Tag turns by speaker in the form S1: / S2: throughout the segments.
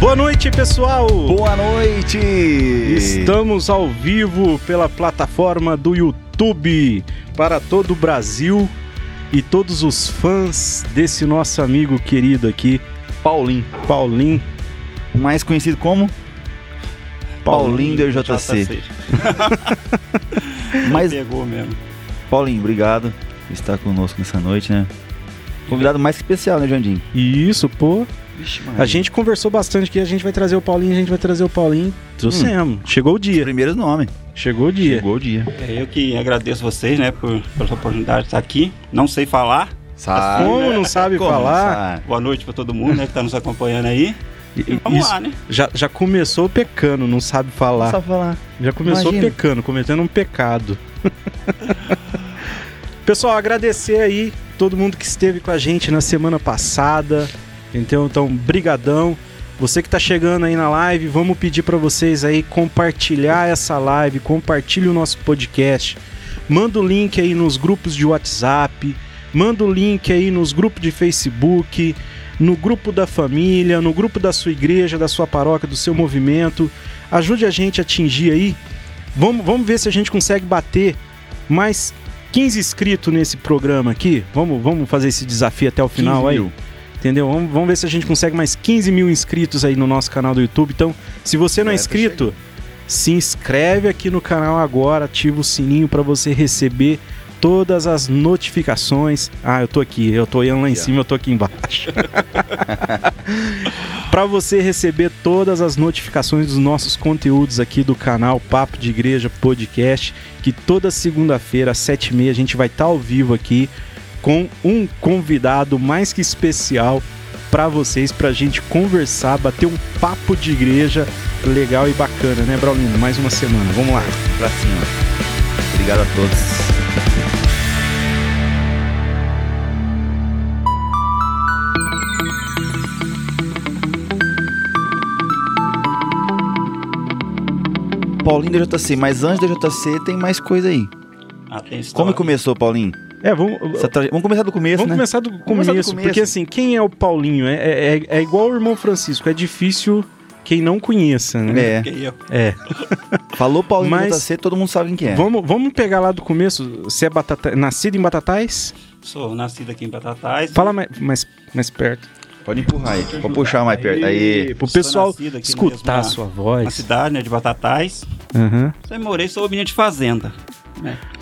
S1: Boa noite, pessoal!
S2: Boa noite!
S1: Estamos ao vivo pela plataforma do YouTube para todo o Brasil e todos os fãs desse nosso amigo querido aqui,
S2: Paulinho,
S1: Paulinho.
S2: mais conhecido como Paulinho, do JC. Mas
S3: Pegou mesmo.
S2: Paulinho, obrigado por estar conosco nessa noite, né? Convidado mais que especial, né, Jandinho?
S1: E isso, pô.
S2: Vixe,
S1: A gente conversou bastante que a gente vai trazer o Paulinho, a gente vai trazer o Paulinho. Trouxemos. Chegou o dia.
S2: Primeiros nomes.
S1: Chegou o dia.
S2: Hum. Chegou o dia.
S3: É eu que agradeço vocês, né, por, pela oportunidade de estar aqui. Não sei falar.
S2: Sabe?
S1: Como não sabe
S2: Como
S1: falar?
S2: sabe?
S3: Boa noite pra todo mundo, né, que tá nos acompanhando aí. E vamos
S1: Isso,
S3: lá, né?
S1: já, já começou pecando, não sabe falar.
S2: Não sabe falar.
S1: Já começou
S2: Imagina.
S1: pecando, cometendo um pecado. Pessoal, agradecer aí todo mundo que esteve com a gente na semana passada. Então, então, brigadão. Você que tá chegando aí na live, vamos pedir para vocês aí compartilhar essa live, compartilhe o nosso podcast. Manda o link aí nos grupos de WhatsApp, manda o link aí nos grupos de Facebook, no grupo da família, no grupo da sua igreja, da sua paróquia, do seu movimento. Ajude a gente a atingir aí. Vamos, vamos ver se a gente consegue bater mais 15 inscritos nesse programa aqui. Vamos, vamos fazer esse desafio até o final
S2: 15
S1: aí.
S2: mil.
S1: Entendeu? Vamos, vamos ver se a gente consegue mais 15 mil inscritos aí no nosso canal do YouTube. Então, se você não é
S2: É, tá
S1: inscrito, se inscreve aqui no canal agora, ativa o sininho para você receber todas as notificações. Ah, eu tô aqui, eu tô indo lá em
S2: Yeah.
S1: cima, eu tô aqui embaixo. para você receber todas as notificações dos nossos conteúdos aqui do canal Papo de Igreja Podcast, que toda segunda-feira às 7h30 a gente vai estar ao vivo aqui com um convidado mais que especial para vocês, para a gente conversar, bater um papo de igreja legal e bacana, né, Braulino? Mais uma semana, vamos lá.
S2: Pra cima. Obrigado a todos. Paulinho da JC, mas antes da JC tem mais coisa aí.
S3: Ah, tem história.
S2: Como começou, Paulinho?
S1: É, vamos,
S2: Essa traje- Vamos começar do começo,
S1: Tá. vamos
S2: né?
S1: começar do
S2: começar
S1: começo,
S2: do começo.
S1: porque assim, quem é o Paulinho? É, é, é- é igual o irmão Francisco, é difícil quem não conheça, né?
S2: É.
S3: Fiquei eu.
S1: É.
S2: Falou Paulinho
S1: Mas-
S2: da JC, todo mundo sabe quem que é.
S1: Vamos, vamos pegar lá do começo, você é batata- nascido em Batatais?
S3: Sou nascido aqui em Batatais.
S1: Fala mais, mais, mais perto.
S2: Pode empurrar aí. Pode puxar mais perto. Aí.
S1: Pro
S3: Sou
S1: pessoal
S3: nascido aqui mesmo
S1: escutar
S3: na-
S1: a sua
S3: Na
S1: voz.
S3: cidade, né, de Batatais.
S1: Aham.
S3: Sempre morei, sou menino de fazenda.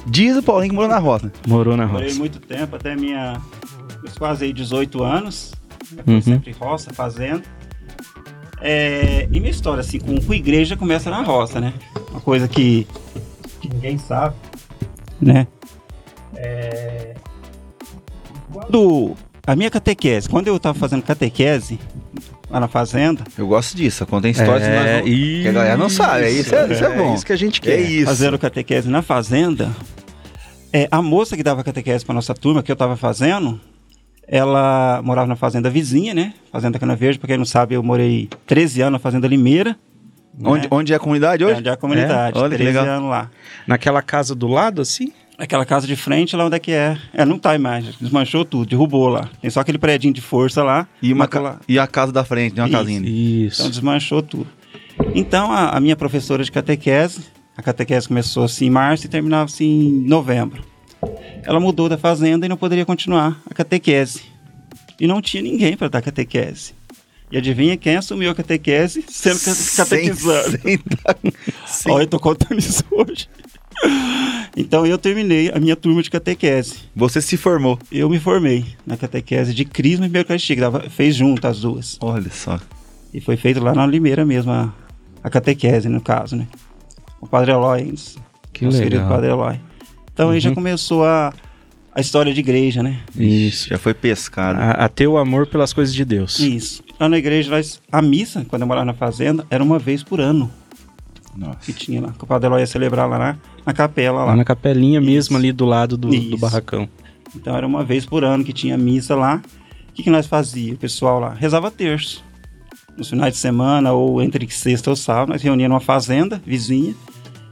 S2: Diz o Paulinho que morou na roça.
S1: Morou na
S3: Morei
S1: roça.
S3: muito tempo, até minha... meus quase aí 18 anos. né,
S1: Uhum.
S3: Foi sempre roça, fazenda. É, e minha história, assim, com, com igreja começa na roça, né? Uma coisa que, que ninguém sabe, né? É, Quando... A minha catequese, quando eu tava fazendo catequese lá na fazenda,
S2: Eu gosto disso. Contem
S1: É,
S2: histórias. que nós vamos-
S1: isso,
S2: que a galera não sabe, é isso, é- isso é bom.
S1: isso que a gente
S2: Que é
S1: quer.
S2: isso.
S3: fazendo catequese na fazenda, é, a moça que dava catequese para nossa turma, que eu estava fazendo, ela morava na fazenda vizinha, né? Fazenda Cana Verde, para quem não sabe, eu morei 13 anos na fazenda Limeira,
S2: Onde, onde é a comunidade hoje?
S3: Né? onde é a comunidade,
S2: É? Olha que
S3: 13
S2: legal.
S3: anos lá.
S1: Naquela casa do lado, assim?
S3: Aquela casa de frente, lá onde é que é. É, não tá mais, desmanchou tudo, derrubou lá. Tem só aquele predinho de força lá.
S2: E, uma
S3: Matou
S2: ca-
S3: lá.
S2: e a casa da frente, tem uma
S3: Isso.
S2: casinha. ali.
S3: Então
S1: Isso.
S3: desmanchou tudo. Então a, a minha professora de catequese, a catequese começou assim em março e terminava assim em novembro. Ela mudou da fazenda e não poderia continuar a catequese. E não tinha ninguém para dar catequese. E adivinha quem assumiu a catequese sendo cate- catequizando?
S2: Sem, sem dar- sem-
S3: Olha, eu tô contando isso hoje. Então eu terminei a minha turma de catequese.
S2: Você se formou.
S3: Eu me formei na catequese de Crisma e Eucaristia, que dava- fez junto as duas.
S2: Olha só.
S3: E foi feito lá na Limeira mesmo, a, a catequese, no caso, né? O Padre Eloy, nosso
S1: Que Uhum.
S3: querido Padre Eloy. Então aí já começou a, a história de igreja, né?
S1: Isso.
S2: Já foi pescado.
S3: Ah.
S1: A, a ter o amor pelas coisas de Deus.
S3: Isso. Lá na igreja, nós- a missa, quando eu morava na fazenda, era uma vez por ano
S2: Nossa.
S3: que tinha lá. Que o Padre Eloy ia celebrar lá na, na capela
S1: Lá
S3: lá.
S1: Ah, na capelinha
S3: Isso.
S1: mesmo, ali do lado do, do
S3: Isso.
S1: barracão.
S3: Então era uma vez por ano que tinha missa lá. O que, que nós fazia? O pessoal lá rezava terço. Nos finais de semana, ou entre sexta ou sábado, nós reuníamos numa fazenda vizinha,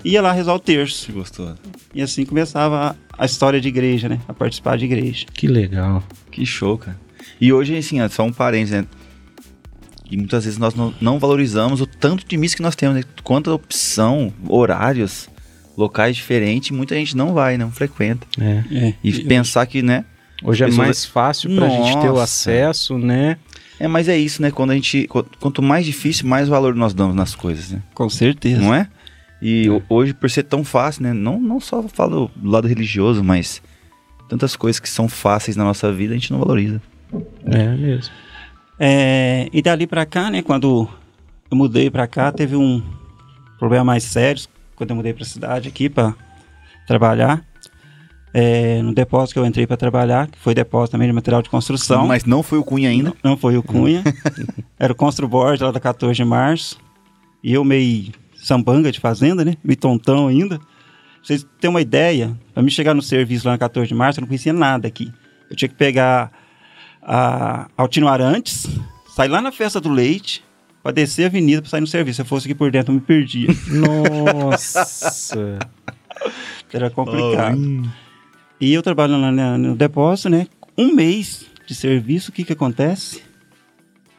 S3: ia lá rezar o terço.
S2: Que gostoso.
S3: E assim começava a, a história de igreja, né? A participar de igreja.
S1: Que legal.
S2: Que show, cara. E hoje, assim, ó, só um parênteses, né? E muitas vezes nós não, não valorizamos o tanto de missa que nós temos, né? Quanta opção, horários, locais diferentes, muita gente não vai, não frequenta.
S4: É.
S3: É.
S2: E pensar que, né?
S4: Hoje é
S2: Pessoas-
S4: mais fácil pra gente ter o
S2: Nossa.
S4: acesso, né?
S2: É, mas é isso, né? Quando a gente. qu- Quanto mais difícil, mais valor nós damos nas coisas, né?
S3: Com certeza.
S2: Não é? E ho- hoje, por ser tão fácil, né? Não, não só falo do lado religioso, mas tantas coisas que são fáceis na nossa vida, a gente não valoriza.
S4: É mesmo.
S3: É, e dali pra cá, né, quando eu mudei pra cá, teve um problema mais sério quando eu mudei pra cidade aqui pra trabalhar. É, no depósito que eu entrei pra trabalhar, que foi depósito também de material de construção.
S2: Mas não foi o Cunha ainda.
S3: Não foi o Cunha. Era o Construboard lá da 14 de março. E eu meio sambanga de fazenda, né? Me tontão ainda. Pra vocês terem uma ideia, pra mim chegar no serviço lá na 14 de março, eu não conhecia nada aqui. Eu tinha que pegar a Altino Arantes, sair lá na festa do leite, pra descer a avenida pra sair no serviço. Se eu fosse aqui por dentro, eu me perdia.
S4: Nossa.
S3: Era complicado. E eu trabalhando lá na- no depósito, né? Um mês de serviço, o que que acontece?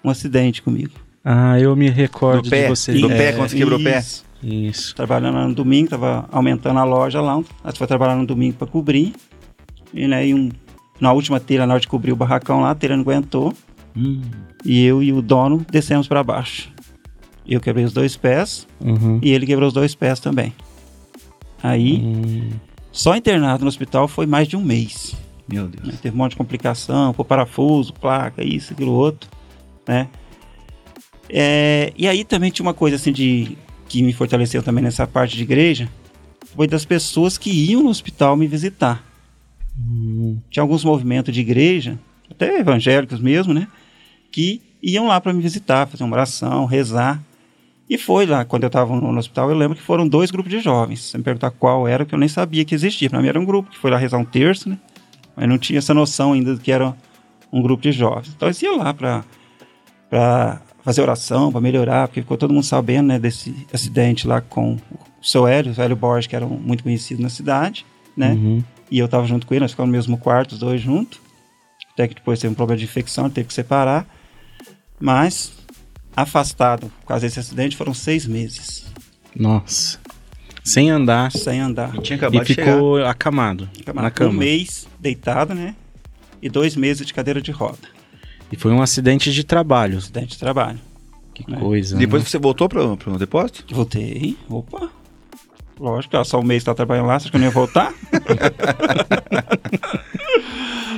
S3: Um acidente comigo.
S4: Ah, eu me recordo
S2: Do pé,
S4: de você.
S2: do
S4: É,
S2: pé, quando você quebrou o pé.
S3: Isso.
S4: Isso.
S3: trabalhando lá no domingo, tava aumentando a loja lá, a gente foi trabalhar no domingo para cobrir. E né, e um, na última telha, na hora de cobrir o barracão lá, a telha não aguentou.
S2: Hum.
S3: E eu e o dono descemos para baixo. Eu quebrei os dois pés
S4: Uhum.
S3: e ele quebrou os dois pés também. Aí,
S1: Uhum.
S4: Hum.
S2: Né?
S3: só internado no hospital foi mais de um mês.
S2: Meu
S3: né?
S2: Deus.
S3: Teve um monte de complicação, pô, parafuso, placa, isso, aquilo, outro, né? É, e aí também tinha uma coisa assim de que me fortaleceu também nessa parte de igreja, foi das pessoas que iam no hospital me visitar. Tinha alguns movimentos de igreja, até evangélicos mesmo, né? Que iam lá para me visitar, fazer uma oração, rezar. E foi lá, quando eu estava no no hospital, eu lembro que foram dois grupos de jovens. Se me perguntar qual era, que eu nem sabia que existia. Pra mim era um grupo que foi lá rezar um terço, né? Mas não tinha essa noção ainda do que era um grupo de jovens. Então eles iam lá pra, pra fazer oração, pra melhorar, porque ficou todo mundo sabendo, né, desse acidente lá com o seu Hélio, o seu Hélio Borges, que era um- muito conhecido na cidade, né?
S4: Uhum.
S3: E eu tava junto com ele, nós ficamos no mesmo quarto, os dois juntos. Até que depois teve um problema de infecção, ele teve que separar. Mas, afastado por causa desse acidente, foram seis meses
S4: Nossa. Sem andar.
S3: sem andar.
S2: Eu tinha
S4: E
S2: acabado de chegar.
S4: ficou acamado, na
S3: Um
S4: cama.
S3: mês deitado, né? E dois meses de cadeira de roda,
S4: E foi um acidente de trabalho.
S3: acidente de trabalho.
S4: Que
S3: É.
S4: coisa. né?
S2: Depois você voltou pro, pro depósito?
S3: Voltei, opa. Lógico, ó, só um mês que tá trabalhando lá, você acha que eu não ia voltar?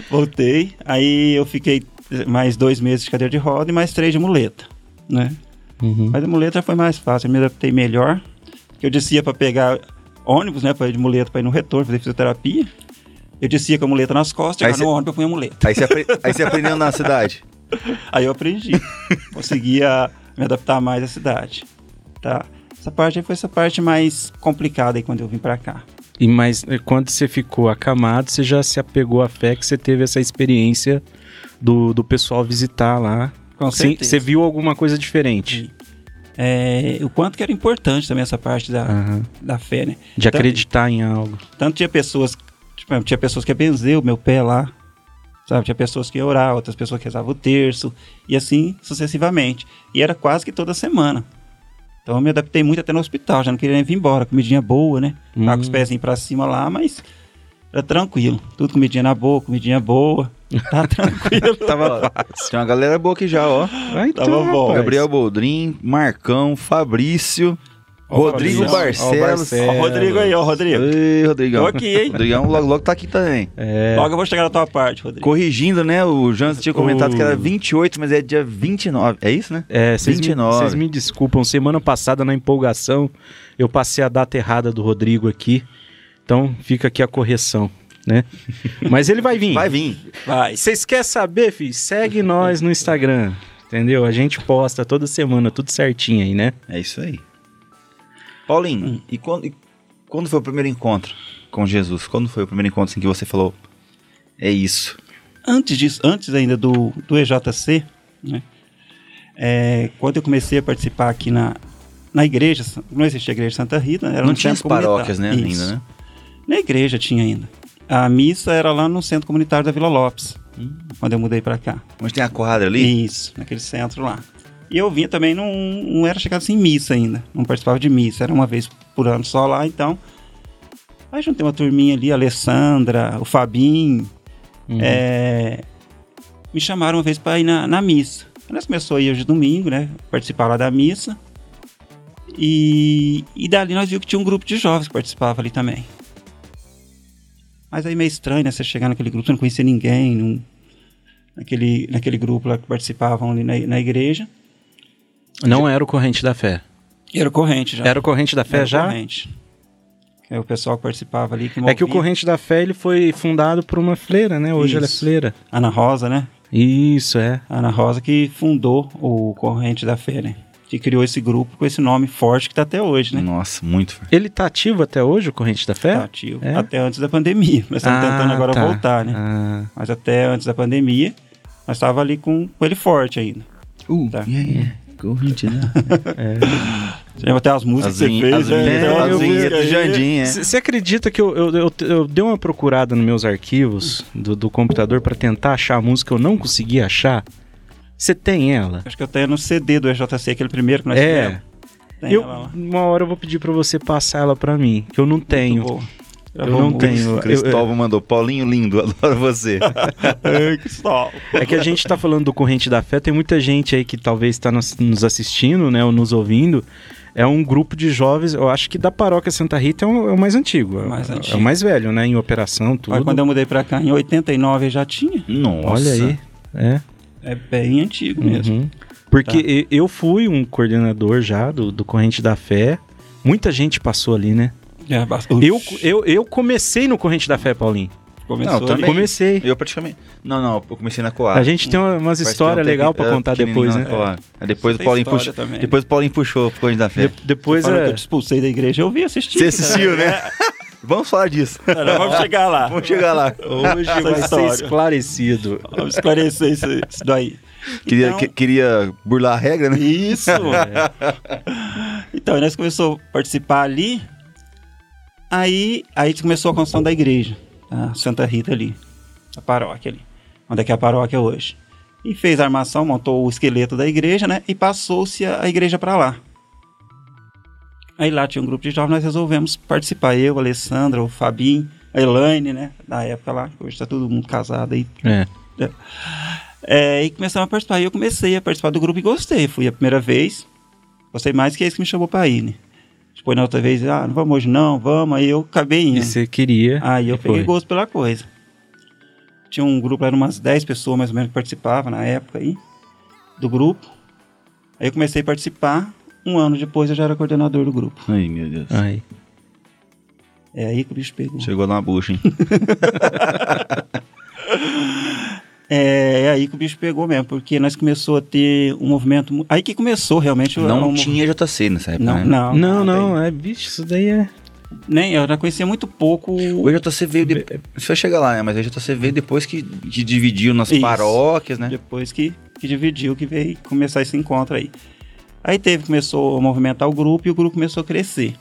S3: Voltei, aí eu fiquei mais dois meses de cadeira de roda e mais três de muleta, né?
S4: né? Uhum.
S3: Mas a muleta foi mais fácil, eu me adaptei melhor. Eu descia pra pegar ônibus, né? Pra ir de muleta pra ir no retorno, fazer fisioterapia. Eu descia com a muleta nas costas,
S2: Aí
S3: chegava no
S2: cê-
S3: ônibus eu punha a muleta.
S2: Aí você, apre- aí você aprendeu na cidade.
S3: Aí eu aprendi. Conseguia me adaptar mais à cidade. Tá? Essa parte aí foi essa parte mais complicada aí quando eu vim pra cá.
S4: E mas eh, quando você ficou acamado, você já se apegou à fé que você teve essa experiência do, do pessoal visitar lá.
S3: Com
S4: Sim, você viu alguma coisa diferente.
S3: É, o quanto que era importante também essa parte
S2: Ah.
S3: da,
S4: Aham.
S3: da fé, né?
S4: De
S3: Então-
S4: acreditar em algo.
S3: Tanto tinha pessoas, tipo, tinha pessoas que ia benzer o meu pé lá, sabe? Tinha pessoas que iam orar, outras pessoas que rezavam o terço, e assim sucessivamente. E era quase que toda semana. Então eu me adaptei muito até no hospital, já não queria nem vir embora, comidinha boa, né? Tava com os
S4: Hum.
S3: pezinhos pra cima lá, mas era tranquilo. Tudo comidinha na boca, comidinha boa, tá tranquilo.
S2: Tava fácil. Tem uma galera boa aqui já, ó.
S4: Ah, então,
S3: Tava bom.
S4: rapaz.
S2: Gabriel Boldrin, Marcão, Fabrício,
S4: Ó,
S2: Rodrigo
S4: Fabrício. Ó,
S2: Barcelos.
S4: Barcelos.
S3: Ó, o Rodrigo aí, ó, o Rodrigo.
S2: Ei, Rodrigão.
S3: Tô aqui, hein?
S2: Rodrigão logo, logo tá aqui também.
S3: Logo eu vou chegar na tua parte, Rodrigo.
S2: Corrigindo, né? O Jans tinha comentado
S4: O-
S2: que era 28, mas é dia 29. É isso, né?
S4: É, vocês me,
S2: 29.
S4: vocês me desculpam, semana passada na empolgação eu passei a data errada do Rodrigo aqui, então fica aqui a correção, né? Mas ele vai vir.
S2: Vai vir.
S3: Vai.
S4: Vocês querem saber, filho? Segue nós no Instagram, entendeu? A gente posta toda semana, tudo certinho aí, né?
S2: É isso aí. Paulinho, e, quando, e quando foi o primeiro encontro com Jesus? Quando foi o primeiro encontro assim, que você falou? É isso.
S3: antes disso, antes ainda do, do EJC, né, é, quando eu comecei a participar aqui na, na igreja, não existia a igreja de Santa Rita, era
S2: Não
S3: um
S2: tinha as
S3: centro comunitário.
S2: paróquias, né?
S3: Isso.
S2: Ainda, né?
S3: Na igreja tinha ainda. A missa era lá no centro
S2: Hum.
S3: comunitário da Vila Lopes, quando eu mudei pra cá.
S2: Onde tem a quadra ali?
S3: Isso, naquele centro lá. E eu vinha também, não, não era chegado assim em missa ainda. Não participava de missa, era uma vez por ano só lá, então. Aí juntei uma turminha ali, a Alessandra, o Fabinho.
S1: Uhum.
S3: é, me chamaram uma vez para ir na, na missa. Nós começou a ir hoje domingo, né? Participar lá da missa. E, e dali nós vimos que tinha um grupo de jovens que participava ali também. Mas aí meio estranho, né? Você chegar naquele grupo, você não conhecia ninguém, não- naquele, naquele grupo lá que participavam ali na, na igreja.
S1: Não era o corrente da fé.
S3: E era o corrente já.
S1: Era o corrente da fé
S3: Era o
S1: já?
S3: Corrente. É o pessoal que participava ali. Que
S1: É que o
S3: movia.
S1: corrente da fé ele foi fundado por uma freira, né? Hoje ela é
S3: Isso.
S1: freira.
S3: Ana Rosa, né?
S1: Isso, é.
S3: Ana Rosa que fundou o Corrente da Fé, né? Que criou esse grupo com esse nome forte que tá até hoje, né?
S2: Nossa, muito forte.
S1: Ele tá ativo até hoje, o corrente da fé?
S3: Tá ativo.
S1: É?
S3: Até antes da pandemia. Nós estamos
S1: Ah,
S3: tentando agora
S1: tá.
S3: voltar, né?
S1: Ah,
S3: Mas até antes da pandemia, nós estava ali com, com ele forte ainda.
S2: Uh,
S3: Tá.
S2: yeah, yeah. Corrente, né?
S1: é.
S3: Você lembra até as músicas
S2: As
S3: que você
S2: vinhe-
S3: fez,
S2: as
S3: né?
S2: vinhetas-
S3: Tem umas
S2: as
S1: eu vi
S2: vinhetas
S3: músicas
S2: do
S3: aí.
S2: Jandim, é.
S1: Você acredita que eu, eu, eu, eu dei uma procurada nos meus arquivos do, do computador pra tentar achar a música, eu não consegui achar? Você tem ela?
S3: Acho que eu tenho no CD do EJC, aquele primeiro que nós
S1: É.
S3: tivemos. Tem
S1: Eu,
S3: ela Tá, lá.
S1: uma hora eu vou pedir pra você passar ela pra mim, que eu não tenho.
S3: Muito boa.
S1: Eu
S3: Gravou
S1: não
S3: música.
S1: tenho. Eu- eu-
S2: Cristóvão mandou. Paulinho lindo, adoro você.
S3: Ai, Cristóvão.
S1: É que a gente tá falando do corrente da fé, tem muita gente aí que talvez tá nos, nos assistindo, né, ou nos ouvindo. É um grupo de jovens, eu acho que da paróquia Santa Rita é o, é o mais antigo. é-
S3: Mais
S1: é,
S3: antigo.
S1: o mais velho, né, em operação, tudo.
S3: Mas quando é eu mudei pra cá, em 89 eu já tinha.
S2: Nossa.
S1: Olha aí. É.
S3: É bem antigo mesmo. Tá.
S1: Uhum. Porque e- eu fui um coordenador já do, do Corrente da Fé. Muita gente passou ali, né?
S3: Já bastante.
S1: Eu, eu, eu comecei no Corrente da Fé, Paulinho.
S3: Começou
S2: Não, também.
S3: ali.
S1: Comecei.
S2: Eu praticamente. Não, não, eu comecei na Coab.
S1: A gente tem uma-
S2: um
S1: umas histórias legais
S2: é,
S1: pra contar depois, né?
S2: Aí é, depois o
S3: Tem
S2: Paulinho
S3: história
S2: puxou.
S3: também.
S2: Depois o Paulinho puxou pro Corrente da Fé.
S1: De- depois
S3: Falou que
S1: é.
S3: eu te expulsei da igreja, eu vi, assisti.
S2: Você assistiu, né? Vamos falar disso.
S3: Cara, vamos chegar lá.
S2: Vamos chegar lá.
S3: Hoje
S1: Vai ser esclarecido.
S3: Vamos esclarecer isso, isso daí.
S2: Queria,
S3: Então-
S2: que- queria burlar a regra, né?
S3: Isso! Então, nós começamos a participar ali. Aí, aí começou a construção da igreja, a Santa Rita ali, a paróquia ali, onde é que é a paróquia hoje. E fez a armação, montou o esqueleto da igreja, né? E passou-se a, a igreja para lá. Aí lá tinha um grupo de jovens, nós resolvemos participar. Eu, a Alessandra, o Fabinho, a Elaine, né? Da época lá, que hoje tá todo mundo casado aí,
S1: É.
S3: É, e começaram a participar. E eu comecei a participar do grupo e gostei. Fui a primeira vez. Gostei mais que esse que me chamou pra ir, né? Depois na outra vez, ah, não vamos hoje não, vamos. Aí eu acabei
S1: E
S3: indo.
S1: você queria.
S3: Aí eu
S1: é? e foi.
S3: peguei gosto pela coisa. Tinha um grupo, eram umas 10 pessoas mais ou menos que participavam na época aí, do grupo. Aí eu comecei a participar. Um ano depois eu já era coordenador do grupo.
S2: Ai, meu Deus.
S1: Aí.
S3: É aí que o bicho pegou.
S2: Chegou a dar uma bucha, hein?
S3: É, é aí que o bicho pegou mesmo, porque nós começou a ter um movimento. mu- Aí que começou realmente. o-
S2: Não
S3: o-
S2: tinha JC nessa época,
S3: Não,
S2: né?
S3: não.
S1: Não,
S3: tem.
S1: não, é bicho, isso daí é.
S3: Nem, eu já conhecia muito pouco.
S2: O EJC veio depois. Você vai chegar lá, né? Mas o EJC veio depois que, que dividiu nas
S3: Isso.
S2: paróquias, né?
S3: Depois que, que dividiu, que veio começar esse encontro aí. Aí teve, começou a movimentar o grupo e o grupo começou a crescer,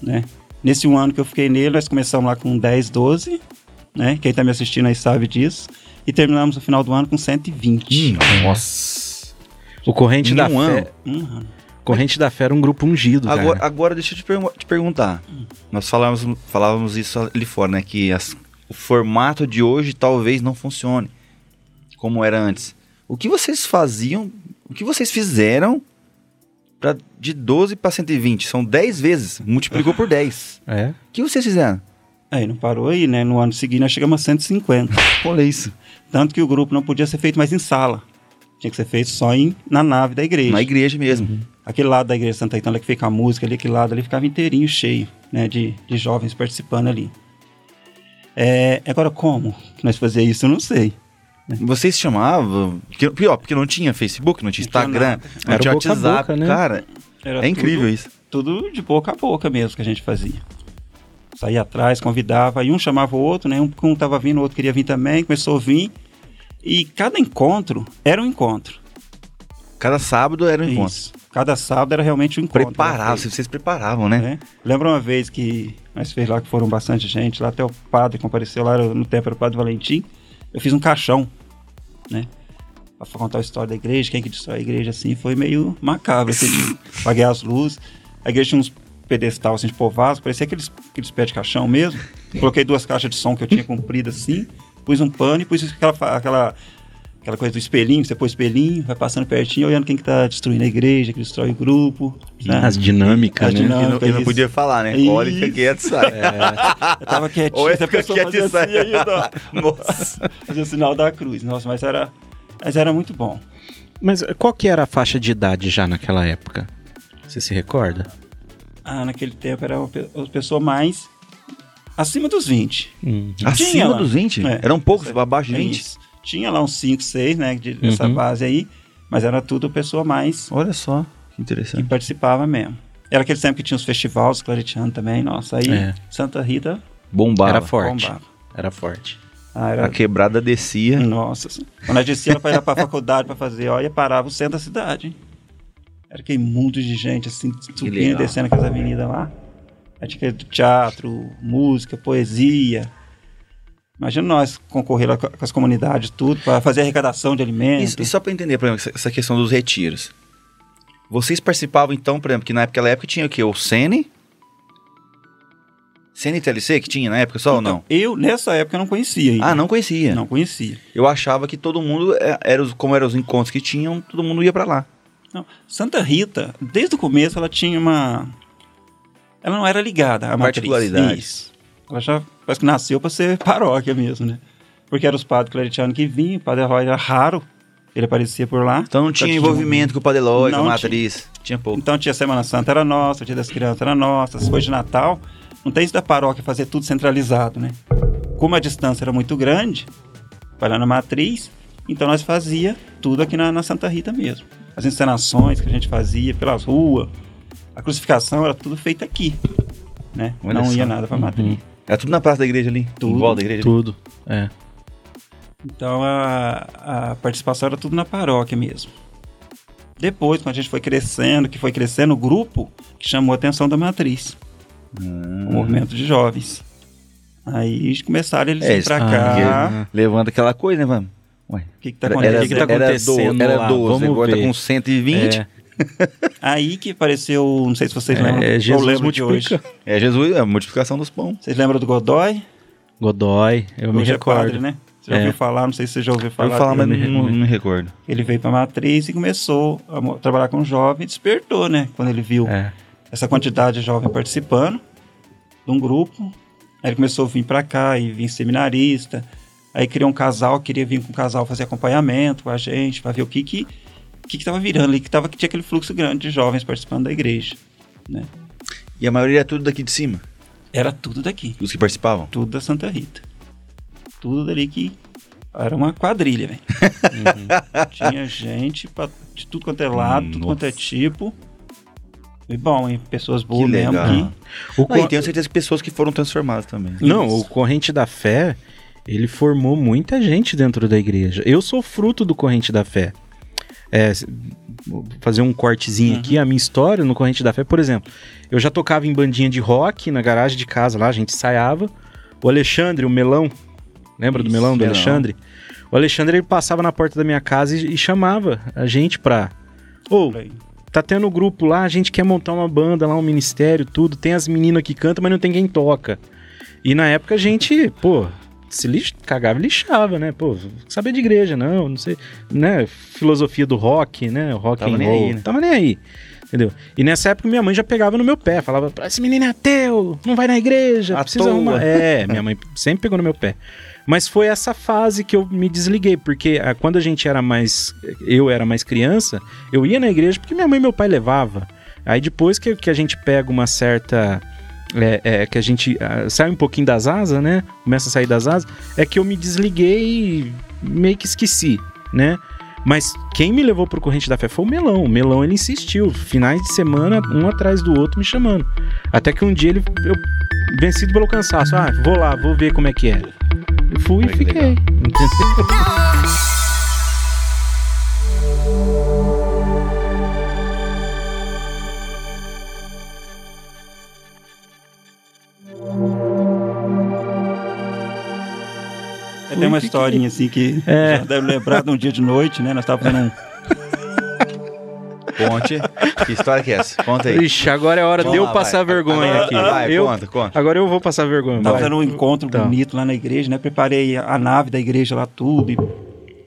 S3: né? Nesse um ano que eu fiquei nele, nós começamos lá com 10, 12, né? Quem tá me assistindo aí sabe disso. E terminamos no final do ano com 120.
S2: Nossa.
S1: O Corrente
S2: Em
S1: da
S2: um
S1: Fé.
S2: ano.
S3: Um ano.
S1: Corrente da Fé era um grupo ungido, cara.
S2: Agora, agora deixa eu te, pergu- te perguntar. Nós falávamos, falávamos isso ali fora, né? Que as- o formato de hoje talvez não funcione como era antes. O que vocês faziam, o que vocês fizeram pra, de 12 para 120? São 10 vezes, multiplicou por 10.
S1: É.
S2: O que vocês fizeram?
S3: Aí não parou aí, né? No ano seguinte nós chegamos a 150.
S2: Olha isso.
S3: Tanto que o grupo não podia ser feito mais em sala. Tinha que ser feito só em, na nave da igreja.
S2: Na igreja mesmo.
S3: aquele lado da igreja de Santa Itana que fica a música ali, aquele lado ali ficava inteirinho cheio, né, de, de jovens participando ali. É, agora, como que nós fazia isso, eu não sei.
S2: Vocês chamavam. Porque, porque, ó, porque não tinha Facebook, não tinha
S3: Não tinha
S2: Instagram,
S3: nada.
S2: não
S1: Era
S2: tinha
S1: boca a
S2: WhatsApp.
S1: boca, né?
S2: Cara,
S3: Era
S2: é incrível isso.
S3: Tudo, tudo de boca a boca mesmo que a gente fazia. Saía atrás, convidava, e um chamava o outro, né, um, um tava vindo, o outro queria vir também, começou a vir. E cada encontro era um encontro.
S2: Cada sábado era um encontro.
S3: Isso. Cada sábado era realmente um encontro.
S2: Preparava,
S3: Era feito.
S2: vocês vocês preparavam, né?
S3: né? Lembra uma vez que nós fez lá que foram bastante gente, lá até o padre compareceu lá era- no tempo, era o padre Valentim. Eu fiz um caixão, né? pra contar a história da igreja, quem que destrói a igreja, assim, foi meio macabro, assim, de apaguei as luzes. A igreja tinha uns pedestal, assim, de povados, parecia aqueles, aqueles pés de caixão mesmo. Coloquei duas caixas de som que eu tinha comprido, assim, pus um pano e pus aquela, fa- aquela, aquela coisa do espelhinho, que você põe o espelhinho, vai passando pertinho, olhando quem que tá destruindo a igreja, que destrói o grupo, né?
S1: As dinâmicas,
S3: As
S1: né?
S3: dinâmicas.
S2: e não,
S3: Não,
S2: e não
S3: isso.
S2: podia falar, né?
S3: Isso.
S2: Olha, fica quieto, sai.
S3: Eu tava quietinho,
S2: Ou é
S3: até a
S2: fica
S3: pessoa
S2: quieto
S3: fazia
S2: e
S3: assim
S2: sai.
S3: ainda,
S2: Nossa.
S3: fazia o sinal da cruz. Nossa, mas era, mas era muito bom.
S1: Mas qual que era a faixa de idade já naquela época? Você se recorda?
S3: Ah, naquele tempo era o pe- a pessoa mais acima dos 20.
S2: Acima
S3: lá.
S2: dos 20?
S3: É.
S2: Eram poucos, abaixo de
S3: É
S2: 20?
S3: isso. Tinha lá uns 5, 6, né, de, dessa
S1: Uhum.
S3: base aí, mas era tudo pessoa mais
S2: Olha só, que
S3: que
S2: interessante.
S3: participava mesmo. Era aquele tempo que tinha os festivais, claretiano também, nossa, aí
S1: É.
S3: Santa Rita
S2: Bombava.
S1: Era forte.
S3: bombava.
S1: Era forte.
S3: Ah,
S2: A
S3: era...
S2: quebrada descia.
S3: Nossa, assim. quando a gente ia pra ir lá pra faculdade pra fazer, olha, parava o centro da cidade, hein? Era aquele mundo de gente, assim, subindo e
S2: legal.
S3: descendo aquelas avenidas lá. Aí tinha aquele teatro, música, poesia. Imagina nós concorrer lá co- com as comunidades, tudo, pra fazer arrecadação de alimentos.
S2: E, e só pra entender, por exemplo, essa- essa questão dos retiros. Vocês participavam então, por exemplo, que naquela época tinha o quê? O Sene? Sene TLC que tinha na época só ou não?
S3: Eu, nessa época, eu não conhecia ainda.
S2: Ah, não conhecia.
S3: Então, Não conhecia.
S2: Eu achava que todo mundo, é, era os, como eram os encontros que tinham, todo mundo ia pra lá.
S3: Não. Santa Rita, desde o começo, ela tinha uma. Ela não era ligada à matriz.
S2: Particularidade.
S3: Isso. Ela já parece que nasceu para ser paróquia mesmo, né? Porque eram os padres claretianos que vinham, o padre Eloy era raro, ele aparecia por lá.
S2: Então não tinha
S3: tinha
S2: envolvimento com o Padre Eloy, com a
S3: Não
S2: matriz. Tinha, pouco.
S3: Então tinha Semana Santa era nossa, o Dia das Crianças era nossa, as coisas de Natal. Não tem isso da paróquia fazer tudo centralizado, né? Como a distância era muito grande, vai lá na matriz, então nós fazia tudo aqui na, na Santa Rita mesmo. As encenações que a gente fazia pelas ruas, a crucificação era tudo feito aqui, né?
S2: Olha
S3: Não
S2: só.
S3: ia nada pra matriz.
S2: Era tudo na praça da igreja ali.
S3: Tudo,
S2: Em volta da igreja.
S1: Tudo. É.
S3: Então a, a participação era tudo na paróquia mesmo. Depois, quando a gente foi crescendo, que foi crescendo o grupo, que chamou a atenção da matriz.
S1: Hum.
S3: O movimento de jovens. Aí eles começaram eles
S2: É,
S3: ir pra
S1: ah,
S3: cá.
S1: yeah.
S2: Levanta aquela coisa, né, mano? Ué.
S3: O que, que tá
S2: era-
S3: acontecendo?
S2: era,
S1: que tá
S2: era
S1: acontecendo
S2: do- era
S1: lá?
S2: 12,
S1: Vamos
S2: agora
S1: ver.
S2: tá com 120.
S3: tá- Aí que apareceu, não sei se vocês lembram.
S1: É,
S3: né? eu
S1: Jesus
S3: lembro de
S1: multiplica.
S3: hoje.
S2: É, Jesus, é a multiplicação dos pão.
S3: Vocês lembram do Godoy?
S1: Godoy, eu me
S3: hoje é
S1: recordo.
S3: padre, né? Você já
S1: É.
S3: ouviu falar, não sei se você já ouviu
S2: Eu
S3: falar.
S2: vou falar,
S3: dele.
S2: mas não, não me recordo.
S3: Ele veio pra matriz e começou a mo- trabalhar com jovem e despertou, né? Quando ele viu
S1: É.
S3: essa quantidade de jovem participando de um grupo. Aí ele começou a vir pra cá e vir seminarista. Aí criou um casal, queria vir com o casal fazer acompanhamento com a gente, pra ver o que que o que que tava virando ali, que tava que tinha aquele fluxo grande de jovens participando da igreja, né?
S2: E a maioria é tudo daqui de cima,
S3: Era tudo daqui,
S2: os que participavam.
S3: tudo da Santa Rita. Tudo dali que era uma quadrilha, velho.
S2: Uhum.
S3: Tinha gente pra, de tudo quanto é lado, tudo quanto é
S2: Nossa.
S3: tipo. E bom, hein? pessoas boas
S2: Que
S3: mesmo
S2: legal.
S3: que
S1: É. O
S2: Ah, e
S1: co-
S2: tenho certeza que pessoas que foram transformadas também.
S1: Não,
S3: Isso.
S1: o Corrente da Fé, ele formou muita gente dentro da igreja. Eu sou fruto do Corrente da Fé. É, s- vou fazer um cortezinho
S3: Uhum.
S1: aqui, a minha história no Corrente da Fé, por exemplo. Eu já tocava em bandinha de rock na garagem de casa lá, a gente ensaiava. O Alexandre, o melão, lembra do
S2: Isso,
S1: melão do
S2: Melão.
S1: Alexandre? O Alexandre ele passava na porta da minha casa e, e chamava a gente pra. Ou,
S3: Por aí.
S1: tá tendo um grupo lá, a gente quer montar uma banda lá, um ministério, tudo. Tem as meninas que cantam, mas não tem quem toca. E na época a gente, pô, se lix... cagava e lixava, né? Pô, saber de igreja, não, não sei, né? Filosofia do rock, né? O rock
S2: Tava
S1: and
S2: nem
S1: roll.
S2: aí, né?
S1: Tava nem aí. Entendeu? E nessa época minha mãe já pegava no meu pé, falava, "Pra esse menino é ateu, não vai na igreja,
S2: À
S1: precisa
S2: toa."
S1: arrumar. É, minha mãe sempre pegou no meu pé. Mas foi essa fase que eu me desliguei, porque ah, quando a gente era mais. Eu era mais criança, eu ia na igreja porque minha mãe e meu pai levava. Aí depois que, que a gente pega uma certa. é, é, que a gente ah, sai um pouquinho das asas, né? Começa a sair das asas, é que eu me desliguei e meio que esqueci, né? Mas quem me levou pro Corrente da Fé foi o Melão. O Melão ele insistiu, finais de semana, um atrás do outro, me chamando. Até que um dia ele, eu, vencido pelo cansaço, ah, vou lá, vou ver como é que é. Eu fui
S2: Olha
S1: e
S2: que
S1: fiquei.
S2: legal.
S1: entendeu?
S3: Tem uma uma historinha assim que
S1: É.
S3: já deve lembrar de um dia de noite, né? Nós tava fazendo um.
S2: Conte. que história que é essa? Conta aí.
S1: Ixi, agora é hora de
S2: Vamos
S1: eu
S2: lá,
S1: passar
S2: vai.
S1: vergonha
S2: Agora-
S1: aqui.
S2: Vai,
S1: eu,
S2: conta, conta.
S1: agora eu vou passar vergonha.
S3: Tava
S1: vai.
S3: fazendo um encontro
S1: Tá.
S3: bonito lá na igreja, né? Preparei a nave da igreja lá, tudo. E...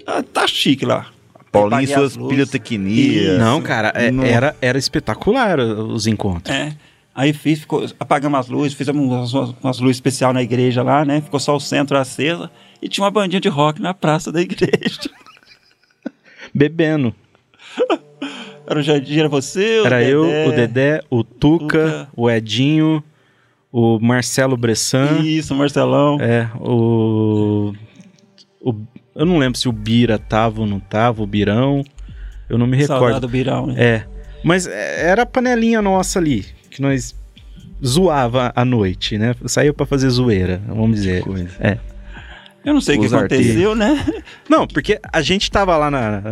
S3: Ah, tá chique lá.
S2: Paulinho e
S3: Apaguei
S2: suas
S3: as luzes.
S2: pirotecnias.
S1: Não, cara, é-
S2: Nossa.
S1: era, era espetacular os encontros.
S3: É. Aí fiz, ficou, apagamos as luzes, fizemos umas, umas- umas luzes especial na igreja lá, né? Ficou só o centro acesa e tinha uma bandinha de rock na praça da igreja.
S1: Bebendo.
S3: Era o Jardim, era você, o
S1: Era
S3: Dedé,
S1: eu, o Dedé, o Tuca,
S3: Tuca.
S1: o Edinho, o Marcelo Bressan,
S3: Isso, o Marcelão.
S1: é, o, o. Eu não lembro se o Bira tava ou não tava, o Birão. Eu não me recordo.
S3: Saudade do Birão, né?
S1: É. Mas é, era a panelinha nossa ali, que nós zoava à noite, né? Saiu pra fazer zoeira, vamos dizer. É.
S3: Eu não sei o que
S2: Os artistas.
S3: aconteceu, né?
S1: Não, porque a gente tava lá na.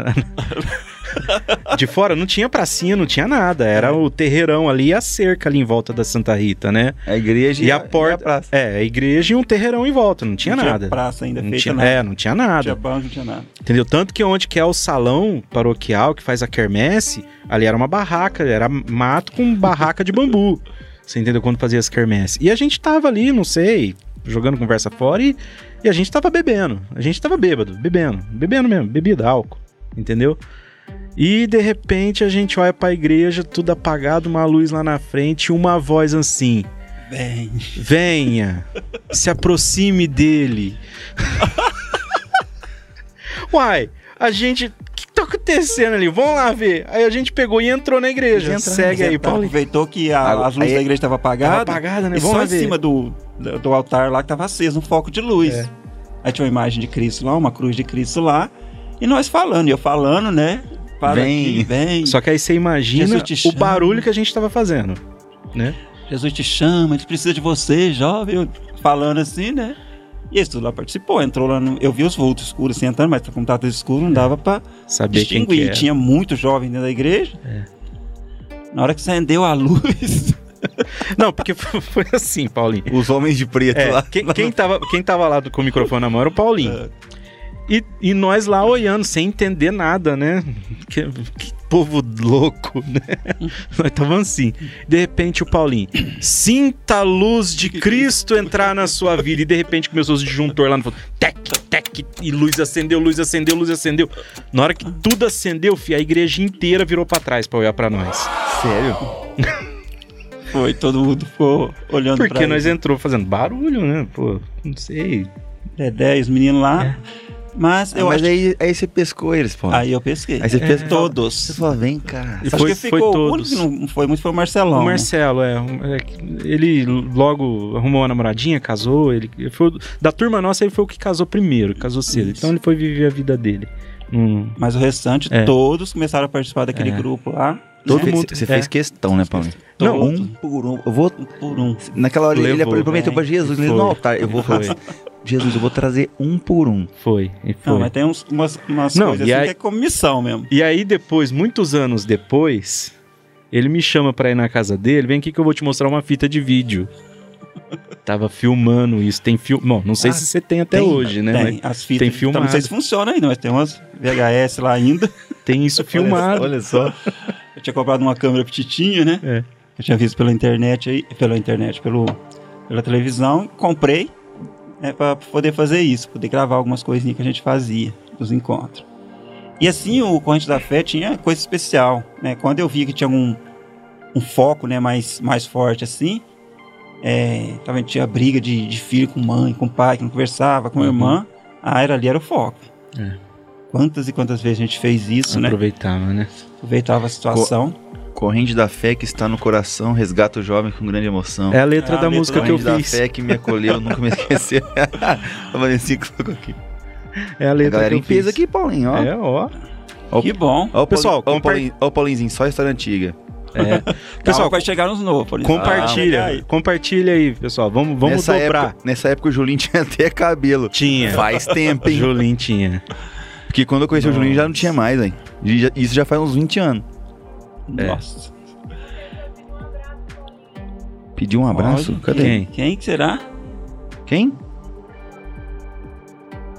S1: De fora não tinha pracinha, não tinha nada. Era o terreirão ali e a cerca ali em volta da Santa Rita, né?
S2: A igreja
S1: E a porta-
S2: praça.
S1: É, a igreja e um terreirão em volta, não tinha
S3: não
S1: nada.
S3: Tinha praça ainda
S1: não
S3: feita,
S1: tinha,
S3: nada.
S1: é, não tinha nada.
S3: Não tinha banco, não tinha nada.
S1: Entendeu? Tanto que onde que é o salão paroquial que faz a quermesse, ali era uma barraca, era mato com barraca de bambu. Você entendeu quando fazia as quermesse? E a gente tava ali, não sei, jogando conversa fora e, e a gente tava bebendo. A gente tava bêbado, bebendo, bebendo mesmo, bebida, álcool, entendeu? E de repente a gente olha pra igreja, tudo apagado, uma luz lá na frente, e uma voz assim:
S3: Bem,
S1: Venha, se aproxime dele. Uai, a gente. O que tá acontecendo ali? Vamos lá ver. Aí a gente pegou e entrou na igreja.
S3: né?
S2: Entramos,
S1: Segue aí, Paulinho.
S3: é aproveitou que a-
S2: Agora-
S3: as luzes
S2: aí-
S3: da igreja estavam
S1: Tava
S3: apagadas.
S1: apagada, né?
S3: E
S1: Vamos
S3: só
S1: lá
S3: em
S1: ver. É.
S3: cima do, do do altar lá que tava aceso, um foco de luz. Aí tinha uma imagem de Cristo lá, uma cruz de Cristo lá. E nós falando, e eu falando, né? Para
S2: Vem.
S3: aqui, vem.
S1: Só que aí você imagina
S3: Jesus te
S1: o
S3: chama.
S1: barulho que a gente tava fazendo.
S3: Jesus te chama, ele precisa de você, jovem. eu Falando assim, né? E esse tudo lá participou, entrou lá. No, eu vi os vultos escuros assim entrando, mas como tava tudo escuro, não dava pra
S1: Saber É. quem que
S3: distinguir.
S1: é.
S3: Tinha muito jovem dentro da igreja. Na hora que acendeu a luz,
S1: Não, porque foi foi assim, Paulinho.
S2: Os homens de preto
S1: É,
S2: lá.
S1: quem, quem tava, quem tava lá do- com o microfone na mão era o Paulinho.
S3: É.
S1: E, e nós lá olhando, sem entender nada, né? Que, que povo louco, né? Nós tava assim. De repente o Paulinho, sinta a luz de Cristo entrar na sua vida. E de repente começou os disjuntor lá no fundo. Tec, tec, e luz acendeu, luz acendeu, luz acendeu. Na hora que tudo acendeu, fi, a igreja inteira virou pra trás pra olhar pra nós.
S2: Sério?
S3: foi, todo mundo ficou olhando pra
S1: Porque
S3: ele.
S1: nós entrou fazendo barulho, né? Pô, não sei. é-
S3: Dedé e os meninos É, lá. Mas
S1: Ah,
S3: eu
S2: mas
S3: acho
S2: aí, aí você pescou eles, pô.
S3: que... Aí eu pesquei.
S2: Aí você pesca- Você
S3: Todos.
S2: fala, vem, cara.
S1: é. E
S3: Acho
S1: foi-
S3: que
S1: foi
S3: ficou, o único
S1: todos.
S3: que não foi muito foi o Marcelão.
S1: O
S3: né?
S1: Marcelo, é, um- é, Ele logo arrumou uma namoradinha, casou. Ele, ele foi, o- da turma nossa, ele foi o que casou primeiro, casou cedo.
S3: Isso.
S1: Então ele foi viver a vida dele. Hum,
S3: Mas o restante,
S1: É.
S3: todos começaram a participar daquele grupo lá.
S2: Todo
S3: né?
S1: Você-
S2: mundo. Você
S1: é.
S2: fez questão, né, Paulinho?
S1: Não,
S3: Todos,
S2: Um por um. Eu vou.
S3: um por um.
S2: Naquela hora ele-
S1: Levou,
S2: ele prometeu
S3: né?
S2: pra Jesus,
S1: E
S2: ele
S1: foi.
S2: no altar. Eu vou
S1: Foi.
S2: fazer. Jesus, eu vou trazer um por um.
S1: foi, e foi.
S3: Não, mas tem uns, umas, umas
S1: Não,
S3: coisas
S1: e
S3: assim
S1: aí-
S3: que é comissão mesmo.
S1: E aí depois, muitos anos depois, ele me chama pra ir na casa dele. Vem aqui que eu vou te mostrar uma fita de vídeo. Tava filmando isso. Tem filme. Bom, não sei
S2: Ah,
S1: se você tem até
S2: tem,
S1: hoje, né?
S3: tem
S1: Mas
S3: as fitas.
S1: tem
S3: de- então, Não
S1: filmado.
S3: sei se funciona ainda, mas tem umas VHS lá ainda.
S1: tem isso filmado.
S2: Olha só.
S3: Eu tinha comprado uma câmera petitinha, né?
S1: É.
S3: Eu tinha visto pela internet aí, pela internet, pelo, pela televisão, e comprei né, para poder fazer isso, poder gravar algumas coisinhas que a gente fazia dos encontros. E assim o Corrente da Fé tinha coisa especial, né? Quando eu via que tinha um, um foco, né, mais, mais forte assim, é, tava, tinha briga de, de filho com mãe, com pai, que não conversava, com
S1: Uhum.
S3: irmã, a era ali era o foco.
S1: É.
S3: Quantas e quantas vezes a gente fez isso, né?
S1: Aproveitava, né?
S3: Aproveitava a situação.
S2: Corrente da fé que está no coração, resgata o jovem com grande emoção.
S1: É a letra
S3: Ah,
S1: da
S3: a letra
S1: música
S3: da
S1: que eu
S2: Corrente da
S1: fiz.
S2: fé que me acolheu, nunca me esqueci. a Vanessa colocou aqui.
S1: É a
S2: A
S1: letra
S2: galera
S1: que
S2: em
S1: eu fiz.
S2: peso aqui, Paulinho, ó.
S1: É, ó.
S3: Que bom.
S2: Ó
S1: Pessoal,
S2: o Pessoal, ó o
S1: compar-
S2: Paulinho- ó o Paulinzinho, só história antiga.
S1: Pessoal,
S3: Pessoal, vai chegar nos novos. por exemplo.
S1: Compartilha,
S3: Ah, vai chegar aí.
S1: compartilha aí, pessoal. Vamos, vamos
S2: nessa
S1: dobrar.
S2: Época, nessa época o Julinho tinha até cabelo.
S3: É.
S1: Tinha.
S2: Faz tempo, hein?
S1: Julinho tinha.
S2: Porque quando eu conheci o Julinho já não tinha mais, hein? E já- Isso já faz uns 20 anos.
S1: É.
S3: Nossa.
S2: Pediu um abraço?
S3: Olha,
S2: Cadê?
S1: quem?
S3: Quem que será?
S2: Quem?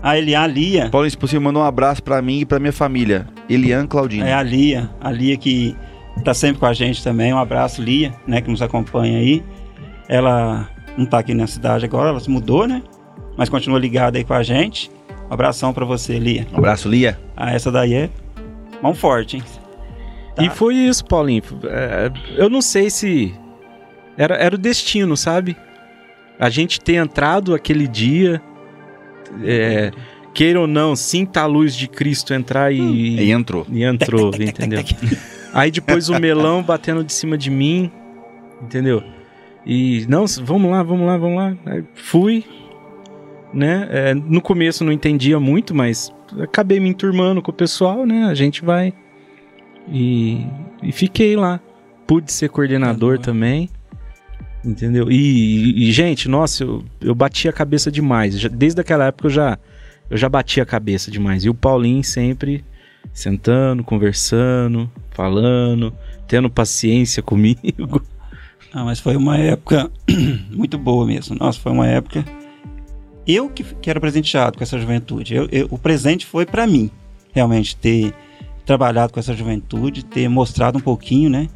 S3: A Eliá Lia.
S2: Paulinho, se possível, manda um abraço pra mim e pra minha família. Elian Claudinho.
S3: É a Lia. A Lia que tá sempre com a gente também. Um abraço, Lia, né? Que nos acompanha aí. Ela não tá aqui na cidade agora, ela se mudou, né? Mas continua ligada aí com a gente. Um abração pra você, Lia.
S2: Um abraço, Lia.
S3: Ah, essa daí é mão forte, hein? Tá.
S1: E foi isso, Paulinho. É, Eu não sei se. Era, era o destino, sabe? A gente ter entrado aquele dia. é, queira ou não, sinta a luz de Cristo entrar e,
S2: E entrou.
S1: e entrou, entendeu? Aí depois o melão batendo de cima de mim, entendeu? E não, s- vamos lá, vamos lá, vamos lá. Aí fui, né? É, no começo não entendia muito, mas acabei me enturmando com o pessoal, né? A gente vai e, e fiquei lá. Pude ser coordenador também. Entendeu? E, e, gente, nossa, eu, eu bati a cabeça demais. Já- desde aquela época eu já, eu já bati a cabeça demais. E o Paulinho sempre sentando, conversando, falando, tendo paciência comigo.
S3: Ah, mas foi uma época muito boa mesmo. Nossa, foi uma época. Eu que, que era presenteado com essa juventude. Eu- eu- o presente foi pra mim, realmente, ter trabalhado com essa juventude, ter mostrado um pouquinho, né,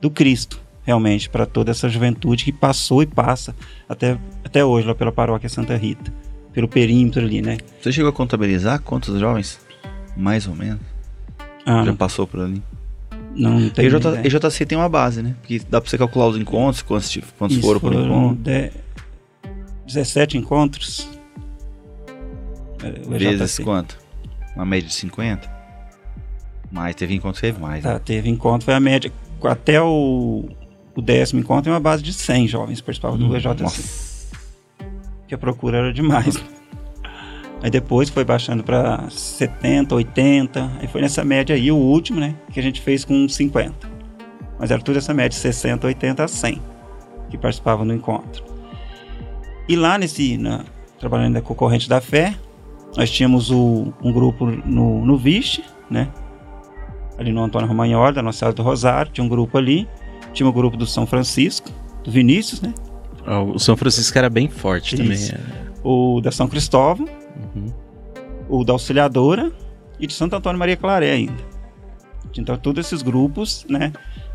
S3: do Cristo, realmente, para toda essa juventude que passou e passa até, até hoje lá pela paróquia Santa Rita, pelo perímetro ali, né?
S2: Você chegou a contabilizar quantos jovens? Mais ou menos.
S3: Ah,
S2: Já passou por ali.
S3: não tem.
S2: E o J-
S3: ideia.
S2: e JC tem uma base, né? Porque dá pra você calcular os encontros, quantos, ti- quantos
S3: Isso,
S2: foram por encontro.
S3: de- 17 encontros. É, o
S2: Vezes
S3: EJC.
S2: quanto? Uma média de 50? Mais, teve encontro que teve mais. né?
S3: Tá, teve encontro, foi a média. Até o, o décimo encontro tem uma base de 100 jovens participavam
S2: Hum,
S3: do EJC. Que a procura era demais. Aí depois foi baixando para 70, 80. Aí foi nessa média aí, o último, né? Que a gente fez com 50. Mas era tudo essa média, de 60, 80 a 100 que participavam do encontro. E lá nesse, na- trabalhando na concorrente da fé, nós tínhamos o- um grupo no, no Vixe, né? ali no Antônio Romagnoli, da Nossa Senhora do Rosário, tinha um grupo ali, tinha o grupo do São Francisco, do Vinícius, né?
S1: Ah, o São Francisco era bem forte
S3: Isso.
S1: também. é.
S3: O da São Cristóvão,
S1: Uhum.
S3: o da Auxiliadora e de Santo Antônio Maria Claré ainda. Então, todos esses grupos, né,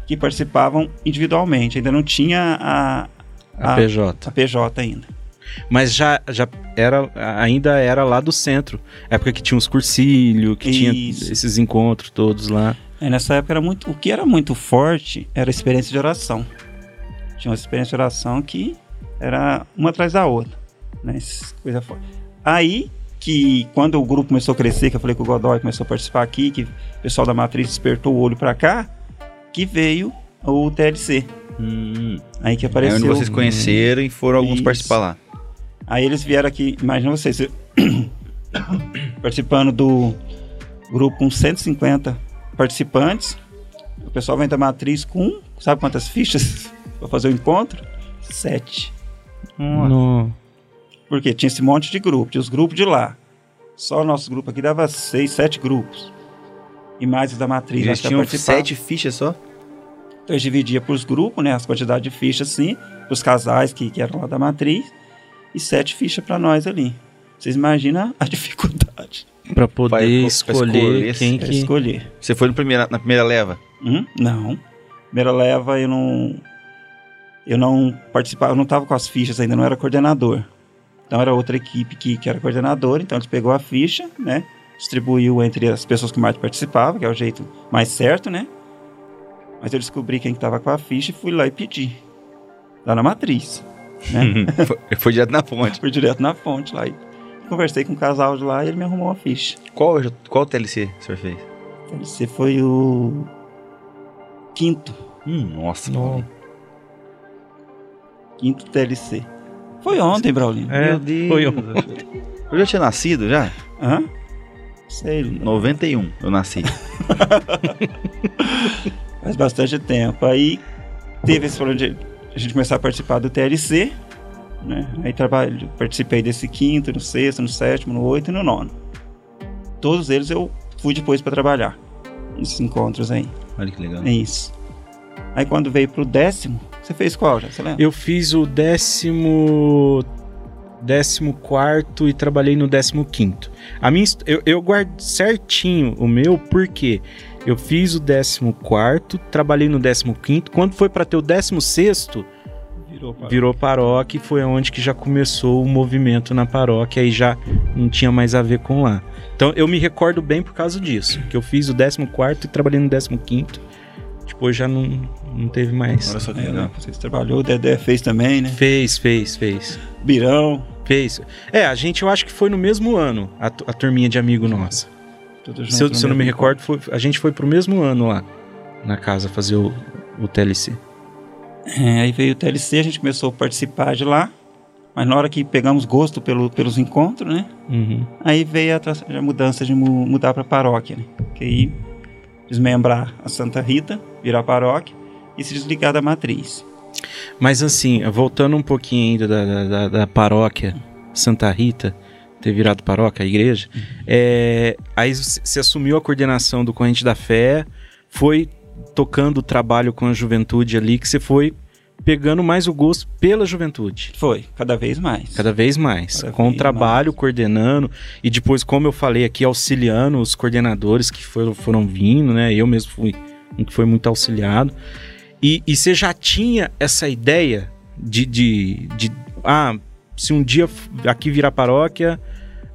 S3: que participavam individualmente, ainda não tinha a,
S1: A
S3: Ah.
S1: PJ.
S3: a PJ ainda.
S1: Mas já, já era, ainda era lá do centro. Época que tinha os cursilhos, que tinha
S3: Isso.
S1: esses encontros todos lá.
S3: Aí, É, nessa época, era muito, o que era muito forte era a experiência de oração. Tinha uma experiência de oração que era uma atrás da outra. Né? Essas Coisa forte. Aí que quando o grupo começou a crescer, que eu falei que o Godoy começou a participar aqui, que o pessoal da Matriz despertou o olho pra cá, que veio o TLC. Aí que
S2: É
S3: Hum, apareceu.
S2: onde vocês conheceram e foram alguns
S3: Isso.
S2: participar lá.
S3: Aí eles vieram aqui, imagina vocês, eu- participando do grupo com 150 participantes. O pessoal vem da matriz com, sabe quantas fichas para fazer o encontro? Sete.
S1: No-
S3: Porque tinha esse monte de grupo, tinha os grupos de lá. Só o nosso grupo aqui dava seis, sete grupos. E mais os da matriz.
S2: Eles
S3: acho que
S2: tinham
S3: participavam.
S2: sete fichas só?
S3: Então eles dividiam por grupos, né? As quantidades de fichas, assim, os casais que, que eram lá da matriz, e sete fichas para nós ali. Vocês imaginam a dificuldade
S1: Pra poder
S2: Vai- vai
S1: escolher,
S2: escolher
S1: quem
S3: pra
S1: que...
S3: escolher.
S2: Você foi no primeira, na primeira leva?
S3: Hum? Não. Primeira leva eu não. Eu não participava, eu não tava com as fichas ainda, não era coordenador. Então era outra equipe que, que era coordenador, então eles pegou a ficha, né? Distribuiu entre as pessoas que mais participavam, que é o jeito mais certo, né? Mas eu descobri quem que tava com a ficha e fui lá e pedi. Lá na matriz.
S2: foi, foi direto na ponte.
S3: Fui direto na fonte lá e conversei com um casal de lá e ele me arrumou uma ficha.
S2: Qual, qual TLC o senhor fez?
S3: Você foi o quinto
S2: Hum, nossa,
S1: Não.
S2: Paulinho.
S3: Quinto TLC. Foi ontem, Braulino.
S1: É,
S2: Meu Deus.
S1: foi
S2: um. Eu já tinha nascido, já?
S3: Hã? Sei, não.
S2: 91 eu nasci.
S3: faz bastante tempo. Aí teve esse problema de a gente começar a participar do TLC, né? Aí trabalho, participei desse quinto, no sexto, no sétimo, no oito e no nono. Todos eles eu fui depois para trabalhar. Nesses encontros aí.
S2: Olha que legal.
S3: É isso. Aí quando veio pro décimo, você fez qual já? Você lembra?
S1: Eu fiz o décimo... 14 e trabalhei no 15. A minha, his- eu, eu guardo certinho o meu, porque eu fiz o 14, trabalhei no 15. Quando foi para ter o 16,
S3: Virou, pá.
S1: virou paróquia e foi onde que já começou o movimento na paróquia e já não tinha mais a ver com lá. Então eu me recordo bem por causa disso, que eu fiz o 14 e trabalhei no 15. Depois já não, não teve mais.
S2: Olha só que
S3: É,
S2: legal.
S3: né? Vocês trabalhou, o Dedé fez também, né?
S1: Fez, fez, fez.
S3: Birão,
S1: Fez. É, a gente eu acho que foi no mesmo ano, a, tu- a turminha de amigo nossa.
S3: tudo junto.
S1: Se eu, se eu não me
S3: né?
S1: recordo, foi- a gente foi pro mesmo ano lá na casa fazer o, o TLC.
S3: É, aí veio o TLC, a gente começou a participar de lá. Mas na hora que pegamos gosto pelo, pelos encontros, né?
S1: Uhum.
S3: Aí veio a, tra- a mudança de mu- mudar para paróquia, né? Que aí desmembrar a Santa Rita, virar paróquia e se desligar da matriz.
S1: Mas assim, voltando um pouquinho ainda da, da- da- da paróquia Santa Rita, ter virado paróquia, a igreja, é, aí você assumiu a coordenação do Corrente da Fé, foi tocando o trabalho com a juventude ali, que você foi pegando mais o gosto pela juventude.
S3: Foi, cada vez mais.
S1: Cada vez mais.
S3: Cada
S1: com o
S3: vez
S1: trabalho,
S3: mais.
S1: coordenando, e depois, como eu falei aqui, auxiliando os coordenadores que foram, foram vindo, né? Eu mesmo fui um que foi muito auxiliado. E, e você já tinha essa ideia de, de, de ah, se um dia f- aqui virar paróquia,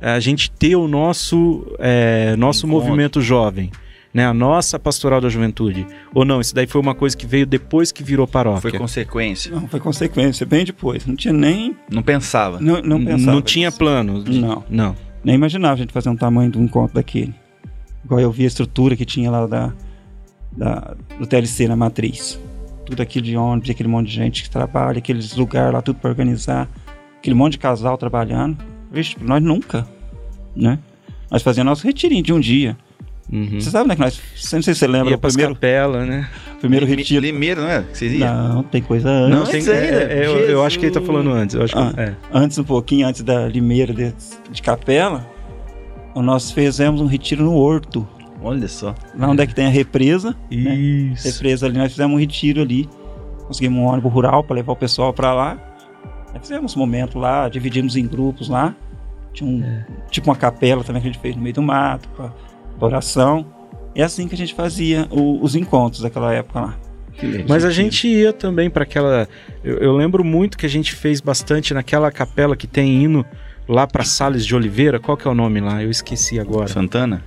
S1: a gente ter o nosso, é, nosso
S2: Encontro.
S1: movimento jovem. Né, a nossa pastoral da juventude. Ou não, isso daí foi uma coisa que veio depois que virou
S3: né?
S1: paróquia.
S2: Foi consequência.
S3: Não, foi consequência, bem depois. Não tinha nem.
S2: Não pensava.
S3: Não, não pensava.
S1: não tinha plano. de-
S3: Não.
S1: Não.
S3: Nem imaginava a gente fazer um tamanho de um encontro daquele. Igual eu vi a estrutura que tinha lá da, da- do TLC na matriz. Tudo aquilo de ônibus, aquele monte de gente que trabalha, aqueles lugares lá, tudo para organizar. Aquele monte de casal trabalhando. Vixe, nós nunca, né? Nós fazíamos nosso retirinho de um dia.
S1: Uhum.
S3: Você sabe, né, que nós... Não sei se você lembra,
S1: Ia
S3: o
S1: pras
S3: primeiro,
S1: capelas, né?
S3: primeiro
S2: Lime-
S3: retiro...
S2: Limeiro, não é? Que Vocês iam?
S3: Não, tem coisa antes.
S1: Não,
S2: Antes
S1: tem, é,
S2: ainda?
S1: é, eu, eu
S2: Jesus.
S1: acho que ele tá falando antes. Eu acho que-
S3: Ah.
S1: é.
S3: antes um pouquinho antes da Limeira de, de Capela, nós fizemos um retiro no Horto,
S2: Olha só.
S3: lá onde é que tem a represa.
S1: Isso.
S3: Represa ali, nós fizemos um retiro ali, conseguimos um ônibus rural para levar o pessoal para lá. Nós fizemos um momento lá, dividimos em grupos lá. Tinha um, tipo uma capela também que a gente fez no meio do mato, pra pra oração. É assim que a gente fazia o- os encontros daquela época lá.
S1: Mas a gente ia também pra aquela. Eu, eu lembro muito que a gente fez bastante naquela capela que tem hino lá pra Sales de Oliveira. Qual que é o nome lá? Eu esqueci agora.
S2: Santana?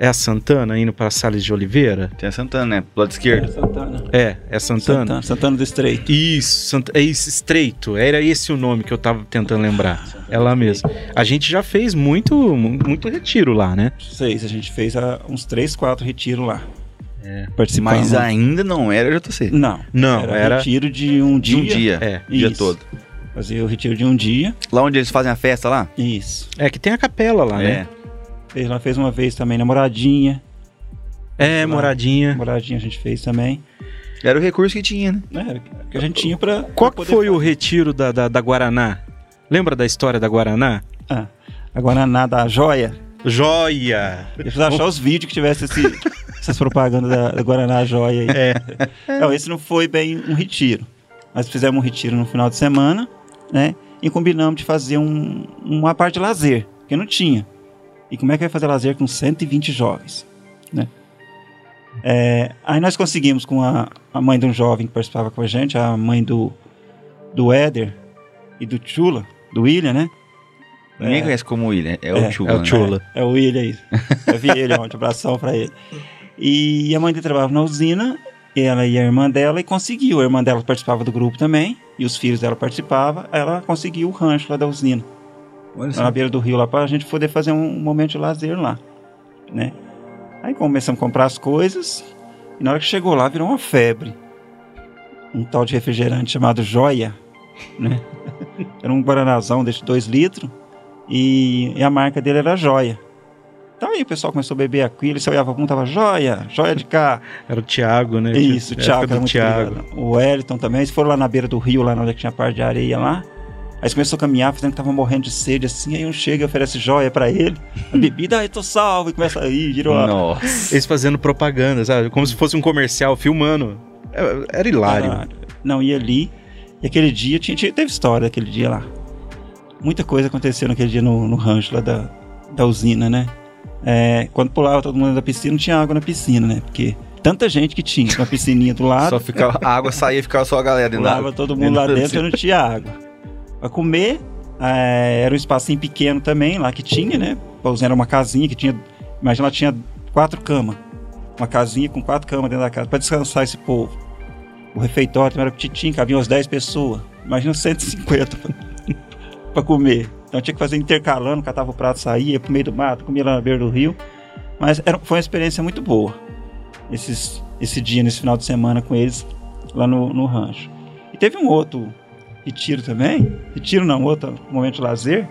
S1: É a Santana indo pra Sales de Oliveira?
S2: Tem a Santana, né? Do lado esquerdo.
S3: Santana.
S1: É, é Santana.
S3: Santana, Santana do Estreito.
S1: Isso, Sant- é isso, estreito. Era esse o nome que eu tava tentando lembrar. É lá mesmo. A gente já fez muito, mu- muito retiro lá, né?
S3: Seis, a gente fez ah, uns três, quatro retiros lá. É.
S2: Mas ainda não era JC.
S3: Não.
S1: Não,
S3: era,
S1: era.
S3: retiro de um
S2: De
S3: dia.
S2: um dia.
S1: É.
S2: O dia
S3: Isso.
S2: todo.
S3: Fazia o retiro de um dia.
S2: Lá onde eles fazem a festa lá?
S3: Isso.
S1: É que tem a capela
S3: Ah,
S1: lá, né?
S2: é.
S3: Fez, ela fez uma vez também, namoradinha.
S1: É,
S3: Lá.
S1: moradinha.
S3: Namoradinha a gente fez também.
S2: É. Era o recurso que tinha, né?
S3: Né? Que a gente tinha pra.
S1: Qual
S3: pra
S1: que
S3: poder
S1: foi o
S3: fazer.
S1: retiro da, da, da Guaraná? Lembra da história da Guaraná?
S3: Ah, agora nada, a joia.
S1: Joia!
S3: Eu preciso achar os vídeos que tivesse esse- essas propagandas da, da Guaraná Joia aí. Não, esse não foi bem um retiro. Nós fizemos um retiro no final de semana, né? E combinamos de fazer um- uma parte de lazer, que não tinha. E como é que vai fazer lazer com 120 jovens, né? É, aí nós conseguimos com a, a mãe de um jovem que participava com a gente, a mãe do, do Éder e do Chula, do William, né?
S2: Ninguém conhece como William. É
S3: É,
S2: o Chula.
S1: é o
S2: né?
S1: Chula.
S3: É o William aí. Eu vi ele ontem, abração pra ele. E a mãe dele trabalhava na usina, ela e a irmã dela, e conseguiu. A irmã dela participava do grupo também, e os filhos dela participavam. Ela conseguiu o rancho lá da usina,
S2: Olha
S3: lá na
S2: só.
S3: beira do rio, lá pra gente poder fazer um, um momento de lazer lá, né? Aí começamos a comprar as coisas, e na hora que chegou lá, virou uma febre. Um tal de refrigerante chamado Joia, né? Era um guaranazão de 2 litros, e, e a marca dele era Joia. Então aí o pessoal começou a beber aquilo, e você olhava pra um, tava Joia, Joia de cá.
S1: Era o Thiago, né?
S3: Isso, o
S1: Época
S3: Thiago, era
S1: do
S3: muito
S1: Thiago.
S3: ligado. O Wellington também. Eles foram lá na beira do rio, lá na hora que tinha a parte de areia lá. Aí eles começou a caminhar, fazendo que tava morrendo de sede, assim. Aí um chega e oferece joia pra ele. A bebida, aí tô salvo. E começa aí, virou a...
S2: Nossa.
S1: Eles fazendo propaganda, sabe? Como se fosse um comercial, filmando. É,
S3: Ah,
S1: Era hilário.
S3: Caralho. Não, e ali. E aquele dia, tinha, tinha- teve história aquele dia lá. muita coisa aconteceu naquele dia no, no rancho lá da, da usina, né? É, quando pulava todo mundo da piscina, não tinha água na piscina, né? Porque tanta gente que tinha, tinha uma piscininha do lado.
S2: Só ficava, a água saía e ficava só a galera dentro da
S3: Pulava
S2: água.
S3: todo mundo lá dentro e não tinha água. Pra comer, eh, era um espacinho pequeno também, lá que tinha, né? Pousando era uma casinha que tinha. Imagina, ela tinha quatro camas. Uma casinha com quatro camas dentro da casa, pra descansar esse povo. O refeitório também era petitinho, cabia umas 10 pessoas. Imagina 150 pra, pra comer. Então tinha que fazer intercalando, catava o prato, saía, ia pro meio do mato, comia lá na beira do rio. Mas era, foi uma experiência muito boa. Esses, esse dia, nesse final de semana com eles lá no, no rancho. E teve um outro retiro também. Retiro não, outro momento de lazer,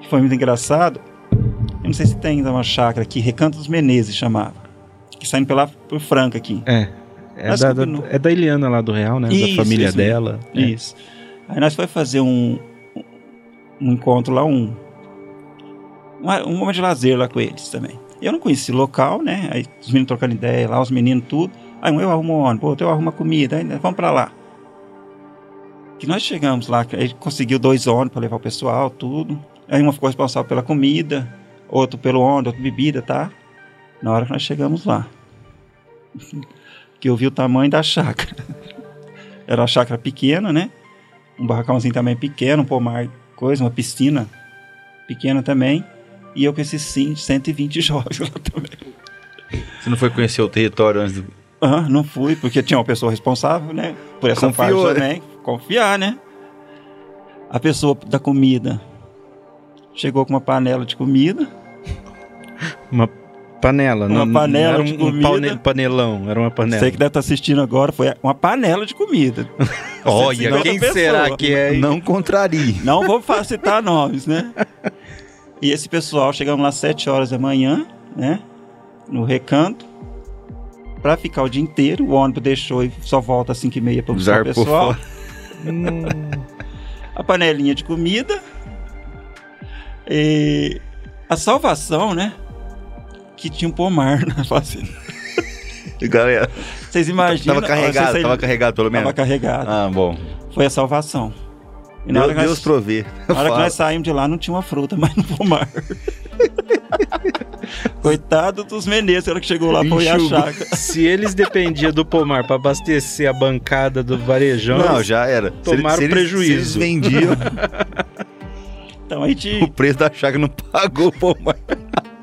S3: que foi muito engraçado. Eu não sei se tem ainda uma chácara aqui, Recanto dos Menezes chamava. Que saindo pela, por Franca aqui.
S1: É
S3: Mas
S1: da,
S3: combinou.
S1: da- é da Eliana lá do Real, né?
S3: Isso,
S1: da família
S3: isso mesmo.
S1: dela. É.
S3: Isso. Aí nós foi fazer um, um encontro lá, um, um, um momento de lazer lá com eles também. Eu não conheci o local, né? Aí os meninos trocando ideia lá, os meninos tudo. Aí um eu arrumo ônibus, outro eu arrumo a comida, aí nós vamos pra lá. Que nós chegamos lá, que aí conseguiu dois ônibus pra levar o pessoal, tudo. Aí uma ficou responsável pela comida, outro pelo ônibus, outro bebida, tá? Na hora que nós chegamos lá. que eu vi o tamanho da chácara era uma chácara pequena, né? Um barracãozinho também pequeno, um pomar, coisa, uma piscina pequena também. E eu com esses sim, 120 jovens lá também.
S2: Você não foi conhecer o território antes do...
S3: Ah, não fui, porque tinha uma pessoa responsável, né? Por essa
S2: Confiou,
S3: parte
S2: né?
S3: também. Confiar, né? A pessoa da comida chegou com uma panela de comida.
S1: Uma panela.
S3: Uma
S1: não- não
S3: panela
S1: era um,
S3: de
S1: um
S3: comida.
S1: pane- panelão, era uma panela.
S3: Sei que deve estar assistindo agora, foi uma panela de comida.
S2: Olha,
S3: 150
S2: quem
S3: pessoas.
S2: será que é? Não contraria.
S3: Não vou fa- citar nomes, né? E esse pessoal, chegamos lá às 7 horas da manhã, né? No recanto. Pra ficar o dia inteiro, o ônibus deixou e só volta às 5 e meia pra buscar o
S2: Zarpou
S3: pessoal.
S1: Hum,
S3: A panelinha de comida. E a salvação, né? Que tinha um pomar na fazenda.
S2: Galera,
S3: Vocês imaginam?
S2: tava carregado,
S3: Vocês-
S2: tava carregado pelo menos.
S3: tava carregado.
S2: Ah, bom.
S3: Foi a salvação. E
S2: Deus,
S3: que nós-
S2: Deus provê.
S3: Na hora que
S2: Fala.
S3: nós saímos de lá, não tinha uma fruta mais no pomar. Coitado dos Menezes, na hora que chegou lá foi a
S2: Enxugou.
S3: chácara.
S1: se eles dependiam do pomar pra abastecer a bancada do varejão,
S2: Não, já era. Se eles-
S1: Tomaram
S2: se eles-
S1: prejuízo.
S2: Se eles vendiam,
S3: Então a
S2: o
S3: gente.
S2: preço da chácara não pagou o pomar.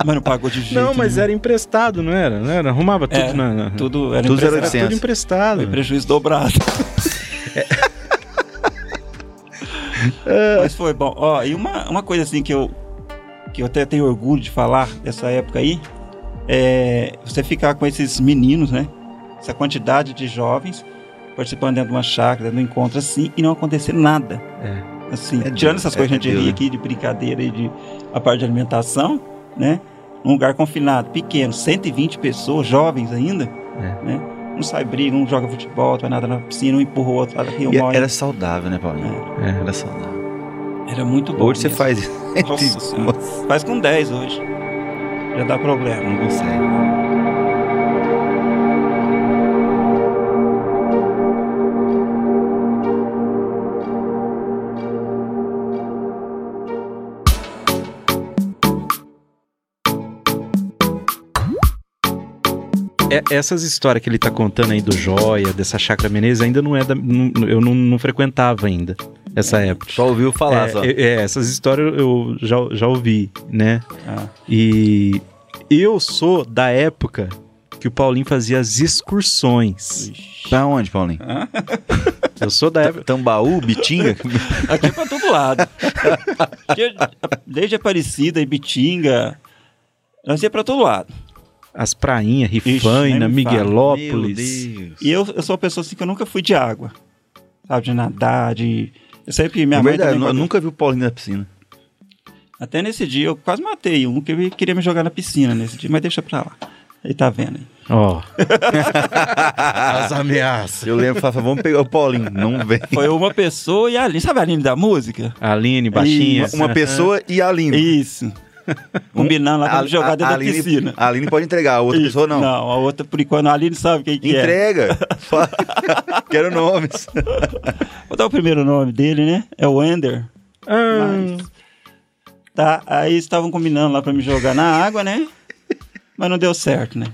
S3: Mas não pagou de jeito.
S1: Não, mas
S3: nenhum.
S1: era emprestado, não era? Não era? Arrumava tudo
S3: É,
S1: na. na-
S3: Tudo era
S2: Tudo
S3: tudo
S2: era
S1: Era tudo
S2: licença.
S1: emprestado.
S3: Foi prejuízo dobrado.
S2: É.
S3: Mas foi bom. Ó, e uma, uma coisa assim que eu, que eu até tenho orgulho de falar dessa época aí é você ficar com esses meninos, né? Essa quantidade de jovens participando dentro de uma chácara, dentro de um encontro assim, e não acontecer nada. Assim,
S2: É
S3: tirando
S2: Deus,
S3: essas coisas
S2: é
S3: que a gente
S2: Deus,
S3: ria
S2: né?
S3: aqui de brincadeira e de a parte de alimentação, né? Um lugar confinado, pequeno, 120 pessoas, jovens ainda,
S2: É.
S3: né? Um sai briga, um joga futebol, outro vai nada na piscina, um empurra o outro lá da Rio
S2: E
S3: Maior.
S2: Era saudável, né, Paulinho?
S1: É.
S2: Era saudável.
S3: Era muito bom.
S2: Hoje você
S3: mesmo.
S2: faz isso.
S3: Nossa Senhora.
S2: Nossa,
S3: Faz com 10 hoje. Já dá problema.
S2: Não consegue.
S1: É, essas histórias que ele tá contando aí do Joia, dessa Chácara Menezes, ainda não é da. não- eu não, não frequentava ainda essa época.
S2: Só ouviu falar,
S1: é,
S2: só.
S1: é, é, essas histórias eu já, já ouvi, né?
S3: Ah.
S1: E eu sou da época que o Paulinho fazia as excursões.
S2: Pra onde, Paulinho?
S3: Hã?
S1: É, Eu sou da época.
S2: Tambaú, Bitinga?
S3: Aqui é pra todo lado. Tinha- é- Desde Aparecida, Ibitinga. Nós ia pra todo lado.
S1: As prainhas,
S3: Ixi,
S1: Rifaina,
S3: nem me fala.
S2: Meu
S1: Miguelópolis.
S2: Deus.
S3: E eu, eu sou uma pessoa assim que eu nunca fui de água. Sabe, de nadar, de. Eu sempre minha
S2: É
S3: mãe
S2: verdade, eu
S3: também
S2: nu-
S3: gosta-
S2: nunca vi o Paulinho na piscina.
S3: Até nesse dia eu quase matei um que ele queria me jogar na piscina nesse dia, mas deixa pra lá. Ele tá vendo aí.
S1: Ó. As ameaças.
S2: Eu lembro, falava, vamos pegar o Paulinho. Não vem.
S3: Foi uma pessoa e a Aline. Sabe a Aline da música?
S1: Aline, baixinha.
S2: Uma, uma pessoa e a Aline.
S3: Isso. Combinando lá pra me jogar dentro da piscina.
S2: A Aline pode entregar, a outra
S3: Isso.
S2: pessoa não.
S3: Não, a outra, por enquanto, a Aline sabe quem que é.
S2: Entrega. Fala. Quero nomes.
S3: Vou dar o primeiro nome dele, né? É o Ender.
S1: Ah,
S3: Mas Tá, aí estavam combinando lá pra me jogar na água, né? Mas não deu certo, né?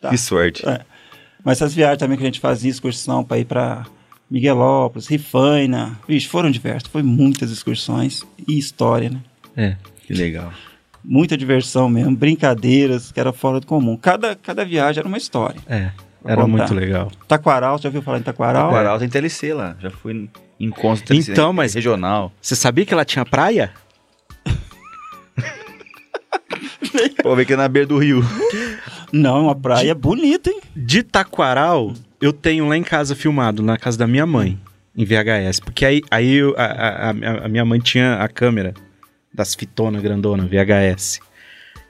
S3: Tá.
S2: Que sorte.
S3: É. Mas essas viagens também que a gente fazia, excursão pra ir pra Miguelópolis, Rifaina. Vixe, foram diversas. Foi muitas excursões e história, né?
S1: É.
S2: Que legal.
S3: Muita diversão mesmo, brincadeiras que era fora do comum. Cada, cada viagem era uma história.
S1: É,
S3: Pra
S1: era
S3: contar.
S1: muito legal.
S3: Taquaral, você já ouviu falar em Taquaral?
S2: Guarau tem TLC lá. Já fui em encontro TLC.
S1: Então, mas-
S2: Regional.
S1: Você sabia que ela tinha praia?
S2: Pô, vê que é na beira do rio.
S3: Não, é uma praia bonita, hein?
S1: De Taquaral, eu tenho lá em casa filmado, na casa da minha mãe, em VHS. Porque aí, aí eu- a, a- a- a minha mãe tinha a câmera das fitonas grandona, VHS.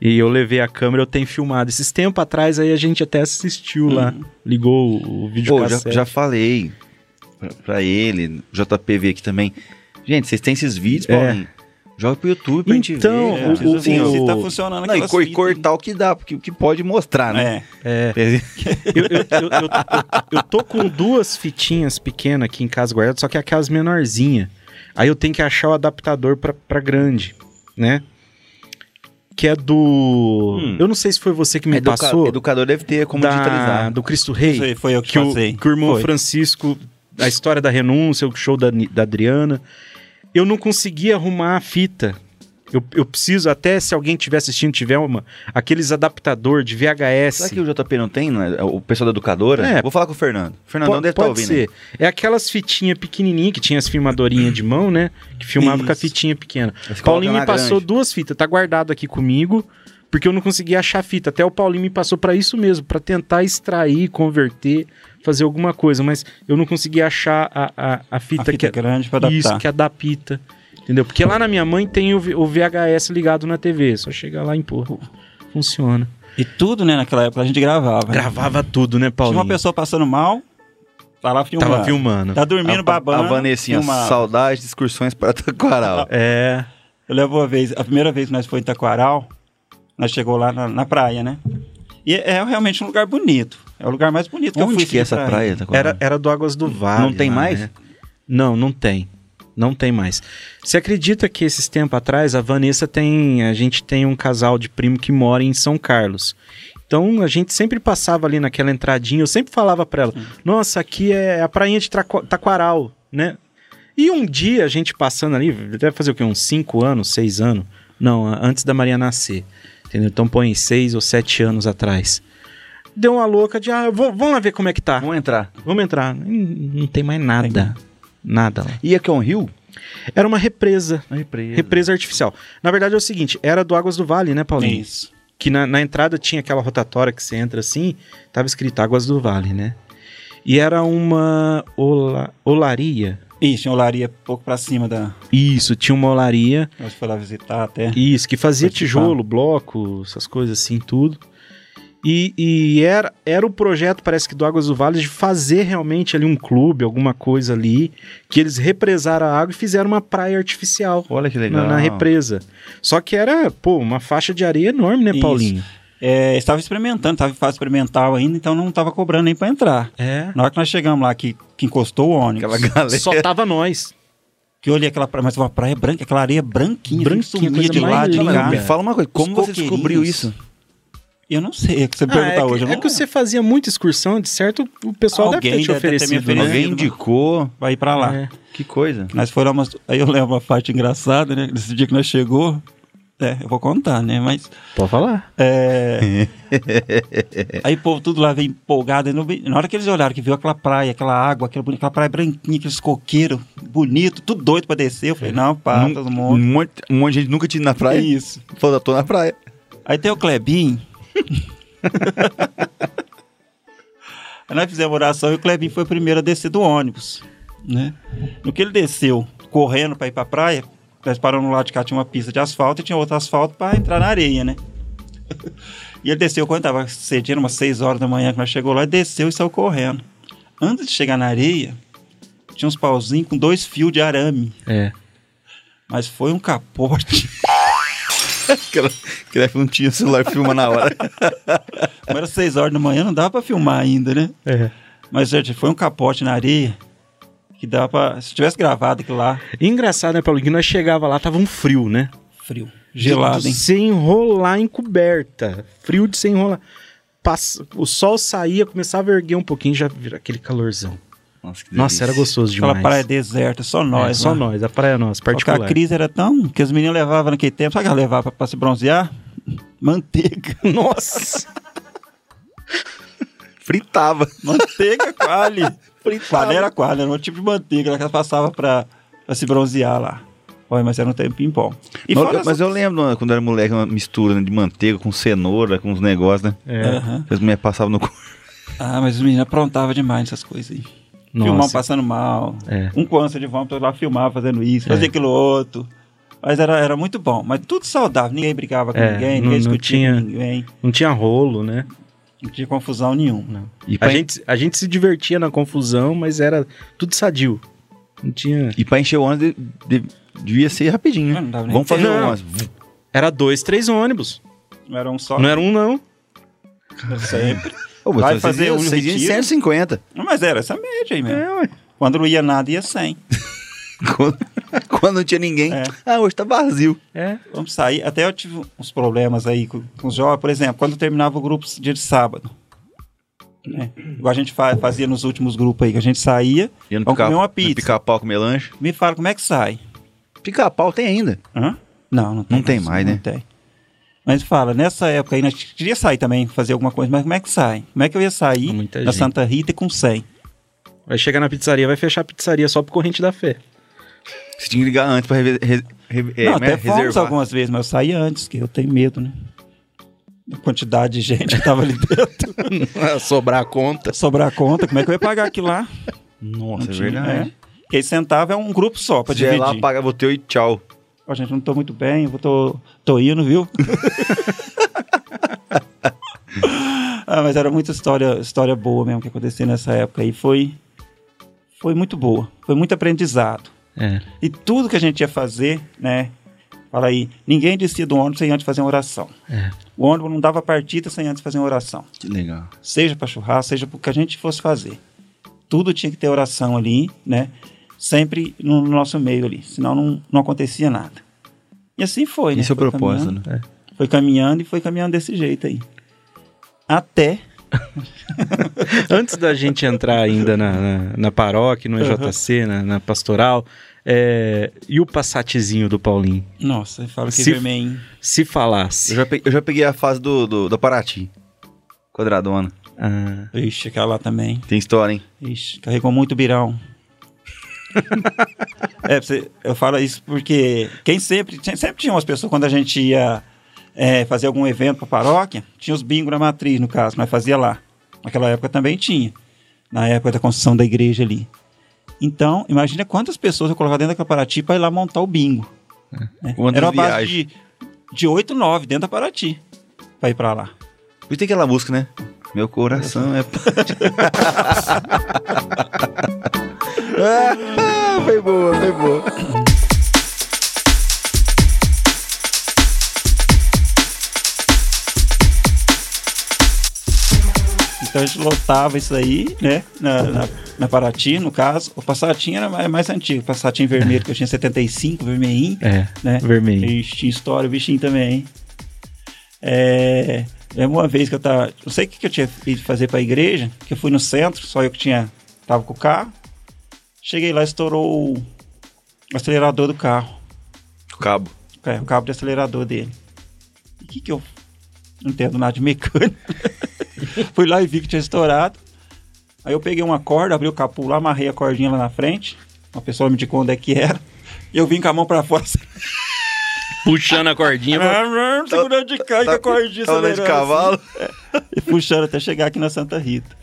S1: E eu levei a câmera, eu tenho filmado. Esses tempos atrás, aí a gente até assistiu lá. Ligou o, o vídeo
S2: Uhum. Pô, já, já falei pra, pra ele, JPV aqui também. Gente, vocês têm esses vídeos,
S1: É.
S2: Paulinho? Joga pro YouTube pra gente ver.
S1: Então,
S2: cara.
S3: É, precisa
S1: o-
S3: ver
S1: o-
S3: se tá funcionando
S2: Não, e
S3: aquelas
S2: cor-
S3: fitas, hein?
S2: cortar o que dá, porque o que pode mostrar, né?
S3: É.
S1: É, eu, eu, eu, eu- eu- eu tô com duas fitinhas pequenas aqui em casa guardadas, só que é aquelas menorzinhas. Aí eu tenho que achar o adaptador pra, pra grande, né? Que é do.
S2: Hum.
S1: Eu não sei se foi você que me
S3: É
S2: Educa-
S1: passou.
S2: Educador deve ter como
S1: da-
S2: digitalizar.
S1: do Cristo Rei.
S3: Isso aí foi eu que,
S1: que o,
S3: passei.
S1: que o irmão
S3: Foi.
S1: Francisco, a história da renúncia, o show da, Ni- da Adriana. Eu não consegui arrumar a fita. Eu, eu preciso, até se alguém estiver assistindo, tiver uma, aqueles adaptador de VHS.
S2: Será que o JP não tem, né? O pessoal da educadora?
S1: É.
S2: Vou falar com o Fernando. O
S1: Po-
S2: Fernandão deve
S3: tá
S2: estar
S1: pode
S2: ouvindo. né? aí.
S1: ser. É aquelas fitinhas pequenininhas que tinha as filmadorinhas de mão, né? Que filmava com a
S3: Isso.
S1: fitinha pequena.
S2: Eles colocam
S1: Paulinho
S2: na
S1: me passou
S2: é grande.
S1: duas fitas, tá guardado aqui comigo, porque eu não consegui achar a fita. Até o Paulinho me passou pra isso mesmo, pra tentar extrair, converter, fazer alguma coisa, mas eu não consegui achar a, a, a fita,
S3: A fita
S1: que é
S3: grande pra adaptar.
S1: isso que adapta. Entendeu? Porque lá na minha mãe tem o, V- o VHS ligado na TV, só chega lá e empurra. Funciona.
S3: E tudo, né, naquela época a gente gravava. né?
S1: Gravava tudo, né,
S3: Tinha
S1: Paulinho?
S3: uma pessoa passando mal, tá lá filmando.
S1: Tava filmando.
S3: Tá dormindo,
S2: a, assim,
S3: babando.
S2: A Vanessinha,
S3: filmava.
S2: saudades de excursões para Taquaral.
S1: É.
S3: Eu lembro uma vez, a primeira vez que nós fomos em Taquaral, nós chegou lá na, na praia, né? E é realmente um lugar bonito. É o lugar mais bonito que eu fui.
S2: Onde que é
S3: assim,
S2: essa praia, Taquaral?
S1: tá? Era, era do Águas do Vale.
S2: Não tem
S1: lá,
S2: mais?
S1: né? Não, não tem. Não tem mais. Você acredita que esses tempos atrás a Vanessa tem. A gente tem um casal de primo que mora em São Carlos. Então a gente sempre passava ali naquela entradinha, eu sempre falava pra ela: Nossa, aqui é a prainha de Traco- Taquaral, né? E um dia a gente passando ali, deve fazer o quê? Uns 5 anos, 6 anos? Não, a- antes da Maria nascer. Entendeu? Então põe 6 ou 7 anos atrás. Deu uma louca de, ah, vou- vamos lá ver como é que tá.
S2: Vamos entrar.
S1: Vamos entrar. Hum, Não tem mais nada. Nada lá.
S2: E aqui é um rio?
S1: Era uma represa.
S2: Uma represa.
S1: Represa artificial. Na verdade é o seguinte, era do Águas do Vale, né, Paulinho?
S3: Isso.
S1: Que na, na entrada tinha aquela rotatória que você entra assim, tava escrito Águas do Vale, né? E era uma ola, olaria.
S3: Isso, tinha olaria pouco pra cima da.
S1: Isso, tinha uma olaria.
S3: Nós fomos lá visitar até.
S1: Isso, que fazia
S3: Participar.
S1: tijolo, bloco, essas coisas assim, tudo. E, e era, era o projeto, parece que do Águas do Vale, de fazer realmente ali um clube, alguma coisa ali, que eles represaram a água e fizeram uma praia artificial
S2: Olha que legal.
S1: na, na represa. Só que era, pô, uma faixa de areia enorme, né,
S3: Isso.
S1: Paulinho?
S3: É, estava experimentando, estava em fase experimental ainda, então não estava cobrando nem pra entrar.
S1: É.
S3: Na hora que nós chegamos lá, que, que encostou o ônibus,
S2: Aquela galera.
S1: Só tava nós.
S3: que eu olhei aquela praia, mas uma praia branca, aquela areia
S1: Branquinha,
S3: branquinha, branquinha sumia
S1: coisa
S3: de
S1: mais
S3: lá, de
S1: linda.
S3: cá.
S2: Me fala uma coisa, como
S3: Os
S2: você descobriu
S3: coqueirinhos.
S2: isso?
S3: Eu não sei, é que você me
S1: Ah, é
S3: perguntar
S1: que,
S3: hoje. eu
S1: é
S3: não
S1: que
S3: lembro.
S1: você fazia muita excursão, de certo, o pessoal
S3: Alguém
S1: deve ter te
S3: deve ter me
S1: oferecido.
S3: oferecido,
S1: né?
S3: né?
S2: Alguém indicou.
S3: Vai pra lá.
S1: É.
S2: Que coisa.
S3: Nós foram umas... Aí eu lembro uma parte engraçada, né? Nesse dia que nós chegou. É, eu vou contar, né? Mas.
S1: Pode falar.
S3: é, aí o povo tudo lá veio empolgado. aí no- Na hora que eles olharam, que viu aquela praia, aquela água, aquela, boni- aquela praia branquinha, aqueles coqueiros, bonito, tudo doido pra descer. Eu falei, não, pá,
S2: Nun-
S3: todo
S2: um,
S3: mundo.
S2: monte, um monte de gente nunca tinha ido na
S3: É
S2: praia.
S3: isso.
S2: Falou, tô na praia.
S3: Aí tem o Clebinho. Aí nós fizemos oração e o Clebinho foi o primeiro a descer do ônibus, né? No que ele desceu, correndo para ir para praia, nós paramos no lado de cá, tinha uma pista de asfalto e tinha outro asfalto para entrar na areia, né? E ele desceu quando tava cedinho, umas 6 horas da manhã que nós chegou lá, ele desceu e saiu correndo. Antes de chegar na areia, tinha uns pauzinhos com dois fios de arame,
S1: É.
S3: mas foi um capote.
S2: Que deve não tinha celular filma na hora.
S3: Como era 6 horas da manhã, não dava para filmar ainda, né?
S1: É.
S3: Mas, gente, foi um capote na areia que dava pra. Se tivesse gravado aquilo lá,
S1: Engraçado, né, Paulinho? Que nós chegava lá, tava um frio, né?
S3: frio. Gelado, hein?
S1: Se enrolar em coberta. Frio de se enrolar. Passa- o sol saía, começava a erguer um pouquinho, já vira aquele calorzão.
S2: Nossa, que
S1: Nossa, era
S2: delícia.
S1: gostoso demais.
S3: Aquela praia deserta, só
S1: É,
S3: nós.
S1: só
S3: lá.
S1: nós, a praia nossa,
S3: Porque A
S1: particular.
S3: crise era tão. que as meninas levavam naquele tempo. Sabe o que elas levavam pra, pra se bronzear? Manteiga.
S1: Nossa!
S2: Fritava.
S3: Manteiga quali. quali era quali, era um tipo de manteiga que elas passavam pra, pra se bronzear lá. Olha, mas era um tempinho bom. E
S2: Mas-
S3: fora
S2: mas eu lembro né, quando era moleque, uma mistura né, de manteiga com cenoura, com uns negócios, né?
S3: essa-
S1: É,
S3: Aham.
S2: As mulheres passavam no cu.
S3: Ah, mas os meninos aprontavam demais essas coisas aí. Filmar
S1: nossa.
S3: passando mal.
S1: É.
S3: Um com ânsia de vômito lá filmar fazendo isso, fazia aquilo outro. Mas era, era muito bom. Mas tudo saudável. Ninguém brigava com
S1: É,
S3: ninguém,
S1: não- não
S3: ninguém discutia
S1: tinha-
S3: com ninguém.
S1: Não tinha rolo, né?
S3: Não tinha confusão nenhuma.
S2: E
S1: A
S2: pra,
S1: gente, a gente se divertia na confusão, mas era tudo sadio. Não tinha.
S2: e pra encher o ônibus, de- de- devia ser rapidinho.
S3: Não dava nem
S2: Vamos fazer
S1: tempo.
S2: um
S1: Não.
S2: ônibus.
S1: Era dois, três ônibus.
S3: Não era um só.
S1: Não é- era um, não.
S3: Sempre.
S2: Ô, mas
S3: Vai
S2: vocês
S3: fazer
S2: iam-
S3: um
S2: vocês iam em
S3: retiro?
S2: 150.
S3: Mas era essa média aí mesmo.
S1: É, ué.
S3: Quando não ia nada, ia 100.
S2: Quando, quando não tinha ninguém.
S3: É.
S2: Ah, hoje tá vazio.
S1: É.
S3: Vamos sair. Até eu tive uns problemas aí com, com os jovens. Por exemplo, quando eu terminava o grupo dia de sábado. Né? Igual a gente fa- fazia nos últimos grupos aí, que a gente saía.
S2: Ia no
S3: Vamos
S2: pica-
S3: comer uma
S2: no
S3: pizza.
S2: Pica-pau comer lanche.
S3: Me fala como é que sai.
S2: Pica-pau tem ainda.
S3: Hã? Não, não tem.
S2: Não tem
S3: isso,
S2: mais,
S3: não
S2: né?
S3: tem. Mas fala, nessa época aí, nós queria sair também, fazer alguma coisa, mas como é que sai? Como é que eu ia sair
S1: Com muita
S3: da
S1: gente.
S3: Santa Rita com 100?
S1: Vai chegar na pizzaria, vai fechar a pizzaria só por corrente da fé.
S2: Você tinha que ligar antes pra rever- re- re- é,
S3: não,
S2: né,
S3: até fomos
S2: reservar.
S3: algumas vezes, mas eu saí antes, que eu tenho medo, né? A quantidade de gente que tava ali dentro.
S1: Sobrar a conta.
S3: Sobrar a conta, como é que eu ia pagar aquilo lá?
S2: Nossa, é
S3: Não tinha,
S2: verdade.
S3: é. Quem sentava é um grupo só pra
S2: Você ia lá,
S3: dividir.
S2: pagava o teu e tchau.
S3: Ó, gente, não tô muito bem, eu vou tô, tô indo, viu? ah, mas era muita história, história boa mesmo que aconteceu nessa época aí. Foi, foi muito boa, foi muito aprendizado.
S1: É.
S3: E tudo que a gente ia fazer, né? Fala aí, ninguém descia do ônibus sem antes fazer uma oração.
S1: É.
S3: O ônibus não dava partida sem antes fazer uma oração.
S2: Que legal.
S3: Seja para churrasco, seja para o que a gente fosse fazer. Tudo tinha que ter oração ali, né? Sempre no nosso meio ali, senão não, não acontecia nada. E assim foi, né?
S2: Esse é o
S3: Foi
S2: propósito,
S3: caminhando.
S2: né?
S3: Foi caminhando e foi caminhando desse jeito aí. Até.
S1: Antes da gente entrar ainda na, na, na paróquia, no EJC, na, na pastoral, é, e o passatezinho do Paulinho?
S3: Nossa, fala que
S1: Se-
S3: vermelho. hein?
S1: Se falasse.
S2: Eu já, peguei, eu já peguei a fase do, do- da Paraty. Quadradona.
S1: Ah,
S3: Ixi, aquela lá também.
S2: Tem história, hein?
S3: Ixi, carregou muito birão. é, pra você, eu falo isso porque quem sempre, tinha- sempre tinha umas pessoas quando a gente ia é, fazer algum evento pra paróquia, tinha os bingos na matriz, no caso, mas fazia lá. Naquela época também tinha. Na época da construção da igreja ali. Então, imagina quantas pessoas eu colocava dentro daquela Paraty pra ir lá montar o bingo. né?
S2: É. Quantas
S3: Era uma base
S2: viagens.
S3: de, de 8, 9 dentro da Paraty pra ir pra lá.
S2: E tem aquela música, né? Meu coração é. ah, foi boa, foi boa.
S3: Então a gente lotava isso aí, né? Na, na, na Paraty, no caso. O Passatinho era mais, mais antigo. O Passatinho vermelho, que eu tinha 75, vermelhinho,
S1: é,
S3: né?
S1: vermelho.
S3: Ixi, tinha história, o bichinho também, hein? É. Lembro uma vez que eu tava. Não sei o que, que eu tinha ido fazer pra igreja, que eu fui no centro, só eu que tinha. Tava com o carro. Cheguei lá, estourou o acelerador do carro.
S2: Cabo.
S3: É, o cabo de acelerador dele. E o que que eu... Não entendo nada de mecânica. Fui lá e vi que tinha estourado. Aí eu peguei uma corda, abri o capô lá, amarrei a cordinha lá na frente. Uma pessoa me indicou onde é que era. E eu vim com a mão pra fora.
S1: Puxando a cordinha.
S3: Segurando de cá e com a cordinha
S2: Tá andando de
S3: acelerando,
S2: cavalo.
S3: assim, e puxando até chegar aqui na Santa Rita.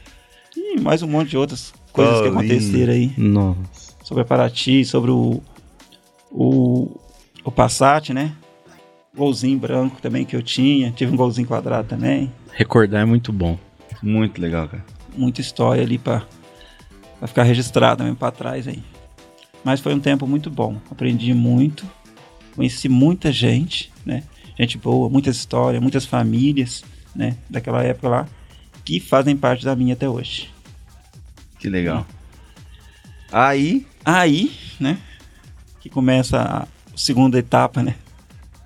S3: E mais um monte de outras coisas que
S2: Paulinho.
S3: aconteceram aí.
S1: Nossa.
S3: Sobre a Paraty, sobre o... O, o Passat, né? Golzinho branco também que eu tinha. Tive um golzinho quadrado também.
S1: Recordar é muito bom.
S2: Muito legal, cara.
S3: muita história ali pra, pra ficar registrada mesmo pra trás aí. Mas foi um tempo muito bom. Aprendi muito, conheci muita gente, né? Gente boa, muitas histórias, muitas famílias, né? Daquela época lá, que fazem parte da minha até hoje.
S2: Que legal. Aí,
S3: Aí, né? Que começa a segunda etapa, né?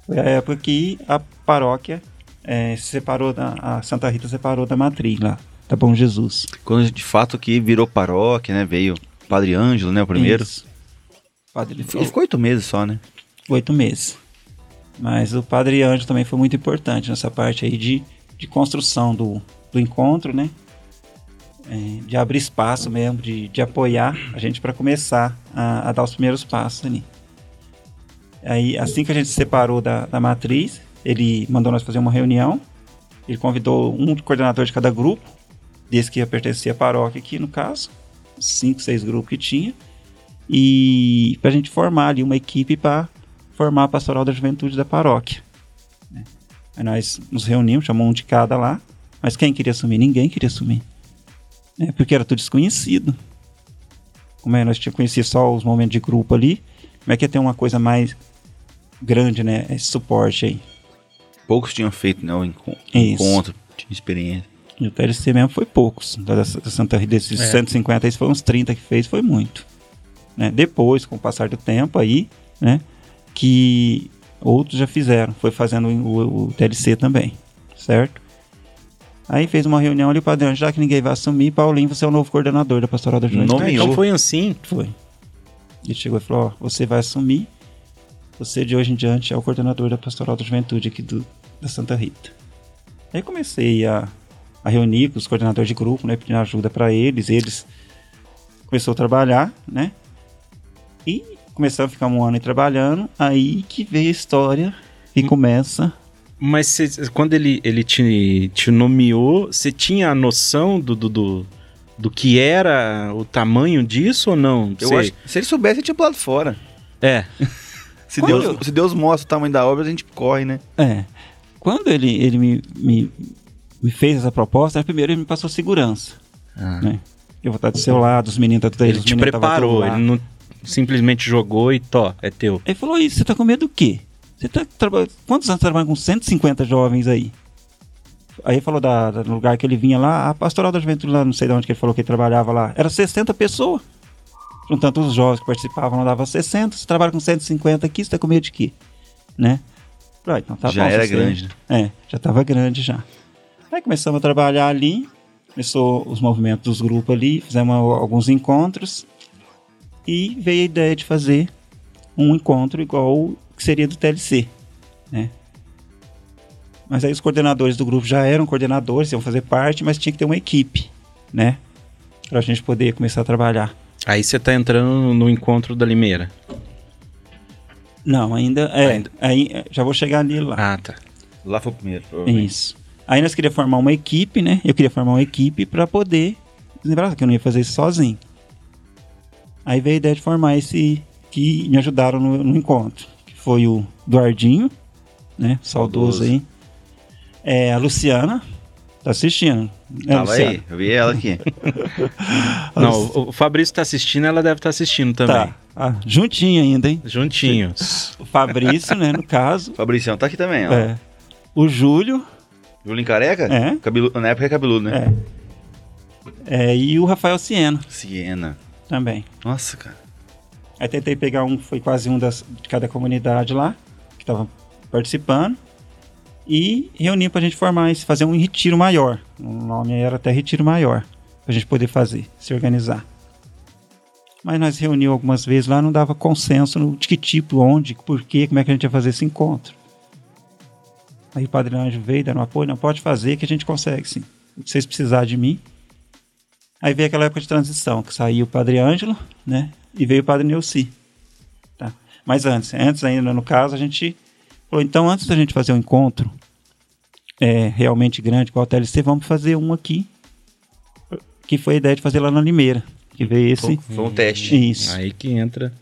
S3: Foi a época que a paróquia eh, se separou, da, a Santa Rita separou da matriz lá, da Bom Jesus.
S2: Quando de fato que virou paróquia, né? Veio Padre Ângelo, né? O primeiro.
S3: Isso. Padre, ele
S2: Ele
S3: ficou
S2: ficou oito meses só, né?
S3: oito meses. Mas o Padre Anjo também foi muito importante nessa parte aí de, de construção do, do encontro, né? Eh, de abrir espaço mesmo, de, de apoiar a gente para começar a, a dar os primeiros passos ali. Aí, assim que a gente se separou da, da matriz, ele mandou nós fazer uma reunião. Ele convidou um coordenador de cada grupo, desse que ia pertencer à paróquia aqui, no caso, cinco, seis grupos que tinha, e para a gente formar ali uma equipe para formar a pastoral da juventude da paróquia. né? Aí nós nos reunimos, chamou um de cada lá, mas quem queria assumir? Ninguém queria assumir, né? porque era tudo desconhecido. Como é, nós tínhamos conhecido só os momentos de grupo ali, como é que ia ter uma coisa mais grande, né? Esse suporte aí.
S2: Poucos tinham feito, né? O enco-
S3: Isso.
S2: encontro, tinha experiência.
S3: E o TLC mesmo foi poucos. Da, da Santa Rita, desses
S1: É.
S3: 150, aí foram uns 30 que fez, foi muito. Né? Depois, com o passar do tempo aí, né? Que outros já fizeram. Foi fazendo o, o TLC também, certo? Aí fez uma reunião ali, o padre, Anjo, já que ninguém vai assumir, Paulinho, você é o novo coordenador da Pastoral da Juventude.
S2: Nome-
S1: Ah, então
S2: Nomeou.
S1: foi assim.
S3: Foi. Ele chegou e falou: Ó, você vai assumir. Você de hoje em diante é o coordenador da Pastoral da Juventude aqui do, da Santa Rita. Aí comecei a, a reunir com os coordenadores de grupo, né? Pedindo ajuda para eles. Eles começou a trabalhar, né? E começamos a ficar um ano aí trabalhando. Aí que veio a história e começa.
S1: Mas cê- quando ele, ele te, te nomeou, você tinha a noção do, do, do, do que era o tamanho disso ou não?
S2: Eu
S1: Cê-
S2: acho que se ele soubesse, ele tinha pulado fora.
S1: É,
S2: Se
S3: Quando-
S2: Deus, se Deus mostra o tamanho da obra, a gente corre, né?
S3: É. Quando ele, ele me, me, me fez essa proposta, né, primeiro ele me passou segurança. Né? Eu vou estar do seu lado, os meninos estão tá
S1: Ah. ele te preparou, ele não simplesmente jogou e tó, é teu.
S3: Ele falou isso, você tá com medo do quê? Você tá traba- Quantos anos você trabalha com 150 jovens aí? Aí ele falou da, da- do lugar que ele vinha lá, a pastoral da juventude lá, não sei de onde que ele falou que ele trabalhava lá, era 60 pessoas. Juntando todos os jovens que participavam, lá dava 60, você trabalha com 150 aqui, você tá com medo de quê? Né? Falei, "Ah, então tá
S2: Já
S3: bom,
S2: era
S3: você-
S2: grande, né?
S3: É, já tava grande já. Aí começamos a trabalhar ali, começou os movimentos dos grupos ali, fizemos al- alguns encontros e veio a ideia de fazer um encontro igual o que seria do TLC, né? Mas aí os coordenadores do grupo já eram coordenadores, iam fazer parte, mas tinha que ter uma equipe, né? Pra gente poder começar a trabalhar.
S1: Aí você tá entrando no encontro da Limeira.
S3: Não, ainda é, aí é, já vou chegar ali lá.
S1: Ah, tá.
S2: Lá foi o primeiro, provavelmente.
S3: Isso. Aí nós queríamos formar uma equipe, né? Eu queria formar uma equipe pra poder lembrar que eu não ia fazer isso sozinho. Aí veio a ideia de formar esse que me ajudaram no, no encontro, que foi o Duardinho, né? Saudoso,
S2: Saudoso.
S3: aí. É, a Luciana, tá assistindo. né,
S2: Tava
S3: Luciana?
S2: aí, eu vi ela aqui.
S3: A
S1: Não,
S3: Luci-
S1: o o Fabrício tá assistindo, ela deve estar assistindo também.
S3: tá. Ah, juntinho ainda, hein?
S1: Juntinho.
S3: O Fabrício, né, no caso.
S2: Fabricião tá aqui também, ó.
S3: É. O Júlio,
S2: Julinho Careca?
S3: É.
S2: Cabelu- Na época é cabeludo, né?
S3: é. É, e o Rafael Siena
S2: É. Siena.
S3: também.
S2: Nossa, cara.
S3: Aí tentei pegar um, foi quase um das, de cada comunidade lá, que tava participando, e reunir pra gente formar esse, fazer um retiro maior. O nome era até Retiro Maior, pra gente poder fazer, se organizar. Mas nós reuniu algumas vezes lá, não dava consenso no de que tipo, onde, por quê, como é que a gente ia fazer esse encontro. Aí o Padre Anjo veio dando um apoio, não pode fazer que a gente consegue sim. O que vocês precisarem de mim, Aí veio aquela época de transição, que saiu o Padre Ângelo, né? E veio o Padre Neuci. Tá? Mas antes, antes ainda no caso, a gente falou, então antes da gente fazer um encontro é, realmente grande com a TLC, vamos fazer um aqui, que foi a ideia de fazer lá na Limeira, que veio esse...
S2: Foi um teste.
S3: Isso.
S1: Aí que entra.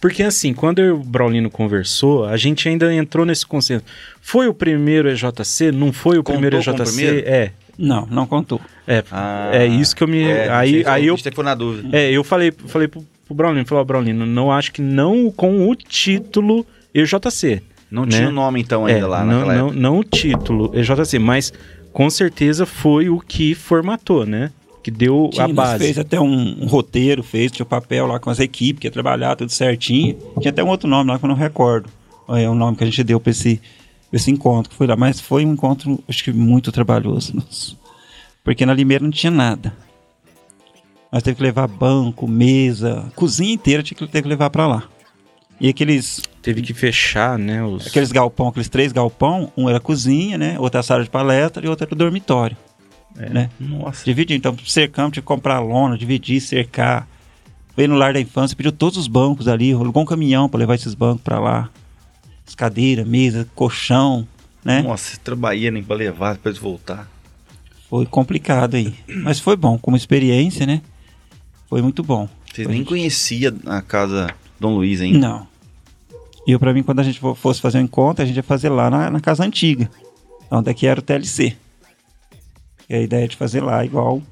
S1: Porque assim, quando eu e o Braulino conversou, a gente ainda entrou nesse consenso. Foi o primeiro EJC? Não foi o
S2: Contou
S1: primeiro
S2: com o
S1: EJC?
S2: primeiro?
S1: É,
S3: Não, não contou.
S1: é.
S2: Ah.
S1: é isso que eu me.
S2: É,
S1: aí
S2: você-
S1: aí eu,
S2: você ficou na dúvida.
S1: é, eu falei, falei pro, pro Braulino, falei, ó, Braulino, não acho que não com o título EJC.
S2: Não
S1: né?
S2: tinha o nome então ainda
S1: É,
S2: lá
S1: não,
S2: naquela
S1: não, não o título EJC, mas com certeza foi o que formatou, né? Que deu a
S3: Tinha, nós
S1: base.
S3: fez até um, um roteiro, fez, tinha o papel lá com as equipes, que ia trabalhar, tudo certinho. Tinha até um outro nome lá que eu não recordo. é o nome que a gente deu para esse, esse encontro que foi lá. Mas foi um encontro, acho que muito trabalhoso. nossa. Porque na Limeira não tinha nada. Nós teve que levar banco, mesa, cozinha inteira tinha que teve que levar para lá. E aqueles,
S1: Teve que fechar, né? Os...
S3: aqueles galpão, aqueles três galpão, um era cozinha, né? Outro era sala de palestra e outro era dormitório. né?
S2: Nossa.
S3: Dividir, então, cercamos, tive que comprar lona, dividir, cercar. Veio no lar da infância, pediu todos os bancos ali, alugou um caminhão para levar esses bancos para lá. As cadeiras, mesa, colchão, né?
S2: Nossa, trabalhando nem pra levar, depois voltar.
S3: Foi complicado aí. Mas foi bom, como experiência, né? Foi muito bom.
S2: Vocês
S3: Foi.
S2: nem conhecia a casa Dom Luiz ainda.
S3: Não. E eu, pra mim, quando a gente fo- fosse fazer um encontro, a gente ia fazer lá na, na casa antiga, onde é que era o TLC. E a ideia é de fazer lá igual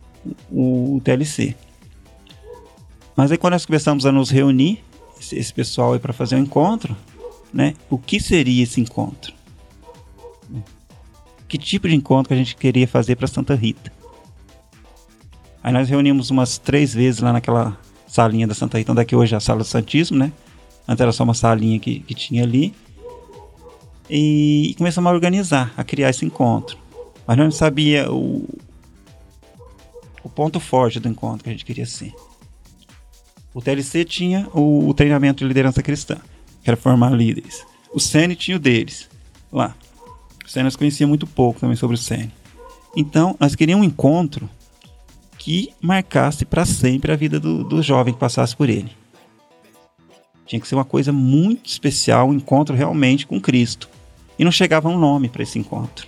S3: o, o TLC. Mas aí quando nós começamos a nos reunir, esse, esse pessoal aí pra fazer um encontro, né? O que seria esse encontro? Que tipo de encontro que a gente queria fazer pra Santa Rita? Aí nós reunimos umas três vezes lá naquela salinha da Santa Rita, onde é que hoje é a Sala do Santíssimo, né? Antes era só uma salinha que, que tinha ali. E começamos a organizar, a criar esse encontro. Mas nós não sabia o, o ponto forte do encontro que a gente queria ser. O TLC tinha o, o treinamento de liderança cristã, que era formar líderes. O Sene tinha o deles, lá. O Sene nós conhecia muito pouco também sobre o Sene. Então, nós queríamos um encontro que marcasse para sempre a vida do, do jovem que passasse por ele. Tinha que ser uma coisa muito especial, um encontro realmente com Cristo. E não chegava um nome para esse encontro.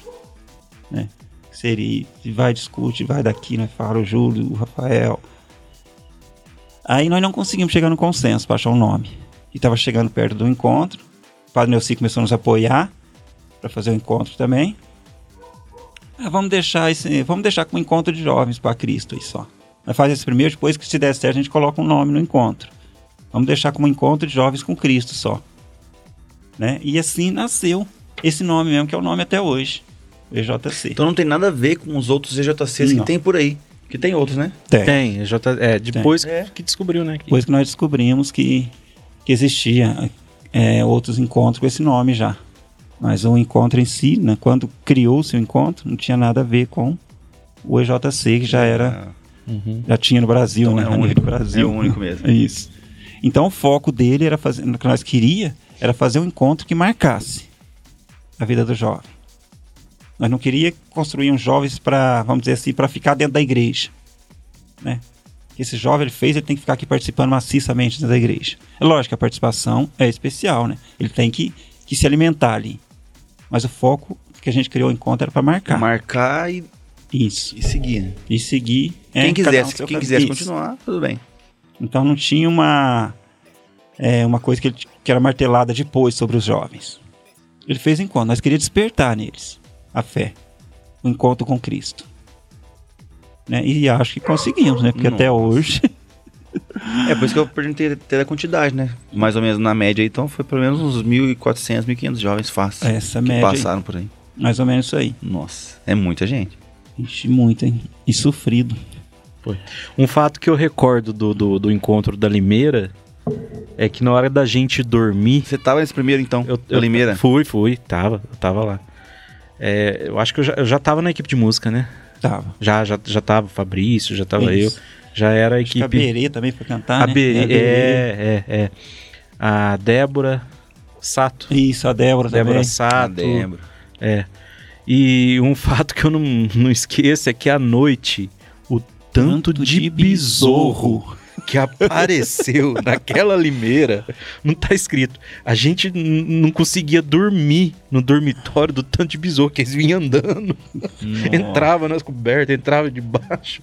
S3: Né? Seria, vai, discute, vai daqui, né? fala o Júlio, o Rafael. Aí nós não conseguimos chegar no consenso para achar um nome. E estava chegando perto do encontro. O Padre Nelson começou a nos apoiar para fazer o encontro também. Ah, vamos deixar esse, vamos deixar como encontro de jovens para Cristo aí só. Nós faz esse primeiro, depois que se der certo a gente coloca um nome no encontro. Vamos deixar como encontro de jovens com Cristo só. Né? E assim nasceu esse nome mesmo, que é o nome até hoje. O EJC.
S2: Então não tem nada a ver com os outros EJCs
S3: Não.
S2: que tem por aí. Que tem outros, né?
S1: Tem, J... é, depois
S2: Tem.
S1: que descobriu, né? que-
S3: Depois que nós descobrimos que, que existia é, outros encontros com esse nome já. Mas o encontro em si, né, quando criou-se o encontro, não tinha nada a ver com o EJC, que já
S1: É.
S3: era,
S1: Uhum.
S3: já tinha no Brasil,
S2: Então
S3: né?
S2: é
S3: a nível
S2: único.
S3: do Brasil.
S2: Ah, É o único mesmo.
S3: É isso. Então o foco dele era fazer, o que nós queria era fazer um encontro que marcasse a vida do jovem. Nós não queria construir uns jovens para, vamos dizer assim, para ficar dentro da igreja, né? Esse jovem ele fez, ele tem que ficar aqui participando maciçamente dentro da igreja. É lógico que a participação é especial, né? Ele tem que, que se alimentar ali. Mas o foco que a gente criou o encontro era para marcar.
S2: Marcar e,
S3: Isso.
S2: e seguir.
S3: E seguir. é,
S2: quem
S3: cada um
S2: quisesse,
S3: seu
S2: quem
S3: caminho.
S2: quisesse
S3: Isso.
S2: continuar, tudo bem.
S3: Então não tinha uma é, uma coisa que, ele, que era martelada depois sobre os jovens. Ele fez encontro. Nós queríamos despertar neles a fé, o encontro com Cristo. Né? E acho que conseguimos, né? Porque até hoje
S2: É por isso que eu perguntei até a quantidade, né? Mais ou menos na média, então foi pelo menos uns 1.400, 1.500 jovens fácil.
S1: É,
S3: essa
S2: que
S3: média, aí,
S2: passaram por aí.
S3: mais ou menos isso aí.
S2: Nossa, é muita gente.
S3: Ixi, muito, hein? E sofrido.
S1: Um fato que eu recordo do, do, do encontro da Limeira é que na hora da gente dormir.
S2: Você tava nesse primeiro, então?
S1: Eu,
S2: na Limeira?
S1: eu- fui, fui, tava, eu tava lá. É, eu acho que eu já, eu já tava na equipe de música, né?
S3: Tava.
S1: Já, já, já tava o Fabrício, já tava eu, já era a
S3: Que a
S1: equipe.
S3: Berê também foi cantar,
S1: Ah, A
S3: né?
S1: Berê,
S3: É, Berê.
S1: é, é, é. A Débora Sato.
S3: Isso, a Débora,
S1: Débora
S3: também.
S2: Ah,
S1: Sato.
S2: Débora.
S1: E um fato que eu não, não esqueço é que à noite, o tanto, de, besouro que apareceu naquela limeira, não tá escrito. A gente n- não conseguia dormir no dormitório do tanto de besouro que eles vinham andando. Entrava nas cobertas, entrava debaixo.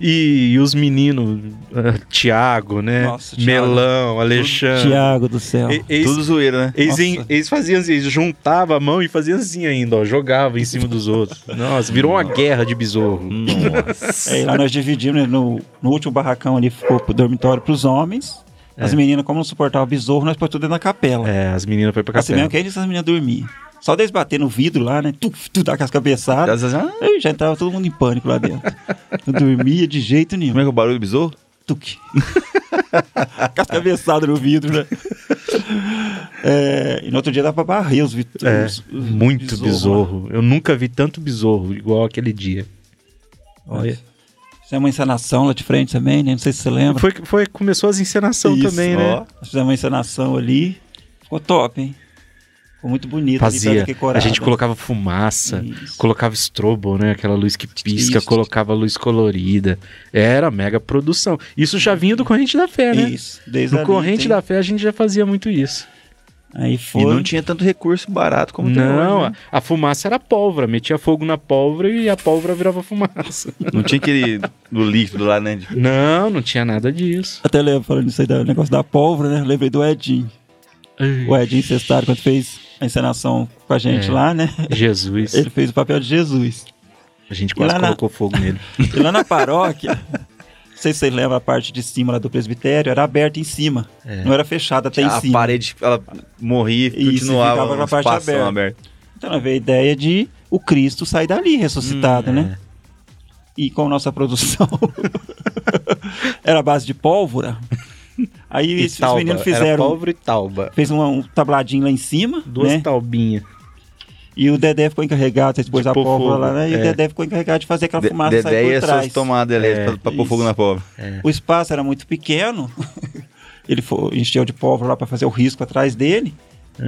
S1: E, e os meninos, ah, Tiago, né?
S3: Nossa, Thiago.
S1: Melão, Alexandre.
S3: Tiago do céu.
S1: E- eles-
S2: Tudo zoeira, né?
S1: eles, em-
S3: Nossa.
S1: eles faziam assim, eles juntavam a mão e faziam assim ainda, ó, jogava em cima dos outros. Nossa, virou uma guerra de besouro.
S3: É, e
S2: Nossa.
S3: lá nós dividimos, né, no, no último barracão ali ficou pro dormitório pros homens. As meninas, como não suportavam besouro, nós pôs tudo dentro da capela.
S1: É, as meninas foram pra
S3: assim
S1: capela.
S3: mesmo que aí essas meninas dormiam. Só deles bater no vidro lá, né? Tu, tu, dar com as cabeçadas.
S2: Às vezes, ah,
S3: Ih, Já entrava todo mundo em pânico lá dentro. Não dormia de jeito nenhum.
S2: como é que é o barulho do besouro?
S3: Tuque. com as cabeçadas no vidro, né? É, e no outro dia dá pra barrer os, vit...
S1: É,
S3: os- os
S1: Muito
S3: besouro,
S1: besorro.
S3: né?
S1: Eu nunca vi tanto besorro igual aquele dia. Olha.
S3: Fizemos uma encenação lá de frente também, né? Não sei se você lembra.
S1: Foi, foi, começou as encenações
S3: Isso,
S1: também, né?
S3: Nós fizemos uma encenação ali. Ficou top, hein? Ficou muito bonito. ali perto
S1: Fazia.
S3: daquele Corada.
S1: A gente colocava fumaça,
S3: Isso.
S1: colocava estrobo, né? Aquela luz que pisca,
S3: Isso.
S1: colocava luz colorida. Era mega produção. Isso já vinha do Corrente da Fé, né?
S3: Isso. Desde
S1: No
S3: ali
S1: Corrente
S3: tem-
S1: da Fé a gente já fazia muito isso.
S3: Aí foi.
S2: E não tinha tanto recurso barato como tem
S1: não,
S2: hoje,
S1: a-
S2: né?
S1: a fumaça era pólvora. Metia fogo na pólvora e a pólvora virava fumaça.
S2: Não tinha aquele do líquido lá, né? de-
S1: Não, não tinha nada disso.
S3: Até lembro, falando isso aí do negócio da pólvora, né? Lembrei do Edinho. O Edinho Cestário, quando fez a encenação com a gente
S1: É.
S3: lá, né?
S1: Jesus.
S3: Ele fez o papel de Jesus.
S1: A gente quase
S3: Lá na-
S1: colocou fogo nele.
S3: E lá na paróquia, não sei se vocês lembram, a parte de cima lá do presbitério era aberta em cima. Não era fechada até em
S2: a
S3: cima.
S2: parede, ela morria e
S3: Isso,
S2: continuava
S3: ficava com a
S2: uns
S3: parte
S2: passos
S3: aberta.
S2: abertos.
S3: Então ela veio a ideia de o Cristo sair dali ressuscitado,
S1: Hum,
S3: né?
S1: é.
S3: E com nossa produção era a base de pólvora. Aí esses meninos fizeram.
S1: e talba.
S3: Fez um, um tabladinho lá em cima,
S1: Duas
S3: né?
S1: taubinhas.
S3: E o Dedé ficou encarregado, vocês pôs
S1: De
S3: a
S1: pôr
S3: pólvora lá,
S1: fogo,
S3: né? E
S1: é.
S3: o Dedé ficou encarregado de fazer aquela
S2: De- é
S3: fumaça
S2: Dedé
S3: sair
S2: e
S3: por
S2: as suas
S3: trás.
S2: tomadas elétricas
S1: É,
S2: pra, pra pôr fogo
S3: isso.
S2: na pólvora.
S3: O espaço era muito pequeno. Ele fo- encheu de pólvora lá para fazer o risco atrás dele.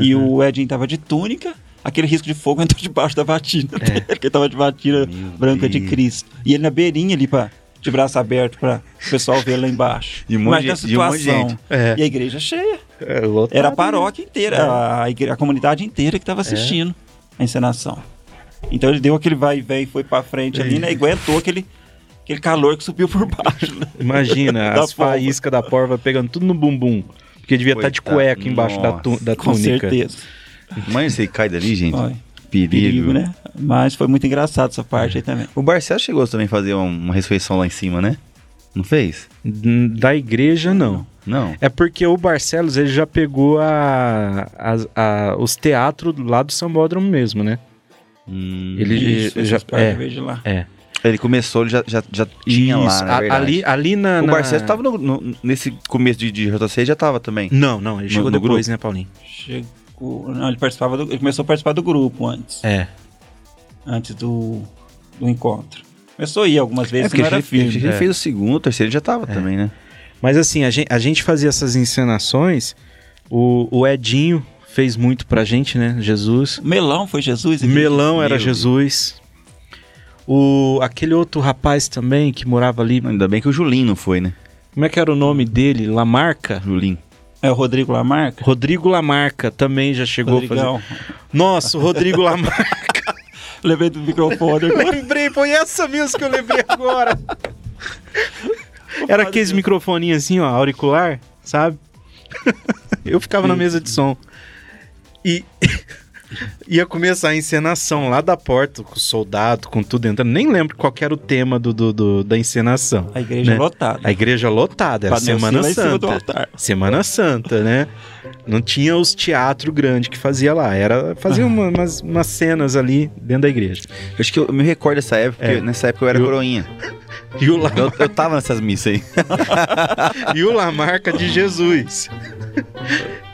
S3: E
S2: Uhum.
S3: o Edinho tava de túnica. Aquele risco de fogo entrou debaixo da batina dele, porque tava de batina branca de
S2: É. Deus.
S3: Cristo. E ele na beirinha ali pra, de braço aberto para o pessoal ver lá embaixo.
S2: E um monte
S3: Imagina
S2: de- e um monte de gente.
S1: É.
S3: E a igreja cheia.
S1: É, lotado,
S3: Era a
S1: né?
S3: paróquia inteira,
S2: É.
S3: a, igre- a comunidade inteira que tava assistindo a encenação. Então ele deu aquele vai e vem, foi pra
S2: É
S3: frente ali, né? E aguentou aquele, aquele calor que subiu por baixo. né?
S1: Imagina,
S3: Da
S1: as
S3: pólvora.
S1: faíscas da porva pegando tudo no bumbum. Porque devia estar de
S2: Coitado.
S1: cueca embaixo da, tu-
S2: Nossa.
S1: da
S3: Com
S1: túnica.
S3: certeza.
S2: Mas você cai dali, gente.
S3: Olha,
S2: Perigo.
S3: perigo, né? Mas foi muito engraçado essa
S1: É.
S3: parte aí também.
S2: O Barcelos chegou também a fazer um- uma ressurreição lá em cima, né? Não fez?
S1: N- Da igreja, não.
S2: Não.
S1: É porque o Barcelos ele já pegou a, a- a- os teatros lá do Sambódromo mesmo, né?
S2: Hum, ele,
S1: Ele
S3: Isso,
S1: já.
S3: essas partes eu
S1: É,
S3: vejo lá.
S1: é.
S2: começou, ele já, já, já tinha
S1: Isso,
S2: lá, na
S1: a-
S2: verdade.
S1: ali, ali na.
S2: O
S1: na-
S2: Barcelos tava no- no- nesse começo de, de JC já tava também.
S1: Não, não, ele
S2: No-
S1: chegou
S2: no
S1: depois, né, Paulinho?
S3: Chegou. Não, ele participava do. Ele começou a participar do grupo antes.
S1: É.
S3: Antes do, do encontro. Começou a ir algumas
S2: É
S3: vezes,
S2: porque
S3: não
S2: ele,
S3: era firme.
S1: é.
S2: ele fez o segundo, o terceiro ele já tava também, né?
S1: Mas assim, a gente, a gente fazia essas encenações, o, o Edinho fez muito pra gente, né? Jesus.
S3: Melão foi Jesus? ele-
S1: Melão era
S2: Meu Deus.
S1: Jesus. O, aquele outro rapaz também que morava ali.
S2: Ainda bem que o Julinho não foi, né?
S1: Como é que era o nome dele? Lamarca?
S2: Julinho.
S3: É o Rodrigo Lamarca?
S1: Rodrigo Lamarca também já chegou a fazer.
S3: Rodrigão.
S1: Nossa, o Rodrigo Lamarca.
S3: Levei do microfone agora.
S1: lembrei, foi essa mesmo que eu lembrei agora. Era aqueles microfoninhos assim, ó, auricular, sabe? Eu ficava na mesa de som. E ia começar a encenação lá da porta, com o soldado, com tudo entrando. Nem lembro qual que era o tema do, do- do- da encenação.
S3: A igreja
S1: Né?
S3: lotada.
S1: A igreja lotada, era
S3: Padre Nelson
S1: Semana
S3: lá em cima do
S1: Santa.
S3: altar.
S1: Semana Santa, né? Não tinha os teatros grandes que fazia lá. Era fazia
S3: Ah.
S1: uma- umas, umas cenas ali dentro da igreja.
S2: Eu Acho que eu me recordo dessa época, porque nessa época eu era
S1: É. Eu-
S2: coroinha.
S1: E o, La-
S2: Eu, eu tava nessas missas aí.
S1: e o Lamarca de Jesus.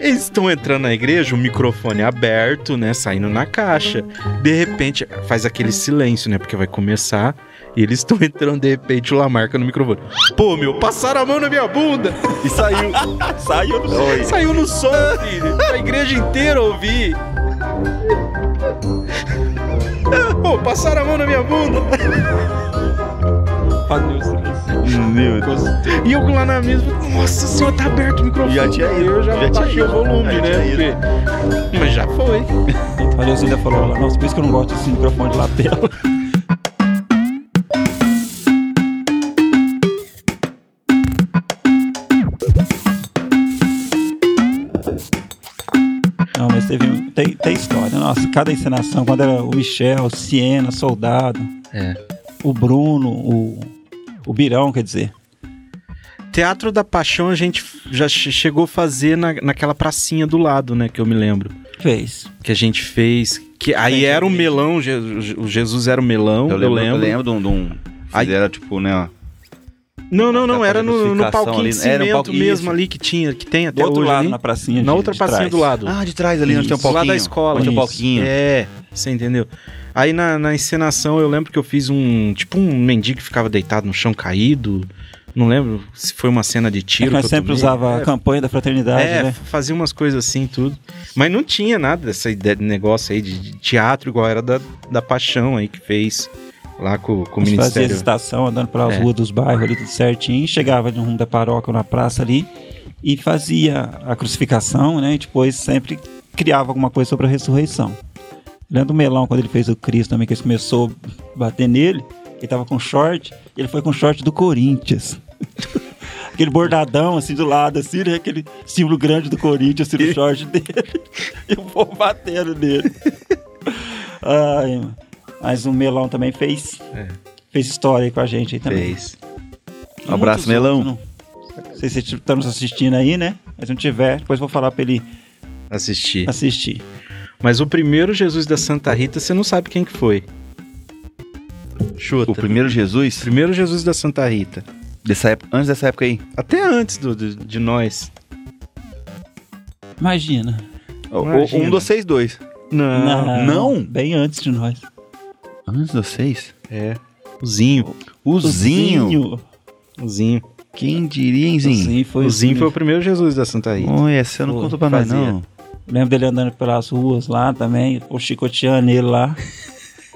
S1: Eles estão entrando na igreja, o microfone aberto, né? Saindo na caixa. De repente, faz aquele silêncio, né? Porque vai começar. E eles estão entrando, de repente, o Lamarca no microfone. Pô, meu, passaram a mão na minha bunda!
S2: E saiu.
S3: Saiu do
S1: Saiu no som, filho. A igreja inteira ouvi. Pô, passaram a mão na minha bunda.
S3: Padre Nelson lá em cima.
S2: Meu Deus.
S1: E eu lá na mesa, nossa senhora, tá aberto o microfone.
S2: Já tinha ido,
S1: Eu já,
S2: já tinha
S1: baixei
S2: ido,
S1: o volume,
S2: já tinha
S1: né? porque- Mas já foi.
S3: A Deus ainda falou lá, nossa, por isso que eu não gosto desse microfone de lapela. Não, mas teve, um- tem, tem história. Nossa, cada encenação, quando era o Michel, o Siena, Soldado,
S1: É.
S3: o Bruno, o, o Birão, quer dizer.
S1: Teatro da Paixão a gente já che- chegou a fazer na, naquela pracinha do lado, né? Que eu me lembro.
S3: Fez.
S1: Que a gente fez. Que aí
S3: Frente à
S1: era o
S3: igreja.
S1: melão, Je- o Jesus era o melão,
S2: Eu lembro, eu
S1: Eu lembro.
S2: lembro de um. De um
S1: Aí-
S2: fizeram, tipo, né? ó,
S1: Não, não, não,
S2: Aquela
S1: era no, no
S2: crucificação
S1: palquinho de
S2: ali, né? Era um
S1: cimento
S2: palquinho,
S1: mesmo
S2: isso.
S1: ali que tinha, que tem
S3: Do
S1: até
S3: outro
S1: hoje
S3: lado,
S1: ali.
S3: na pracinha.
S1: na
S3: de-
S1: outra
S3: de
S1: passinha
S3: trás.
S1: do lado.
S2: Ah, de trás ali, onde tem um
S1: Isso,
S2: palquinho.
S1: Lá da escola.
S2: Onde tem um
S1: isso.
S2: palquinho.
S1: É, você entendeu? Aí na, na encenação eu lembro que eu fiz um. Tipo um mendigo que ficava deitado no chão caído. Não lembro se foi uma cena de
S3: É que
S1: tiro.
S3: nós
S1: que eu
S3: sempre
S1: tomei.
S3: usava a
S1: É,
S3: campanha da fraternidade,
S1: É,
S3: né?
S1: fazia umas coisas assim tudo. Mas não tinha nada dessa ideia de negócio aí de, de teatro, igual era da, da Paixão aí que fez lá com, com o
S3: Nós fazia
S1: Ministério.
S3: estação, andando pelas
S1: É.
S3: ruas dos bairros ali, tudo certinho. Chegava no rumo da paróquia ou na praça ali e fazia a crucificação, né? E depois sempre criava alguma coisa sobre a ressurreição. Lembra do Melão, quando ele fez o Cristo também, que eles começou a bater nele? Ele tava com short, ele foi com short do Corinthians. Aquele bordadão, assim, do lado, assim, né? Aquele símbolo grande do Corinthians, assim, no short dele. E o povo batendo nele. Ai, mano. mas o Melão também fez. Fez história aí com a gente aí também.
S2: Fez. Um abraço, Melão.
S3: Não sei se vocês estão nos assistindo aí, né? Mas se não tiver, depois vou falar pra ele
S1: Assistir.
S3: assistir.
S1: Mas o primeiro Jesus da Santa Rita, você não sabe quem que foi. É, Chuta.
S2: O primeiro Jesus,
S1: Primeiro Jesus da Santa Rita.
S2: dessa época, antes dessa época aí,
S1: Até antes do, do- de nós.
S3: Imagina.
S2: o-
S1: Imagina.
S2: um de vocês dois.
S1: Ah,
S2: não?
S3: Bem antes de nós.
S2: Antes de vocês?
S1: É. O Zinho.
S2: O
S3: O
S2: Zinho.
S3: Zinho.
S1: O Zinho.
S2: Quem diria, hein,
S3: O Zinho,
S2: Zinho?
S1: O
S3: foi,
S1: Zinho foi o primeiro Jesus da Santa Rita.
S2: Olha, você não
S3: Foi,
S2: contou pra nós,
S1: fazia.
S2: não.
S3: Lembro dele andando pelas ruas lá também, o chicoteando ele lá.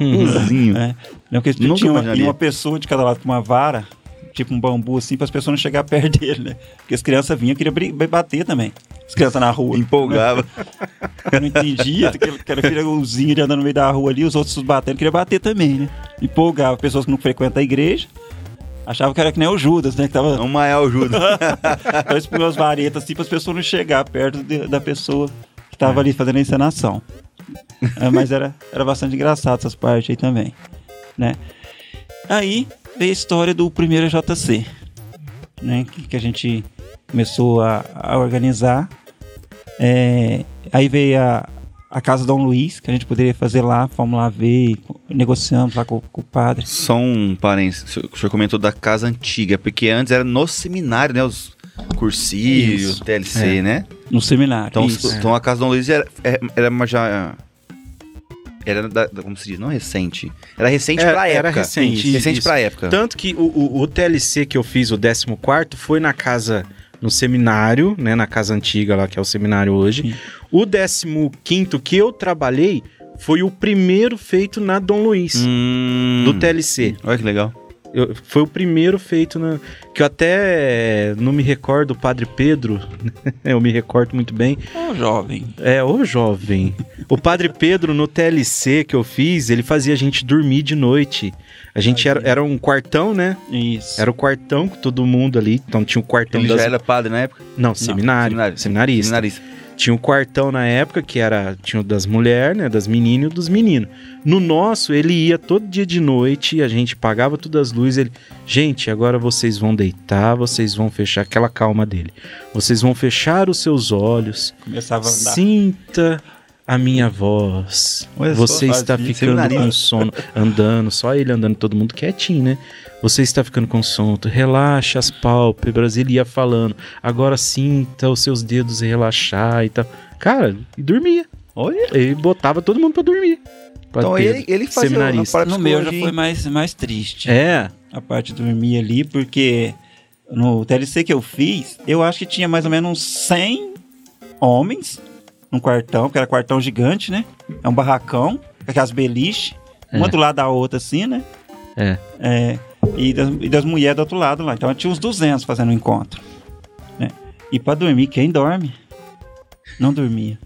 S2: O Zinho.
S3: né? Lembro que ele
S2: Nunca
S3: tinha uma,
S2: imaginaria.
S3: uma pessoa de cada lado com uma vara, tipo um bambu assim, para as pessoas não chegarem perto dele, né? Porque as crianças vinham e queriam bri- bater também. As crianças na rua.
S2: Empolgava.
S3: Eu não entendia, aquele aquele filhozinho de andando no meio da rua ali, os outros batendo, queria bater também, né? Empolgava pessoas que não frequentam a igreja, achava que era que nem o Judas, né? Que tava
S2: Um maior Judas.
S3: tava expunhando as varetas assim para as pessoas não chegar perto de- da pessoa que tava ali fazendo a encenação. É, mas era, era bastante engraçado essas partes aí também, né? Aí veio a história do primeiro JC, né? Que, que a gente começou a, a organizar. É, aí veio a, a Casa Dom Luiz, que a gente poderia fazer lá, fomos lá ver, e negociamos lá com, com o padre.
S2: Só um parênteses. O senhor comentou da casa antiga, porque antes era no seminário, né? Os cursilhos,
S3: Isso.
S2: TLC, né?
S3: No seminário.
S2: Então,
S3: isso.
S2: então a Casa Dom Luiz era, é- era uma já. Era, da, da- como se diz, não recente. É, Era recente
S1: Era-
S2: pra
S1: era
S2: época.
S1: recente,
S2: Isso, Então, recente
S1: isso.
S2: pra época.
S1: Tanto que o, o, o TLC que eu fiz, o 14, foi na casa, no seminário, né? Na casa antiga lá, que é o seminário hoje.
S3: Sim.
S1: O 15 que eu trabalhei foi o primeiro feito na Dom Luiz,
S2: Hum,
S1: do TLC.
S2: Olha que legal.
S1: Eu- foi o primeiro feito na. Que eu até eh, não me recordo, o Padre Pedro, eu me recordo muito bem.
S3: Ô, jovem.
S1: É, ô jovem. O Padre Pedro, no TLC que eu fiz, ele fazia a gente dormir de noite. A gente era, era um quartão, né?
S3: Isso.
S1: Era o quartão com todo mundo ali. Então tinha o quartão
S2: Ele
S1: das...
S2: já era padre na época?
S1: Não, seminário.
S2: seminário.
S1: Seminarista.
S2: Seminarista.
S1: Tinha o quartão na época, que era. Tinha o das mulheres, né? Das meninas e dos meninos. No nosso, ele ia todo dia de noite, a gente pagava todas as luzes. Ele. Gente, agora vocês vão deitar, vocês vão fechar aquela calma dele. Vocês vão fechar os seus olhos.
S3: Começava a andar.
S1: Sinta. A minha voz.
S2: Olha só,
S1: Você está
S2: fazia
S1: ficando
S2: seminarista.
S1: com sono. Andando, só ele andando, todo mundo quietinho, né? Você está ficando com sono. Relaxa as pálpebras. Ele ia falando. Agora sinta os seus dedos relaxar e tal. Cara, e dormia.
S2: Olha.
S1: Ele botava todo mundo pra dormir. Pra
S2: Então
S1: ter-
S2: ele, ele fazia
S1: seminarista.
S2: a
S3: No meu já
S2: parapsicologia,
S3: foi
S2: hein?
S3: mais, mais triste.
S1: É.
S3: A parte de dormir ali, porque no TLC que eu fiz, eu acho que tinha mais ou menos uns 100 homens num quartão, que era quartão gigante, né? É um barracão, com aquelas beliches, uma
S1: É.
S3: do lado da outra assim, né?
S1: É.
S3: É, e das, e das mulheres do outro lado lá. Então tinha uns 200 fazendo o encontro. né? E pra dormir, quem dorme? Não dormia.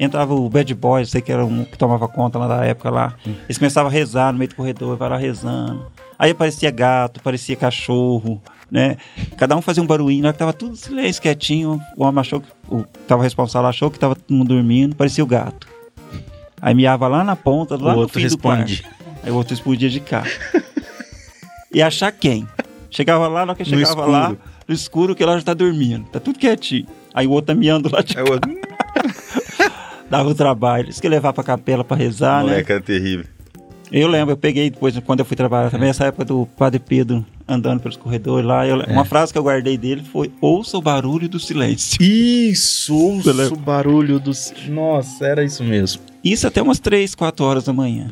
S3: Entrava o bad boy, eu sei que era um que tomava conta lá da época lá. Eles começavam a rezar no meio do corredor, vai lá rezando. Aí aparecia gato, aparecia cachorro, né? Cada um fazia um barulhinho, na hora que tava tudo em silêncio, quietinho. O homem achou que o que tava responsável achou que tava todo mundo dormindo, parecia o gato. Aí miava lá na ponta, lá
S1: o
S3: no
S1: outro
S3: fim do quarto.
S1: responde.
S3: Aí o outro explodia de carro. e achar quem? Chegava lá, na hora que
S2: No
S3: chegava lá, no escuro, que ela já tá dormindo. Tá tudo quietinho. Aí o outro tá miando lá de
S2: É outro.
S3: dava o trabalho. Isso que levar pra capela pra rezar, né?
S2: Moleque, era terrível. É.
S3: Eu lembro, eu peguei depois, quando eu fui trabalhar também, essa época do Padre Pedro, andando pelos corredores lá.
S2: É.
S3: eu- Uma frase que eu guardei dele foi: ouça o barulho do silêncio.
S1: Isso, ouço
S3: Beleza.
S1: o barulho dos. Nossa, era isso mesmo.
S3: Isso até umas 3, 4 horas da manhã.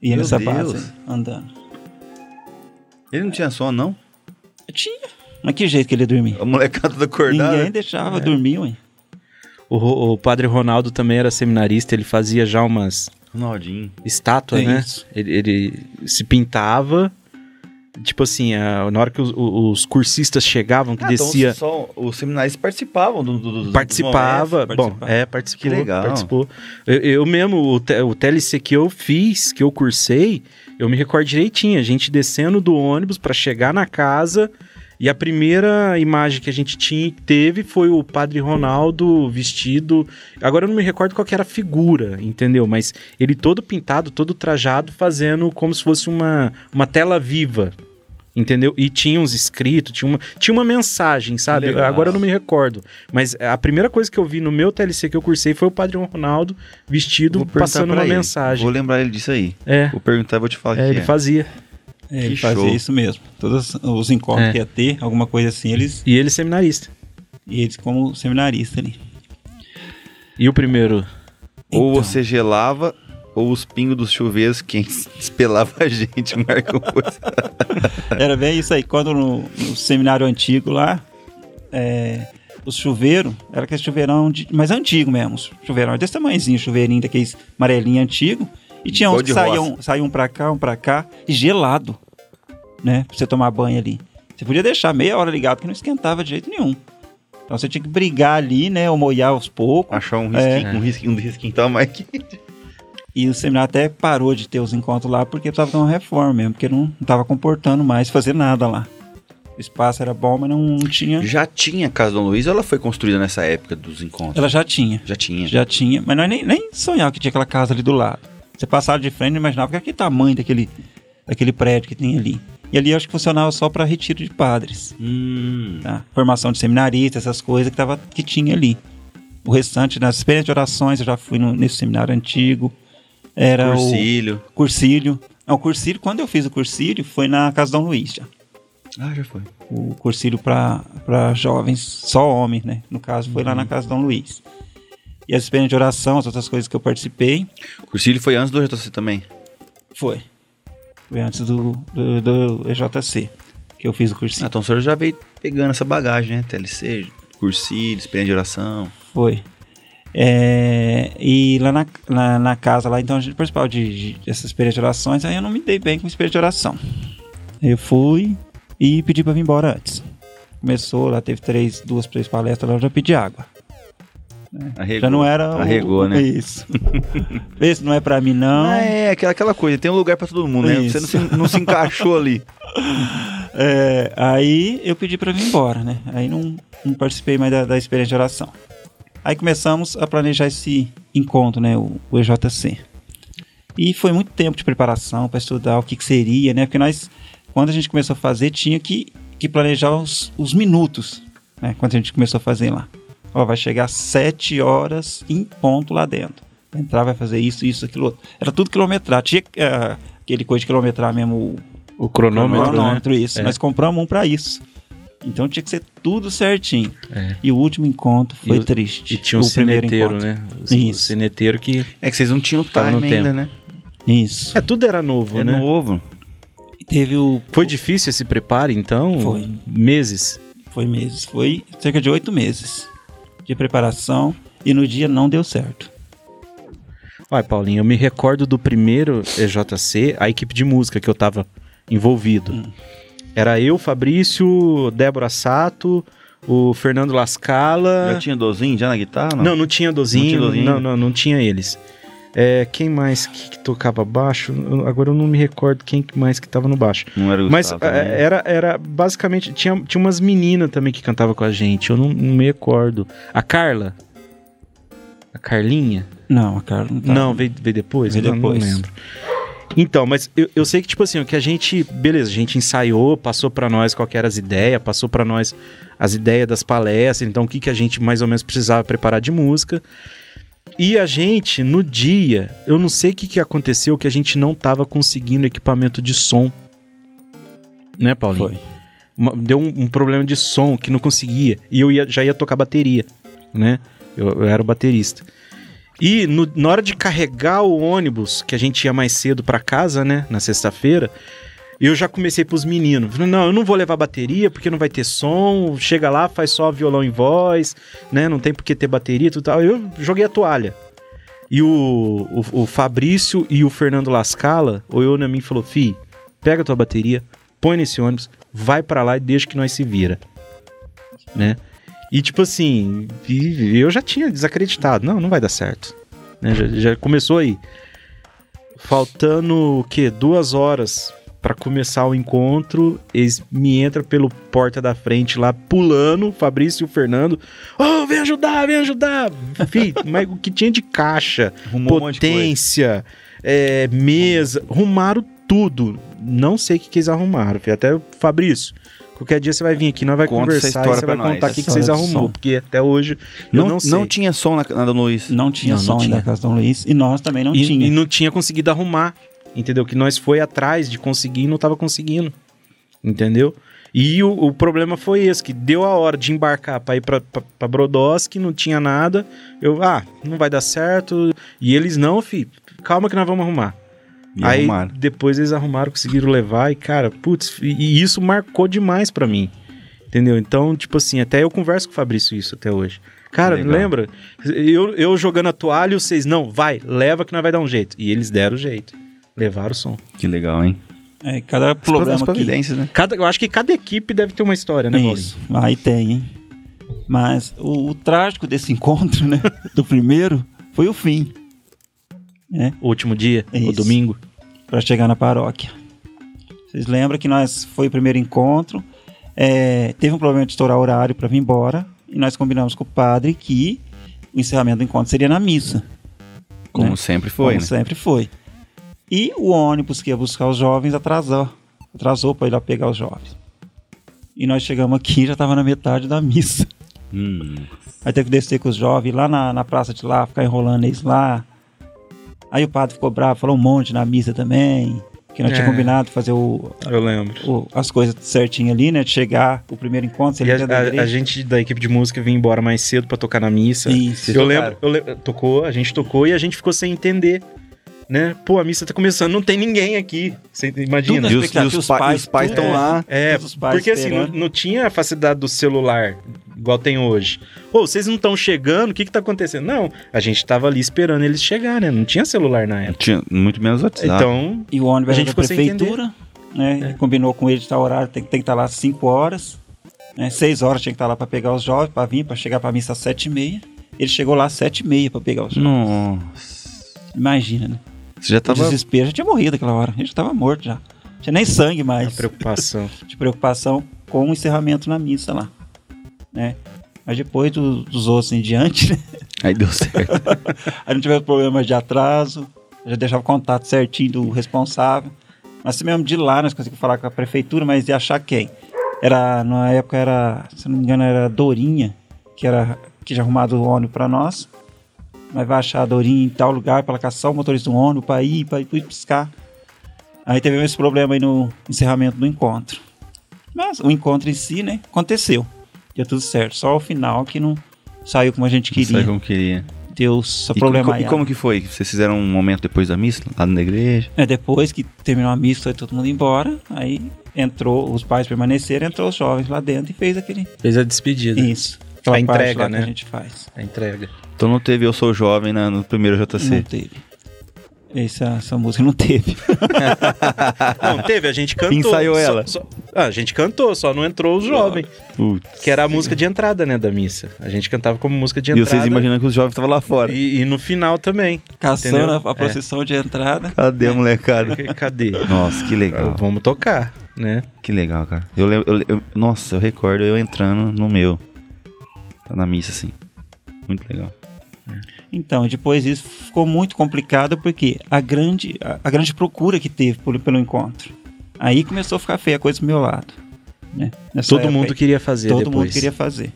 S3: Ia
S2: Meu
S3: nessa
S2: Deus.
S3: base andando.
S2: Ele não tinha sono, não?
S3: Tinha. Mas que jeito que ele ia dormir?
S2: A molecada do acordado.
S3: Ninguém deixava
S2: É.
S3: dormir, ué.
S1: O, Ro- o padre Ronaldo também era seminarista, ele fazia já umas
S2: Um Ronaldinho.
S1: estátuas,
S3: É
S1: né?
S3: isso.
S1: Ele, ele se pintava. Tipo assim, a- na hora que os, o- os cursistas chegavam, que
S2: Ah, então
S1: descia.
S2: só os seminaristas participavam do, do, do- dos
S1: Participava,
S3: momentos,
S1: bom,
S3: participava.
S1: é, participou,
S2: Que legal.
S1: participou. Eu, eu mesmo, o, te- o TLC que eu fiz, que eu cursei, eu me recordo direitinho, a gente descendo do ônibus pra chegar na casa, e a primeira imagem que a gente tinha, teve foi o Padre Ronaldo vestido, agora eu não me recordo qual que era a figura, entendeu? Mas ele todo pintado, todo trajado, fazendo como se fosse uma, uma tela viva, entendeu? E tinha uns escritos, tinha uma, tinha uma mensagem, sabe?
S2: Legal.
S1: Agora eu não me recordo. Mas a primeira coisa que eu vi no meu TLC que eu cursei foi o Padre Ronaldo vestido,
S2: Vou perguntar
S1: passando
S2: pra
S1: uma
S2: ele.
S1: mensagem.
S2: Vou lembrar ele disso aí.
S1: É,
S2: Vou perguntar e vou te falar o
S1: é,
S2: que
S1: ele
S2: é.
S1: fazia.
S3: É, ele
S2: Que
S3: fazia
S2: show.
S3: isso mesmo. Todos os encontros
S1: É.
S3: que ia ter, alguma coisa assim, eles.
S1: E ele é seminarista.
S3: E eles como seminarista ali.
S1: E o primeiro?
S2: Ou
S3: Então.
S2: você gelava, ou os pingos dos chuveiros quentes despelava a gente, Marcão. É.
S3: Era bem isso aí. Quando no, no seminário antigo lá, é, os chuveiros, era aquele chuveirão de, mais antigo mesmo. Chuveirão desse tamanhozinho, chuveirinho daqueles amarelinho antigo. E tinha
S2: Igual
S3: uns que
S2: de
S3: saíam,
S2: roça.
S3: saíam pra cá, um pra cá, e gelado, né? Pra você tomar banho ali. Você podia deixar meia hora ligado, que não esquentava de jeito nenhum. Então você tinha que brigar ali, né? Ou molhar aos poucos.
S2: Achar um risquinho, um risquinho, um risquinho, tá, Mike?
S3: E o seminário até parou de ter os encontros lá porque precisava de uma reforma mesmo, porque não estava comportando mais fazer nada lá. O espaço era bom, mas não tinha.
S2: Já tinha a Casa Dom Luiz ou ela foi construída nessa época dos encontros?
S3: Ela já tinha.
S2: Já tinha.
S3: Já tinha. Mas nós nem, nem sonhava que tinha aquela casa ali do lado. Você passava de frente e não imaginava que aquele tamanho daquele, daquele prédio que tem ali. E ali eu acho que funcionava só para retiro de padres.
S2: Hum,
S3: tá? Formação de seminaristas, essas coisas que, tava, que tinha ali. O restante, nas experiências de orações, eu já fui no- nesse seminário antigo. Era É o.
S2: Cursilho.
S3: Cursílio. Não, o Cursílio, quando eu fiz o Cursílio, foi na Casa Dom Luiz já.
S2: Ah, já foi.
S3: O Cursílio para jovens, só homens, né? No caso, foi lá na Casa Dom Luiz. E as experiências de oração, as outras coisas que eu participei,
S2: Cursilho foi antes do JC também.
S3: foi. Foi antes do, do, do EJC que eu fiz o
S2: Ah,
S3: Cursílio.
S2: então o senhor já veio pegando essa bagagem, né? TLC, cursilho, experiência de oração.
S3: Foi. É, e lá na, na, na casa, lá, então, a gente participava de, de dessas experiências de orações, aí eu não me dei bem com experiência de oração. Eu fui e pedi pra vir embora antes. Começou, lá teve três, duas, três palestras, lá eu já pedi água.
S2: Arregou.
S3: Já não era o-
S2: Arregou, né?
S3: Isso. Esse não é pra mim, não.
S2: Ah, é, aquela, aquela coisa, tem um lugar pra todo mundo, né? Você não se,
S3: Isso.
S2: não se encaixou ali.
S3: É, aí eu pedi pra vir embora, né? Aí não, não participei mais da, da experiência de oração. Aí começamos a planejar esse encontro, né? O, o EJC. E foi muito tempo de preparação para estudar o que, que seria, né? Porque nós, quando a gente começou a fazer, tinha que, que planejar os, os minutos, né? Quando a gente começou a fazer lá. Ó, vai chegar às 7 horas em ponto lá dentro. Vai entrar, vai fazer isso, isso, aquilo outro. Era tudo quilometrado. Tinha eh, aquele coisa de quilometrar mesmo, o-
S1: O cronômetro, né?
S3: cronômetro, isso.
S1: É.
S3: Nós compramos um pra isso. Então tinha que ser tudo certinho.
S1: É.
S3: E o último encontro foi
S1: E o-
S3: triste.
S1: E tinha um
S3: o primeiro
S1: cineteiro,
S3: encontro.
S1: né? O, o
S3: Isso.
S1: cineteiro que.
S2: É que vocês não tinham
S1: Tava no
S2: time ainda, né?
S3: Isso.
S1: É, tudo era novo,
S2: É
S1: né?
S2: novo.
S3: E teve o.
S1: Foi difícil esse preparo, então?
S3: Foi.
S1: Meses.
S3: Foi meses. Foi cerca de oito meses de preparação. E no dia não deu certo.
S1: Olha, Paulinho, eu me recordo do primeiro EJC, a equipe de música que eu tava envolvido.
S2: Hum.
S1: Era eu, Fabrício, Débora Sato, o Fernando Lascala.
S2: Já tinha dozinho já na guitarra?
S1: Não, não tinha
S2: Ah. Não
S1: Dozinho,
S2: tinha
S1: não,
S2: Dozinho?
S1: não, não, tinha eles. É, quem mais que, que tocava baixo? Eu- Agora eu não me recordo quem que mais que tava no baixo.
S2: Não era o
S1: Mas
S2: Gustavo também.
S1: é, era, era basicamente. Tinha, tinha umas meninas também que cantavam com a gente, eu não, não me recordo. A Carla? A Carlinha?
S3: Não, cara, não tá.
S1: Não, veio, veio depois?
S3: Veio
S1: Não,
S3: depois.
S1: Não, lembro. Então, mas eu, eu sei que, tipo assim, o que a gente. Beleza, a gente ensaiou, passou pra nós qual que eram as ideias, passou pra nós as ideias das palestras, então o que, que a gente mais ou menos precisava preparar de música. E a gente, no dia, eu não sei o que, que aconteceu, que a gente não tava conseguindo equipamento de som. né, Paulinho?
S3: Foi.
S1: Uma- deu um, um problema de som que não conseguia. E eu ia- já ia tocar bateria, né? Eu, eu era o baterista. E no- na hora de carregar o ônibus, que a gente ia mais cedo pra casa, né? Na sexta-feira, eu já comecei pros meninos. Falei, não, eu não vou levar bateria porque não vai ter som. Chega lá, faz só violão em voz, né? Não tem por que ter bateria e tudo tal. Eu joguei a toalha. E o, o, o Fabrício e o Fernando Lascala olhou na mim e falou: Fi, pega tua bateria, põe nesse ônibus, vai pra lá e deixa que nós se vira. Né? E tipo assim, e eu já tinha desacreditado. Não, não vai dar certo. Né? Já, já começou aí. Faltando o quê? Duas horas pra começar o encontro, eles me entram pelo porta da frente lá, pulando, o Fabrício e o Fernando. Ô, vem ajudar, vem ajudar! Fih, mas o que tinha de caixa?
S2: Arrumou um monte de coisa.
S1: potência, é, mesa, arrumaram tudo. Não sei o que, que eles arrumaram. filho. Até o Fabrício, qualquer dia você vai vir aqui, nós vai
S2: Conta essa
S1: conversar e
S2: história
S1: você vai
S2: pra nós.
S1: contar o que, que
S3: História
S1: vocês
S3: do
S1: arrumou.
S3: som.
S1: Porque até hoje eu
S2: Não,
S1: não
S2: não,
S1: sei.
S2: tinha som na, na Dona Luiz.
S3: Não tinha
S1: Não,
S3: som
S1: não
S3: ainda
S1: tinha.
S3: na casa do São Luís. E nós também não
S1: e,
S3: tinha.
S1: e não tinha conseguido arrumar. Entendeu? Que nós foi atrás de conseguir e não tava conseguindo. Entendeu? E o, o problema foi esse, que deu a hora de embarcar pra ir pra, pra, pra Brodowski, não tinha nada. Eu, ah, não vai dar certo. E eles, não, fi, calma que nós vamos arrumar.
S2: E
S1: aí
S2: arrumaram.
S1: depois eles arrumaram, conseguiram levar e, cara, putz, e, e isso marcou demais pra mim. Entendeu? Então, tipo assim, até eu converso com o Fabrício isso até hoje. Cara,
S2: Legal.
S1: lembra? Eu, eu jogando a toalha e vocês, não, vai, leva que nós vai dar um jeito. E eles deram o jeito. Levaram o som.
S2: Que legal, hein?
S3: É, cada
S2: As
S3: problema que...
S2: providências, né?
S1: Cada, eu acho que cada equipe deve ter uma história, né, Paulinho?
S3: Isso, aí tem, hein? Mas o, o trágico desse encontro, né? Do primeiro, foi o fim. Né?
S1: O último dia, o
S3: Isso.
S1: domingo.
S3: para chegar na paróquia. Vocês lembram que nós foi o primeiro encontro, é, teve um problema de estourar horário para vir embora e nós combinamos com o padre que o encerramento do encontro seria na missa,
S2: Como
S3: Né?
S2: sempre foi,
S3: como
S2: né?
S3: sempre foi. E o ônibus que ia buscar os jovens atrasou, atrasou para ir lá pegar os jovens. E nós chegamos aqui já estava na metade da missa.
S2: Hum.
S3: Aí teve que descer com os jovens lá na, na praça de lá, ficar enrolando eles lá. Aí o padre ficou bravo, falou um monte na missa também. Que nós
S1: É.
S3: tínhamos combinado fazer o,
S1: Eu lembro.
S3: o- as coisas certinho ali, né? De chegar, o primeiro encontro, você
S1: E a,
S3: liga da
S1: a-
S3: igreja.
S1: a gente da equipe de música vinha embora mais cedo pra tocar na missa.
S3: Isso.
S1: Eu lembro, eu lembro- tocou, a gente tocou e a gente ficou sem entender, né? Pô, a missa tá começando, não tem ninguém aqui. Você
S3: Tudo
S1: imagina?
S3: é-
S2: E os, e os
S3: Expectativa, os
S2: pa-
S3: pais,
S2: os pais
S3: tudo
S2: estão
S3: é.
S2: lá.
S1: É,
S3: Todos os pais
S1: porque assim, não,
S3: esperando.
S1: não tinha a facilidade do celular igual tem hoje. Ô, vocês não estão chegando, o que que tá acontecendo? Não, a gente tava ali esperando eles chegar, né? Não tinha celular na época.
S2: É, Tinha muito menos WhatsApp.
S1: Então,
S3: E o ônibus
S1: a
S3: era
S1: gente É.
S3: da
S1: ficou sem
S3: prefeitura, né? Combinou com ele de tal horário, tem, tem que estar lá às 5 horas. Né, 6 horas tinha que estar lá para pegar os jovens, para vir, para chegar para missa às 7 e meia. Ele chegou lá às 7 e meia para pegar os jovens.
S2: Nossa.
S1: Hum.
S3: Imagina, né?
S2: Você já
S3: O
S2: tava.
S3: desespero, já tinha morrido aquela hora. Ele já tava morto já. Não tinha nem sangue
S1: a
S3: mais.
S1: preocupação.
S3: de preocupação com o encerramento na missa lá, né? Mas depois do- dos outros em diante, né?
S2: Aí deu certo.
S3: a gente teve problemas de atraso, já deixava o contato certinho do responsável. Mas assim mesmo de lá nós conseguimos falar com a prefeitura, mas ia achar quem? Era, na época era, se eu não me engano, era a Dorinha, que era que já arrumado o ônibus para nós. Mas vai achar a Dorinha em tal lugar para caçar o motorista do ônibus para ir, para ir, pra ir piscar. Aí teve esse problema aí no encerramento do encontro. Mas o encontro em si, né, aconteceu. Deu tudo certo. Só o final que não saiu como a gente
S2: Sabe
S3: queria.
S2: como queria.
S3: Deu só
S2: E,
S3: problema
S2: co- e como que foi? Vocês fizeram um momento depois da missa, lá na igreja?
S3: É, depois que terminou a missa, foi todo mundo embora. Aí entrou, os pais permaneceram, entrou os jovens lá dentro e fez aquele.
S1: Fez a despedida,
S3: Isso.
S1: A
S3: parte
S1: entrega,
S3: lá que
S1: né?
S3: a gente faz.
S1: a entrega.
S2: Então não teve Eu Sou Jovem na- no primeiro
S3: Não
S2: JC.
S3: teve. Essa, essa música não teve.
S1: Não, teve, a gente cantou.
S2: Ensaiou
S1: só-
S2: ela.
S1: só- ah, a gente cantou, só não entrou os jovens.
S2: Putz.
S1: Que era a música de entrada, né, da missa. A gente cantava como música de
S2: E
S1: entrada.
S2: vocês imaginam que os jovens estavam lá fora.
S1: E, e no final também.
S3: Caçando
S1: Entendeu?
S3: a, a procissão de entrada.
S2: Cadê, molecada?
S1: Cadê? Ah,
S2: Nossa, que legal.
S3: Tá
S1: Vamos tocar, né?
S2: Que legal, cara. Eu, lem- eu, le- eu- nossa, eu recordo eu entrando no meu. Tá na missa, assim. Muito legal.
S3: Então, depois isso ficou muito complicado porque a grande, a, a grande procura que teve por- pelo encontro. Aí começou a ficar feia a coisa do meu lado. Né? Nessa
S1: Todo
S3: época
S1: mundo
S3: aí,
S1: queria fazer
S3: Todo
S1: depois.
S3: mundo queria fazer.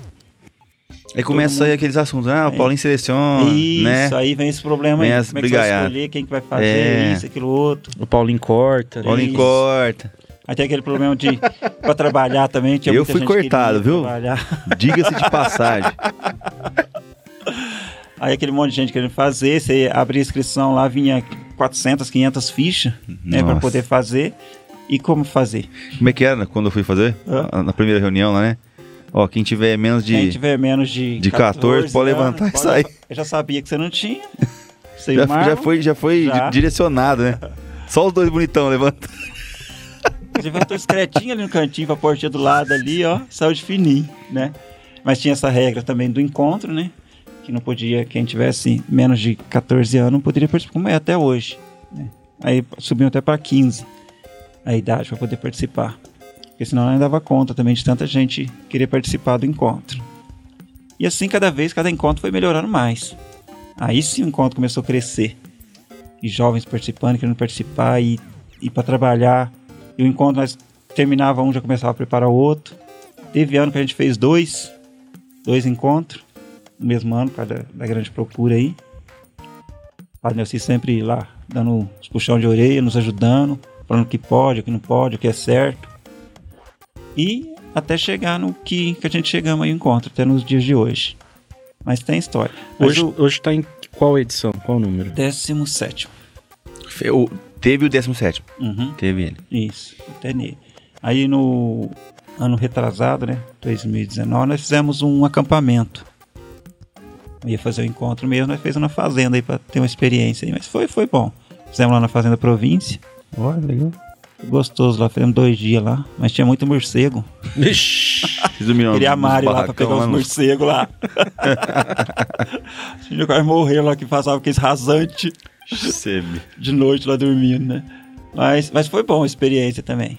S2: Aí começa
S3: mundo-
S2: aí aqueles assuntos. Ah, o
S3: É.
S2: Paulinho seleciona,
S3: isso,
S2: né?
S3: aí vem esse problema
S2: Vem
S3: aí.
S2: as
S3: Como é que você vai
S2: brigaiadas.
S3: escolher quem que vai fazer
S2: É.
S3: isso, aquilo, outro.
S1: O Paulinho corta. né?
S2: Paulinho
S3: Isso.
S2: corta.
S3: Aí tem aquele problema de pra trabalhar também. Tinha
S2: Eu
S3: muita
S2: fui
S3: gente que queria
S2: cortado, viu?
S3: trabalhar.
S2: Diga-se de passagem.
S3: Aí aquele monte de gente querendo fazer, você abria a inscrição lá, vinha 400, 500 fichas, né, pra
S2: Nossa.
S3: poder fazer. E como fazer?
S2: Como é que era quando eu fui fazer?
S3: Hã?
S2: Na primeira reunião lá, né? Ó, quem tiver menos
S3: Quem
S2: de.
S3: tiver menos de,
S2: de 14, pode
S3: anos,
S2: levantar e sair.
S3: Eu já sabia que você não tinha. Você
S2: Já,
S3: marca,
S2: já foi, já foi
S3: já.
S2: di- direcionado, né? Só os dois bonitão levanta.
S3: Levantou discretinho um ali no cantinho pra portinha do lado ali, ó. Saiu de fininho, né? Mas tinha essa regra também do encontro, né? Que não podia, quem tivesse menos de 14 anos não poderia participar, como é até hoje. né? Aí subiu até pra 15 a idade pra poder participar. Porque senão não dava conta também de tanta gente querer participar do encontro. E assim, cada vez, cada encontro foi melhorando mais. Aí sim o encontro começou a crescer. E jovens participando, querendo participar e ir para trabalhar. E o encontro nós terminava um, já começava a preparar o outro. Teve ano que a gente fez dois, dois encontros, no mesmo ano, por causa da, da grande procura aí. O Padre Nelci sempre lá, dando os puxão de orelha, nos ajudando, falando o que pode, o que não pode, o que é certo. E até chegar no que, que a gente chegamos aí no encontro, até nos dias de hoje. Mas tem história. Mas
S1: Hoje,
S3: o
S1: hoje tá em qual edição? Qual número?
S3: 17.
S2: Fe- o- Teve o 17.
S3: Uhum.
S2: Teve ele.
S3: Isso, até nele. Aí no ano retrasado, né, 2019, nós fizemos um acampamento. Eu ia fazer o encontro mesmo, nós fizemos na fazenda aí para ter uma experiência aí, mas foi foi bom. Fizemos lá na fazenda província. Olha, legal. Gostoso lá, fizemos dois dias lá, mas tinha muito morcego.
S2: Vocês dormiram
S3: Queria a
S2: nos
S3: Mari lá pra
S2: barracão, né,
S3: pegar os
S2: lá nos-
S3: morcegos lá. Tinha quase morreu lá que passava aqueles rasante
S2: Sebe.
S3: de noite lá dormindo, né? Mas, mas foi bom a experiência também.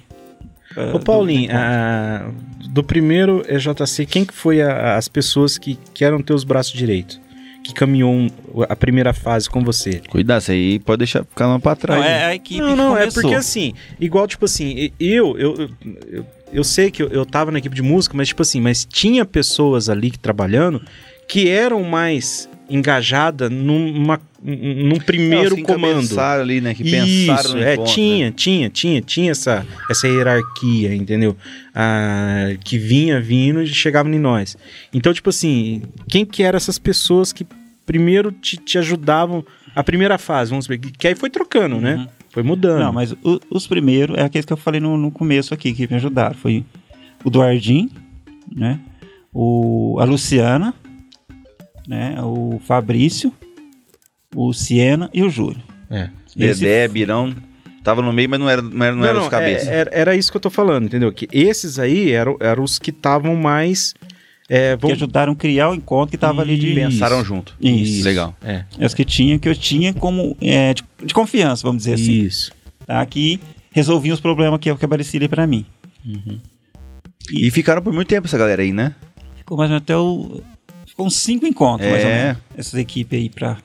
S3: Ah,
S1: Ô
S3: do-
S1: Paulinho, a- do primeiro EJC, quem que foi a- as pessoas que, que eram teus braços direitos? Que caminhou um- a primeira fase com você?
S2: Cuidado, isso aí pode deixar ficar lá pra trás.
S3: Não,
S2: né?
S3: é a equipe
S1: Não, não,
S3: que
S1: é
S3: começou.
S1: porque assim, igual, tipo assim, e- eu, eu, eu, eu- eu sei que eu, eu tava na equipe de música, mas, tipo assim, mas tinha pessoas ali que trabalhando que eram mais engajadas numa, num num primeiro
S2: Não, assim,
S1: comando.
S2: Pensaram ali, né? Que pensaram
S1: Isso,
S2: no
S1: é,
S2: encontro, né?
S1: tinha, tinha, tinha, tinha essa, essa hierarquia, entendeu? Ah, que vinha vindo e chegava em nós. Então, tipo assim, quem que eram essas pessoas que primeiro te, te ajudavam a primeira fase, vamos ver, que aí foi trocando, né? Foi mudando.
S3: Não, mas o- os primeiros é aqueles que eu falei no, no começo aqui, que me ajudaram. Foi o Duardim, né? O, a Luciana, né? O Fabrício, o Siena e o Júlio.
S1: É.
S2: Né?
S3: Esse-
S2: Dedé, Birão. Tava no meio, mas não era, não era, não era os
S1: é-
S2: cabeças.
S1: era, era isso que eu tô falando, entendeu? Que esses aí eram, eram os que estavam mais. É,
S3: que
S1: vamos-
S3: ajudaram a criar o encontro que tava ali de...
S1: Isso.
S2: Pensaram junto.
S3: Isso.
S2: Legal.
S1: É,
S3: É os que tinha, que eu tinha como... é, de, de confiança, vamos dizer assim.
S1: isso.
S3: Tá? Que resolviam os problemas que, que apareciam ali pra mim.
S2: E ficaram por muito tempo essa galera aí, né?
S3: Ficou mais ou menos até o. Ficou uns cinco encontros, mais ou
S2: É.
S3: menos. Essas equipes aí pra.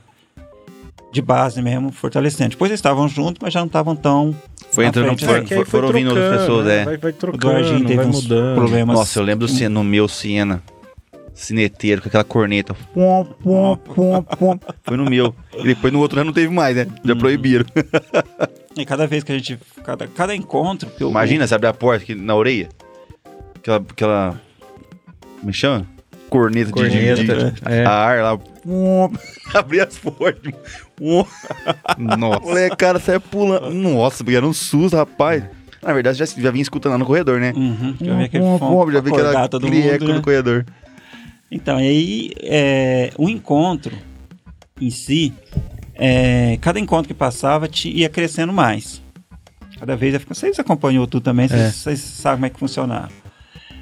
S3: De base mesmo, fortalecendo. Depois eles estavam juntos, mas já não estavam tão.
S2: Foi
S3: Na
S2: entrando,
S3: frente,
S2: for-
S3: né?
S1: que
S2: for-
S1: aí foi
S2: foram ouvindo outras
S1: trocando,
S2: pessoas,
S1: né?
S2: é.
S1: Vai, vai
S3: O Duardinho
S1: trocando,
S3: teve
S1: vai
S3: uns
S1: mudando.
S3: problemas.
S2: Nossa, eu lembro do Siena, no meu Siena. Cineteiro, com aquela corneta. Pom, pom, pom, pom. Foi no meu. E depois no outro ano não teve mais, né? Já
S3: Hum.
S2: proibiram.
S3: E cada vez que a gente. Cada, cada encontro. que eu-
S2: Imagina, você abre a porta aqui na orelha. Aquela. aquela como é chama? Corneta, de, de,
S1: Corneta,
S2: de
S1: é.
S2: ar lá. Pom. Abri as portas. Pom. O
S1: Nossa.
S2: moleque, cara, saiu pulando. Nossa, porque era um susto, rapaz. Na verdade, já, já vinha escutando lá no corredor, né?
S3: Uhum, já vi aquele
S2: Pom, pom,
S3: fome
S2: já vi que
S3: acordar
S2: era
S3: todo
S2: crieco
S3: mundo. né?
S2: no corredor.
S3: Então, e aí é, o encontro em si, é, cada encontro que passava ti- ia crescendo mais. Cada vez ia ficando. Vocês acompanhou tudo também, vocês, vocês sabem como é que funcionava.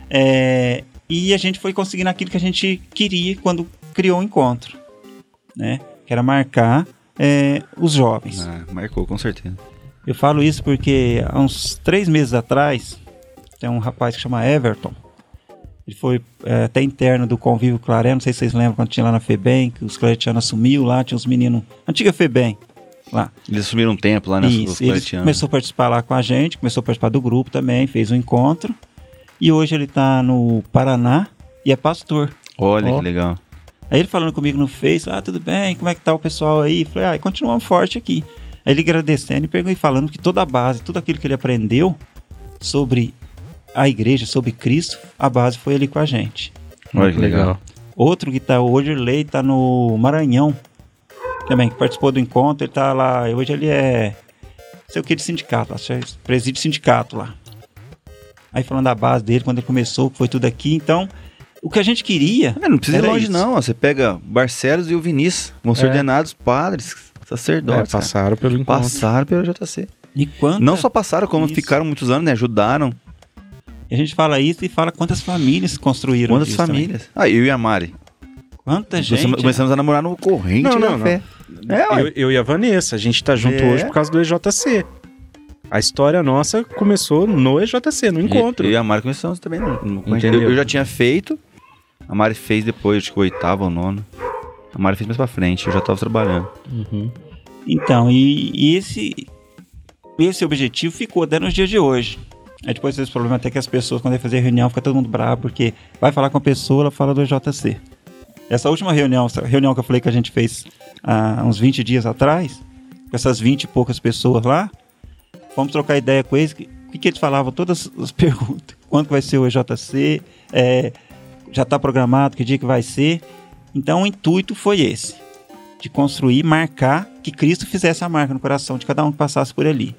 S3: É, e a gente foi conseguindo aquilo que a gente queria quando criou o encontro, né? Que era marcar é, os jovens.
S2: Ah, marcou, com certeza.
S3: Eu falo isso porque há uns três meses atrás, tem um rapaz que chama Everton. Ele foi é, até interno do Convívio Claré, não sei se vocês lembram quando tinha lá na FEBEM, que os claretianos assumiu lá, tinha uns meninos. Antiga FEBEM lá.
S2: Eles assumiram um tempo lá, né? os
S3: Isso, ele
S2: claretianos.
S3: começou a participar lá com a gente, começou a participar do grupo também, fez um encontro. E hoje ele tá no Paraná e é pastor.
S2: Olha
S3: Ó.
S2: que legal.
S3: Aí ele falando comigo no Face, ah, tudo bem, como é que tá o pessoal aí? Eu Falei, ah, continuamos forte aqui. Aí ele agradecendo e pegou e falando que toda a base, tudo aquilo que ele aprendeu, sobre a igreja, sobre Cristo, a base foi ali com a gente.
S2: Olha que legal.
S3: Outro que tá hoje, o Lei, tá no Maranhão também, que participou do encontro, ele tá lá, hoje ele é, não sei o que, de sindicato, lá, preside sindicato lá. Aí falando da base dele, quando ele começou, foi tudo aqui, então, o que a gente queria...
S2: É, não precisa ir
S3: Era
S2: longe,
S3: isso.
S2: não. ó. Você pega Barcelos e o Vinícius, vão ser
S1: É.
S2: ordenados padres,
S1: É,
S2: sacerdotes. cara.
S1: passaram pelo encontro.
S2: passaram pelo JC.
S3: E quanto
S2: Não só passaram, como
S3: Isso.
S2: ficaram muitos anos, né? Ajudaram.
S3: E A gente fala isso e fala quantas famílias construíram
S2: Quantas
S3: isso também.
S2: famílias? Ah, eu e a Mari.
S3: Quanta
S2: Nós
S3: gente. é. né?
S2: começamos a namorar no corrente
S1: Não,
S2: da
S1: não,
S2: fé. É, ué.
S1: eu, eu e a Vanessa, a gente tá junto
S2: É.
S1: hoje por causa do EJC. A história nossa começou no EJC, no encontro.
S2: Eu, eu e a Mari começamos também. No, no corrente. eu,
S1: Entendeu?
S2: eu já tinha feito. A Mari fez depois, acho que o oitavo ou nono. A Mari fez mais pra frente, eu já tava trabalhando.
S1: Uhum.
S3: Então, e, e esse, esse objetivo ficou até nos dias de hoje. Aí depois teve esse problema até que as pessoas, quando ia fazer reunião, fica todo mundo bravo, porque vai falar com a pessoa, ela fala do JC. Essa última reunião, essa reunião que eu falei que a gente fez há uns 20 dias atrás, com essas 20 e poucas pessoas lá, fomos trocar ideia com eles. que- O que, que eles falavam? Todas as perguntas. Quando que vai ser o EJC? É, já está programado? Que dia que vai ser? Então o intuito foi esse de construir, marcar, que Cristo fizesse a marca no coração de cada um que passasse por ali.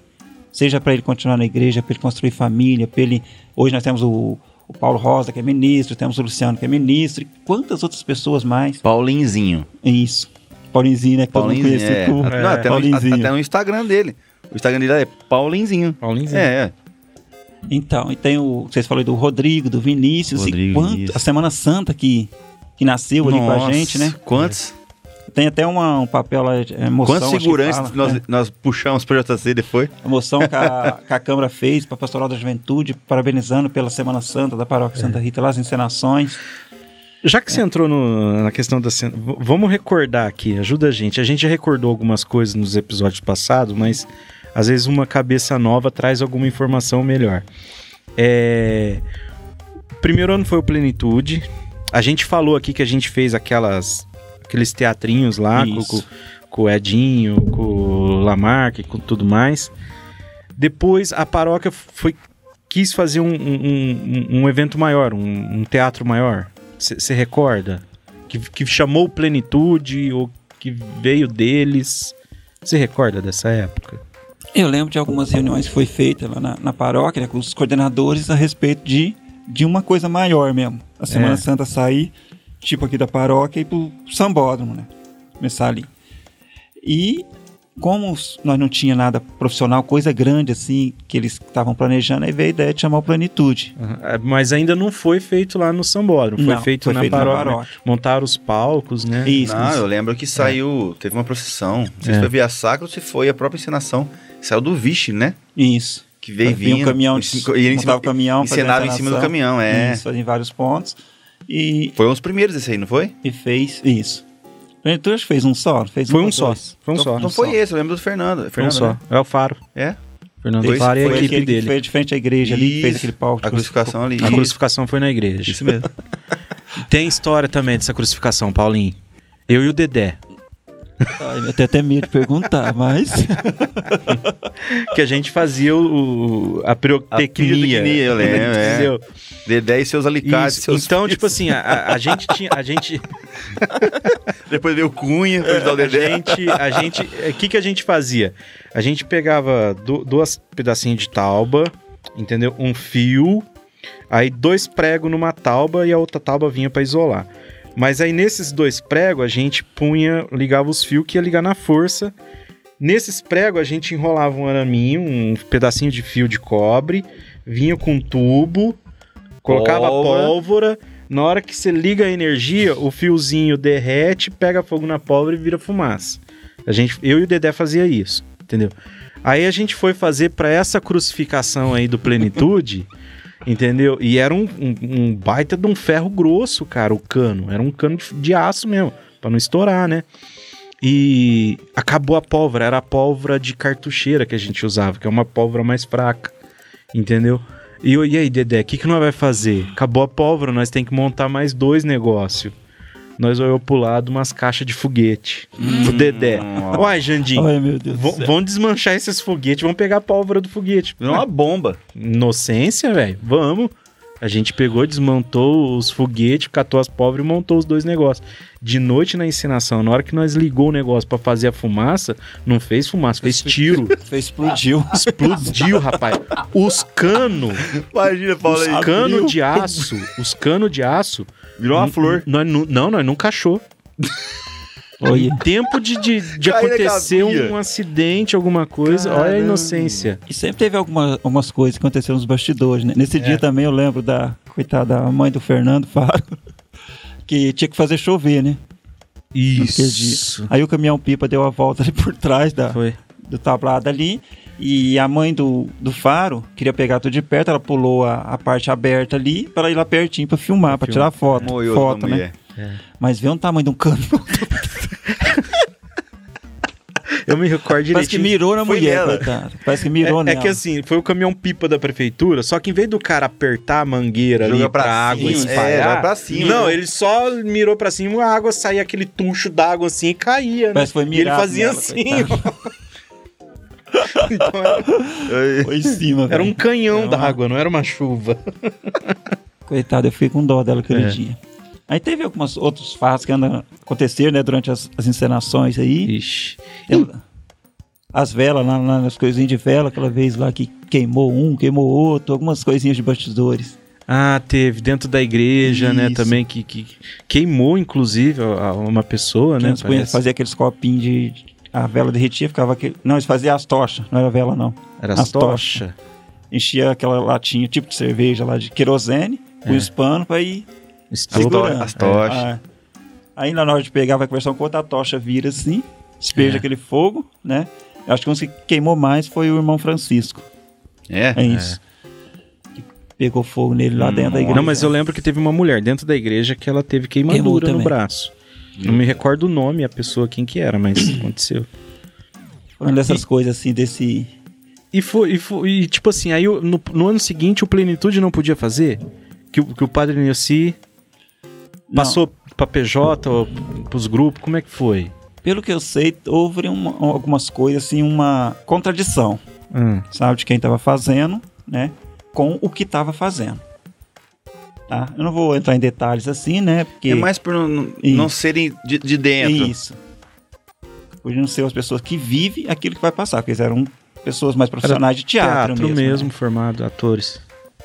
S3: Seja para ele continuar na igreja, para ele construir família, para ele. Hoje nós temos o, o Paulo Rosa, que é ministro, temos o Luciano, que é ministro, e quantas outras pessoas mais.
S2: Paulinzinho.
S3: É Isso. Paulinzinho, né? Que
S2: Paulinzinho,
S3: todo mundo conhece
S2: é.
S3: como
S2: Não, até,
S3: Paulinzinho.
S2: No, até no Instagram dele. O Instagram dele é Paulinzinho.
S1: Paulinzinho.
S2: É, é.
S3: Então, e tem o. Vocês falaram do Rodrigo, do Vinícius,
S2: Rodrigo,
S3: e quanto,
S2: Vinícius.
S3: a Semana Santa que, que nasceu ali com a
S2: Nossa,
S3: gente, né?
S2: Quantos,
S3: Tem até uma, um papel lá, é, emoção.
S2: quantos
S3: acho que
S2: segurantes
S3: fala,
S2: nós,
S3: né?
S2: nós puxamos pro JC depois?
S3: a moção que a, que a Câmara fez para a Pastoral da Juventude, parabenizando pela Semana Santa da Paróquia
S2: É.
S3: Santa Rita, lá as encenações.
S1: Já que você entrou no- na questão da cena, v- vamos recordar aqui, ajuda a gente. A gente já recordou algumas coisas nos episódios passados, mas às vezes uma cabeça nova traz alguma informação melhor. É... O primeiro ano foi o Plenitude. A gente falou aqui que a gente fez aquelas aqueles teatrinhos lá com,
S3: Isso.
S1: com, com o Edinho, com o Lamarck, com tudo mais. Depois a paróquia foi quis fazer um, um- um- um evento maior, um, um teatro maior. Você recorda? Que, que chamou Plenitude ou que veio deles. Você recorda dessa época?
S3: Eu lembro de algumas reuniões que foi feita lá na, na paróquia, né, com os coordenadores, a respeito de, de uma coisa maior mesmo. A Semana
S1: É.
S3: Santa sair, tipo aqui da paróquia, e pro sambódromo, né? Começar ali. E como os- nós não tinha nada profissional, coisa grande assim, que eles estavam planejando, aí veio a ideia de chamar o Planitude.
S1: Ah, Mas ainda não foi feito lá no Sambódromo, foi
S3: Não,
S1: feito na paróquia. né? Montaram os palcos, né?
S3: Isso, É.
S2: Não,
S3: isso.
S2: eu lembro que saiu, teve uma procissão. Não sei
S1: É.
S2: se foi via sacro ou se foi a própria encenação. Saiu do Vixe, né?
S3: Isso.
S2: Que veio
S3: Vinha
S2: vindo.
S3: um caminhão,
S2: em cinco- e ele em
S3: montava
S2: cima,
S3: o caminhão, fazia
S2: encenava em cima do
S3: encenação.
S2: caminhão, é.
S3: Isso, fazia em vários pontos. E,
S2: Foi um dos primeiros esse aí, não foi?
S1: um
S3: e fez isso. Plenitude acho que fez um só? não Fez
S1: Foi
S3: ou
S1: um só.
S3: dois?
S1: Foi um
S2: não,
S1: só.
S2: não foi esse, eu lembro do Fernando.
S1: Foi um
S2: Então, Fernando
S1: só.
S2: né?
S1: É o Faro.
S2: É?
S1: Fernando
S2: Foi-
S1: Faro e a
S2: foi
S3: Foi
S1: equipe
S3: aquele que
S1: dele.
S3: foi de frente à igreja ali, que fez
S2: Isso.
S3: aquele palco.
S2: A crucificação ali.
S1: A crucificação foi na igreja.
S2: Isso mesmo.
S1: Tem história também dessa crucificação, Paulinho. Eu e o Dedé.
S3: Ai, eu tenho até medo de perguntar, mas...
S1: Que a gente fazia o, o- a pirotecnia.
S2: pirotecnia, eu lembro, é.
S1: Entendeu?
S2: Dedé e seus alicates.
S1: Isso.
S2: seus-
S1: Então, tipo assim, a- a, a gente tinha. A gente.
S2: Depois veio o Cunha, depois dá o
S1: A
S2: Dedé.
S1: gente. A gente. O que, que a gente fazia? A gente pegava du- duas pedacinhos de tauba, entendeu? Um fio, aí dois pregos numa tauba e a outra tauba vinha pra isolar. Mas aí nesses dois pregos a gente punha, ligava os fios que ia ligar na força. Nesses pregos a gente enrolava um araminho, um pedacinho de fio de cobre, vinha com um tubo, colocava
S2: Pólvora.
S1: pólvora. Na hora que você liga a energia, o fiozinho derrete, pega fogo na pólvora e vira fumaça. A gente, eu e o Dedé fazia isso, entendeu? Aí a gente foi fazer pra essa crucificação aí do Plenitude, entendeu? E era um, um- um baita de um ferro grosso, cara, o cano. Era um cano de, de aço mesmo, pra não estourar, né? E acabou a pólvora, era a pólvora de cartucheira que a gente usava, que é uma pólvora mais fraca, entendeu? E, eu, e aí, Dedé, o que, que nós vai fazer? Acabou a pólvora, nós tem que montar mais dois negócios. nós olhou pro lado umas caixas de foguete. O Dedé. Uai, Jandim,
S3: Ai, meu Deus. do
S1: vão
S3: céu.
S1: vão desmanchar esses foguetes, vão pegar a pólvora do foguete.
S2: Virou uma bomba.
S1: Inocência, velho. Vamos. A gente pegou, desmontou os foguetes, catou as pobres e montou os dois negócios. De noite na ensinação, na hora que nós ligou o negócio pra fazer a fumaça, não fez fumaça, fez tiro.
S3: Fez- Explodiu.
S1: Explodiu, rapaz. Os cano,
S2: Imagina, Paulo
S1: os cano de aço, os cano de aço.
S2: Virou uma
S1: n-
S2: flor.
S1: nós nu- não, nós nunca achou.
S3: Olha.
S1: Tempo de, de, de
S2: Cai na
S1: acontecer
S2: cabia.
S1: um acidente, alguma coisa. Olha a
S2: Caramba.
S1: inocência.
S3: E sempre teve alguma, algumas coisas que aconteceram nos bastidores, né? Nesse dia também eu lembro da, coitada, a mãe do Fernando Faro, que tinha que fazer chover, né?
S1: Isso.
S3: Aí o caminhão pipa deu a volta ali por trás da,
S1: Foi.
S3: do tablado ali. E a mãe do, do Faro queria pegar tudo de perto, ela pulou a, a parte aberta ali para ir lá pertinho para filmar, para tirar foto.
S2: Moiou
S3: foto,
S2: da
S3: né?
S2: mulher.
S3: Mas vê um tamanho de um cano.
S1: Eu me recordo
S3: Parece que
S1: direitinho.
S3: mirou na
S2: Foi
S3: mulher,
S2: nela.
S3: coitado. Parece que mirou
S1: É, é
S3: nela.
S1: que assim, foi o caminhão pipa da prefeitura, só que em vez do cara apertar a mangueira
S2: Joga
S1: ali pra,
S2: pra
S1: água
S2: cima,
S1: espalhar,
S2: é, joga pra cima.
S1: Não, ele só mirou pra cima, a água saía aquele tucho d'água assim e caía, né?
S3: Parece que foi
S1: E ele
S3: mirado
S1: fazia
S3: nela,
S1: assim.
S3: coitado.
S1: ó. então era,
S2: Ai,
S3: Foi em cima,
S1: era
S3: velho.
S1: um canhão
S3: Era uma-
S1: d'água, não era uma chuva.
S3: Coitado, eu fiquei com dó dela aquele
S1: É.
S3: dia. Aí teve alguns outros fatos que andam- aconteceram, né, durante as, as encenações aí.
S1: Ixi.
S3: Tem- As velas lá, lá, nas coisinhas de vela, aquela vez lá que queimou um, queimou outro, algumas coisinhas de bastidores.
S1: Ah, teve dentro da igreja, né,
S2: Isso.
S1: também, que, que queimou, inclusive, a- a- uma pessoa, né?
S3: Eles punham-
S1: parece.
S3: faziam aqueles copinhos de. A vela derretia, ficava aquele. Não, eles faziam as tochas, não era vela, não.
S1: Era
S3: as
S1: as tochas.
S3: Enchia aquela latinha, tipo de cerveja lá de querosene, com
S1: É.
S3: os panos pra ir
S2: As
S1: Estou-
S3: Segurando.
S2: to- as tochas.
S3: Ah, Aí na hora de pegar, vai conversar um com outra tocha, vira assim, despeja
S1: É.
S3: aquele fogo, né? Eu acho que um que queimou mais foi o irmão Francisco.
S2: É?
S3: É isso. Que pegou fogo nele lá dentro da igreja.
S1: Não, mas eu lembro que teve uma mulher dentro da igreja que ela teve
S3: Queimou
S1: queimadura no
S3: também.
S1: braço. Não me recordo o nome, a pessoa, quem que era, mas aconteceu.
S3: Foi uma dessas coisas assim, desse.
S1: E foi, e foi- e, tipo assim, aí o- no, no ano seguinte o Plenitude não podia fazer? Que, o- que o padre Nilci
S3: Não,
S1: passou pra PJ, ou pros grupos, como é que foi?
S3: pelo que eu sei, houve uma- algumas coisas assim, uma contradição,
S1: Hum,
S3: sabe, de quem tava fazendo, né? Com o que tava fazendo. Tá? Eu não vou entrar em detalhes assim, né? Porque.
S2: É mais por não, não-
S3: Isso.
S2: não serem de, de dentro.
S3: Isso. Podiam ser as pessoas que vivem aquilo que vai passar, porque eles eram pessoas mais profissionais de teatro,
S1: teatro,
S3: mesmo.
S1: mesmo,
S3: né?
S1: formado, atores.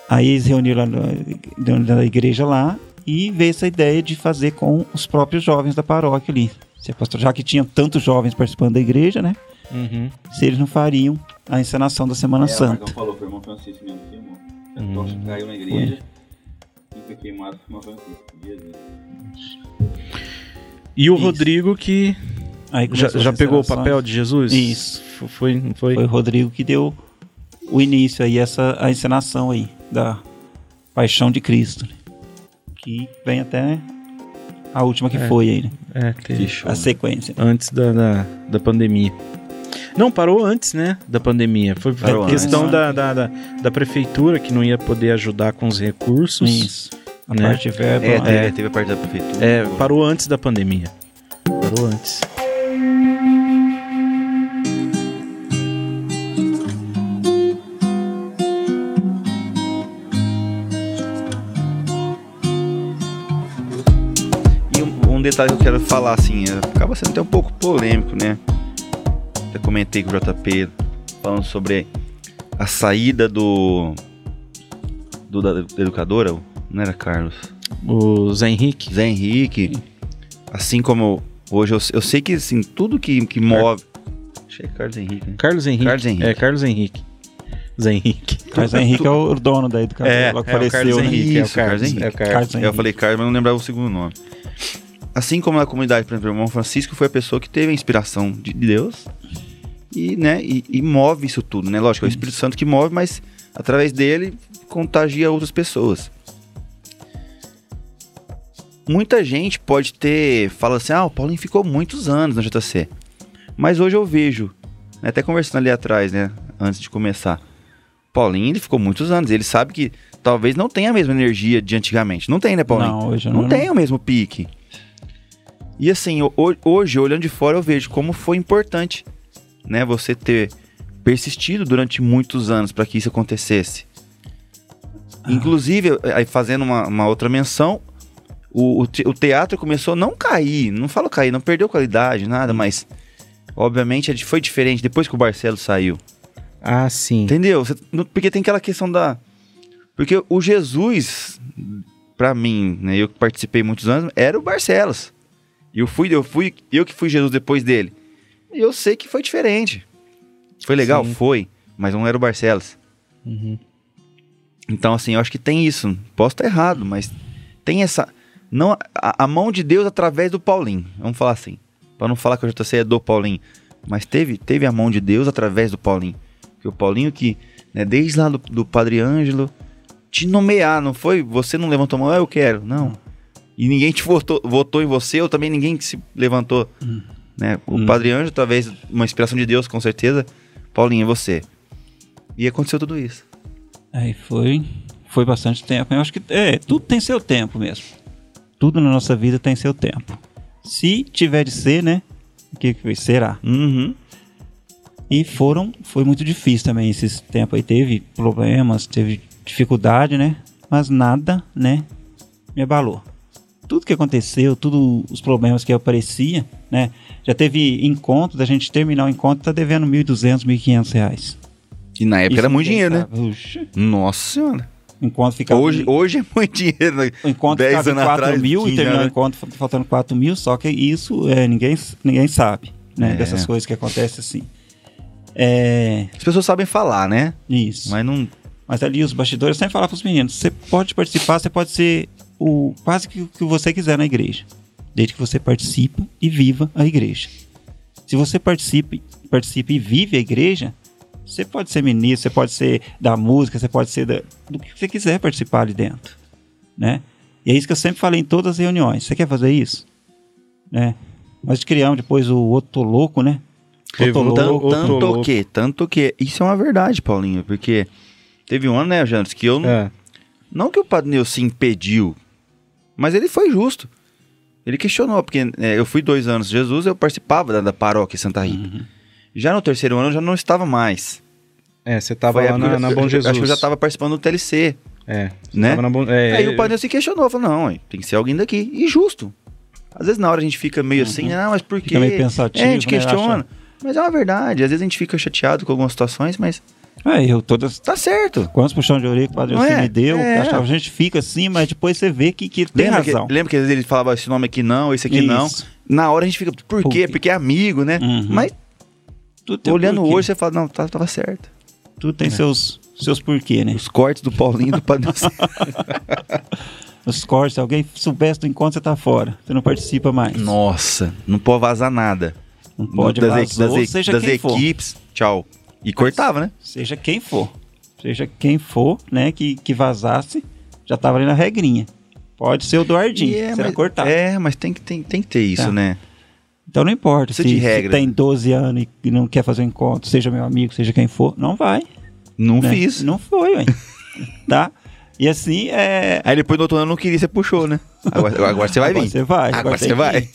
S3: Aí eles reuniram lá no- na igreja lá e veio essa ideia de fazer com os próprios jovens da paróquia ali. Se a pastora- Já que tinha tantos jovens participando da igreja, né?
S1: Uhum.
S3: Se eles não fariam a encenação da
S2: É,
S3: Semana Santa.
S2: falou, foi o irmão Francisco mesmo que queimou.
S1: Hum. tocha
S2: caiu na
S3: igreja
S2: e foi queimado por irmão Francisco.
S1: E o
S3: Isso.
S1: Rodrigo que
S3: Aí
S1: já,
S3: começou
S1: já
S3: as
S1: pegou o
S3: encenações.
S1: papel de Jesus?
S3: Isso.
S1: F- Foi, foi.
S3: Foi o Rodrigo que deu o início aí, essa, a encenação aí da Paixão de Cristo. né? Que vem até a última que
S1: É.
S3: foi aí, né?
S1: É, teve.
S3: A sequência.
S1: antes da, da, da pandemia. Não, parou antes, né? Da pandemia. Foi
S2: Parou
S1: questão
S3: antes.
S1: da, da, da, da prefeitura que não ia poder ajudar com os recursos.
S3: Isso. A
S1: Né?
S3: parte de verbo.
S2: É,
S3: lá.
S2: teve, teve a parte da prefeitura.
S1: É, parou antes da pandemia. Parou antes.
S2: E um, um detalhe que eu quero falar, assim, é, acaba sendo até um pouco polêmico, né? Até comentei com o JP falando sobre a saída do. do da, da educadora, não era Carlos?
S1: O Zé Henrique.
S2: Zé Henrique. Assim como hoje eu, eu sei que assim, tudo que, que move. Acho que é Carlos Henrique, né?
S1: Carlos Henrique.
S2: Carlos Henrique.
S1: É, Carlos Henrique. Zé Henrique.
S3: Carlos Henrique é o dono da educação.
S1: É,
S3: logo
S1: é o Carlos
S3: faleceu, né?
S1: Henrique.
S2: Isso,
S1: é o Carlos
S2: Carlos Henrique.
S1: É o Carlos.
S3: Carlos
S2: Eu
S3: Henrique.
S2: falei Carlos, mas não lembrava o segundo nome. Assim como na comunidade, por exemplo, o irmão Francisco foi a pessoa que teve a inspiração de Deus e, né, e, e move isso tudo, né? Lógico, é o Espírito Santo que move, mas através dele contagia outras pessoas. Muita gente pode ter, fala assim, ah, o Paulinho ficou muitos anos na JC. Mas hoje eu vejo, né, até conversando ali atrás, né, antes de começar. Paulinho, ele ficou muitos anos, ele sabe que talvez não tenha a mesma energia de antigamente. Não tem, né, Paulinho?
S3: Não, é hoje eu
S2: Não tem o mesmo pique. E assim, ho- hoje, olhando de fora, eu vejo como foi importante, né, você ter persistido durante muitos anos para que isso acontecesse. Inclusive, eu- aí fazendo uma, uma outra menção, o, o te- o teatro começou a não cair, não falo cair, não perdeu qualidade, nada, mas obviamente é di- foi diferente depois que o Barcelo saiu.
S1: Ah, sim.
S2: Entendeu? Você- no- porque tem aquela questão da. Porque o Jesus, pra mim, né, eu que participei muitos anos, era o Barcelos. E eu fui, eu fui, eu que fui Jesus depois dele. E eu sei que foi diferente. Foi legal?
S1: Sim.
S2: Foi, mas não era o Barcelos.
S1: Uhum.
S2: Então, assim, eu acho que tem isso. Posso estar errado, mas tem essa. Não, a, a mão de Deus através do Paulinho. Vamos falar assim. Pra não falar que o JC é do Paulinho. Mas teve, teve a mão de Deus através do Paulinho. Porque o Paulinho que, né, desde lá do, do Padre Ângelo, te nomear, não foi? Você não levantou a mão, "Ah, eu quero. Não. E ninguém te votou, votou em você, ou também ninguém que se levantou. Né? O
S3: Hum.
S2: Padre Ângelo, através de uma inspiração de Deus, com certeza. Paulinho, é você. E aconteceu tudo isso.
S3: Aí foi, foi bastante tempo. Eu acho que é, tudo tem seu tempo mesmo. Tudo na nossa vida tem seu tempo. Se tiver de ser, né? O que que será?
S2: Uhum.
S3: E foram, foi muito difícil também esses tempos aí. Teve problemas, teve dificuldade, né? Mas nada, né? Me abalou. Tudo que aconteceu, todos os problemas que aparecia, né? Já teve encontro, da gente terminar o encontro, tá devendo 1.200, 1.500 reais.
S2: E na época
S3: Isso
S2: era muito
S3: ninguém
S2: dinheiro, né?
S3: sabe. Oxi.
S2: Nossa senhora.
S3: O encontro ficava
S2: hoje, hoje é muito dinheiro. né?
S3: O encontro
S2: 10
S3: ficava em
S2: anos
S3: 4
S2: atrás,
S3: mil e
S2: 15
S3: terminou o
S2: anos.
S3: encontro fa- faltando 4 mil, só que isso é, ninguém, ninguém sabe, né?
S2: É.
S3: Dessas coisas que acontecem assim. É,
S2: As pessoas sabem falar, né?
S3: isso. Mas,
S2: Mas não.
S3: ali os bastidores sempre falavam pros meninos, você pode participar, você pode ser o quase que o que você quiser na igreja. Desde que você participe e viva a igreja. Se você participe, participe e vive a igreja, você pode ser ministro, você pode ser da música, você pode ser da- do que você quiser participar ali dentro, né? E é isso que eu sempre falei em todas as reuniões. Você quer fazer isso? Né? Nós criamos depois o Outro Louco, né? Outro
S1: Revolta-
S3: Louco.
S2: Tanto,
S1: louco,
S2: tanto
S1: tô louco.
S2: que, tanto que. Isso é uma verdade, Paulinho, porque teve um ano, né, Jantes, que eu. não-
S1: É.
S2: Não que o Padre Neu se impediu, mas ele foi justo. Ele questionou, porque é, eu fui dois anos de Jesus, eu participava da, da paróquia em Santa Rita. Já no terceiro ano eu já não estava mais.
S1: É, você tava
S2: Foi a
S1: lá na,
S2: época-
S1: na
S2: eu-
S1: Bom
S2: eu-
S1: Jesus.
S2: Acho que eu já estava participando do TLC,
S1: É,
S2: né?
S1: tava na Bom... é,
S2: Aí o painel se questionou, falou, não, ué, tem que ser alguém daqui. E justo. Às vezes na hora a gente fica meio assim, ah, mas por quê?
S3: Fica meio pensativo,
S2: É, a gente
S3: né?
S2: questiona. Mas é uma verdade. Às vezes a gente fica chateado com algumas situações, mas
S3: Acha- É, eu todas...
S2: tá certo.
S3: Quantos puxões de orelha que o Padre
S2: Não
S3: Alcino
S2: é?
S3: me deu?
S2: É.
S3: achava- a gente fica assim, mas depois você vê que, que tem
S2: Lembra que,
S3: razão.
S2: lembra que às vezes ele falava esse nome aqui não, esse aqui não.
S3: Isso.
S2: Na hora a gente fica, por
S3: Por
S2: quê?
S3: quê?
S2: Porque é amigo, né?
S3: Uhum.
S2: Mas
S3: Tudo tem um
S2: olhando
S3: porquê.
S2: hoje você fala, não, tá- tava certo.
S3: Tudo tem seus, seus porquê, né?
S2: Os cortes do Paulinho do Padre
S3: Os cortes, se alguém soubesse do encontro, você tá fora. Você não participa mais.
S2: Nossa, não pode vazar nada.
S3: Não pode
S2: das, e-
S3: vazou,
S2: das, e-
S3: seja
S2: das
S3: quem for.
S2: equipes, tchau. E cortava, né?
S3: Seja quem for. Seja quem for, né, que, que vazasse, já tava ali na regrinha. Pode ser o Duardinho,
S2: E
S3: será
S2: mas,
S3: cortado.
S2: é, mas tem que, tem, tem que ter isso,
S3: Tá.
S2: né?
S3: Então não importa se,
S2: Precisa de
S3: se
S2: regra.
S3: tem 12 anos e- e não quer fazer um encontro, seja meu amigo, seja quem for, não vai.
S2: Não
S3: né?
S2: fiz.
S3: Não foi, ué. tá? E assim, é...
S2: Aí depois no outro ano não queria, você puxou, né? Agora, agora você vai
S3: agora
S2: vir.
S3: Você vai.
S2: Agora
S3: tem
S2: você
S3: que
S2: vai.
S3: ir.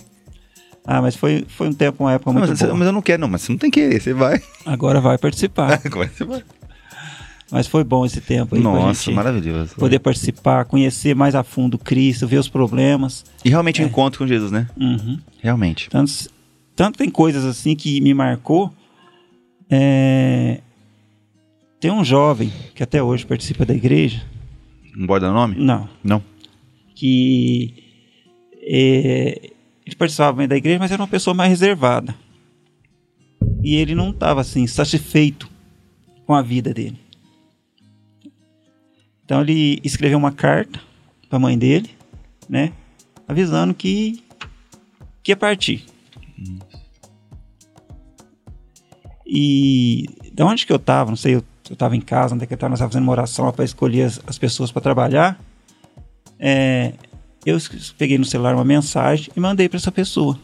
S3: Ah, mas foi, foi um tempo, uma época
S2: Não,
S3: muito
S2: mas, você-
S3: boa.
S2: mas eu não quero, não. Mas você não tem que querer, você vai.
S3: Agora vai participar.
S2: Agora você vai.
S3: Mas foi bom esse tempo aí pra
S2: Nossa,
S3: gente
S2: maravilhoso.
S3: poder participar, conhecer mais a fundo Cristo, ver os problemas.
S2: E realmente o
S3: É.
S2: encontro com Jesus, né? Realmente.
S3: Tanto, tanto tem coisas assim que me marcou. É, Tem um jovem que até hoje participa da igreja.
S2: Não borda nome?
S3: Não.
S2: Não.
S3: Que é, ele participava bem da igreja, mas era uma pessoa mais reservada. E ele não estava assim, satisfeito com a vida dele. Então ele escreveu uma carta para a mãe dele, né? Avisando que, que ia partir. E da onde que eu tava, não sei, eu, eu tava em casa, onde é que eu tava, nós tava fazendo uma oração para escolher as, as pessoas para trabalhar. É, eu es- peguei no celular uma mensagem e mandei para essa pessoa.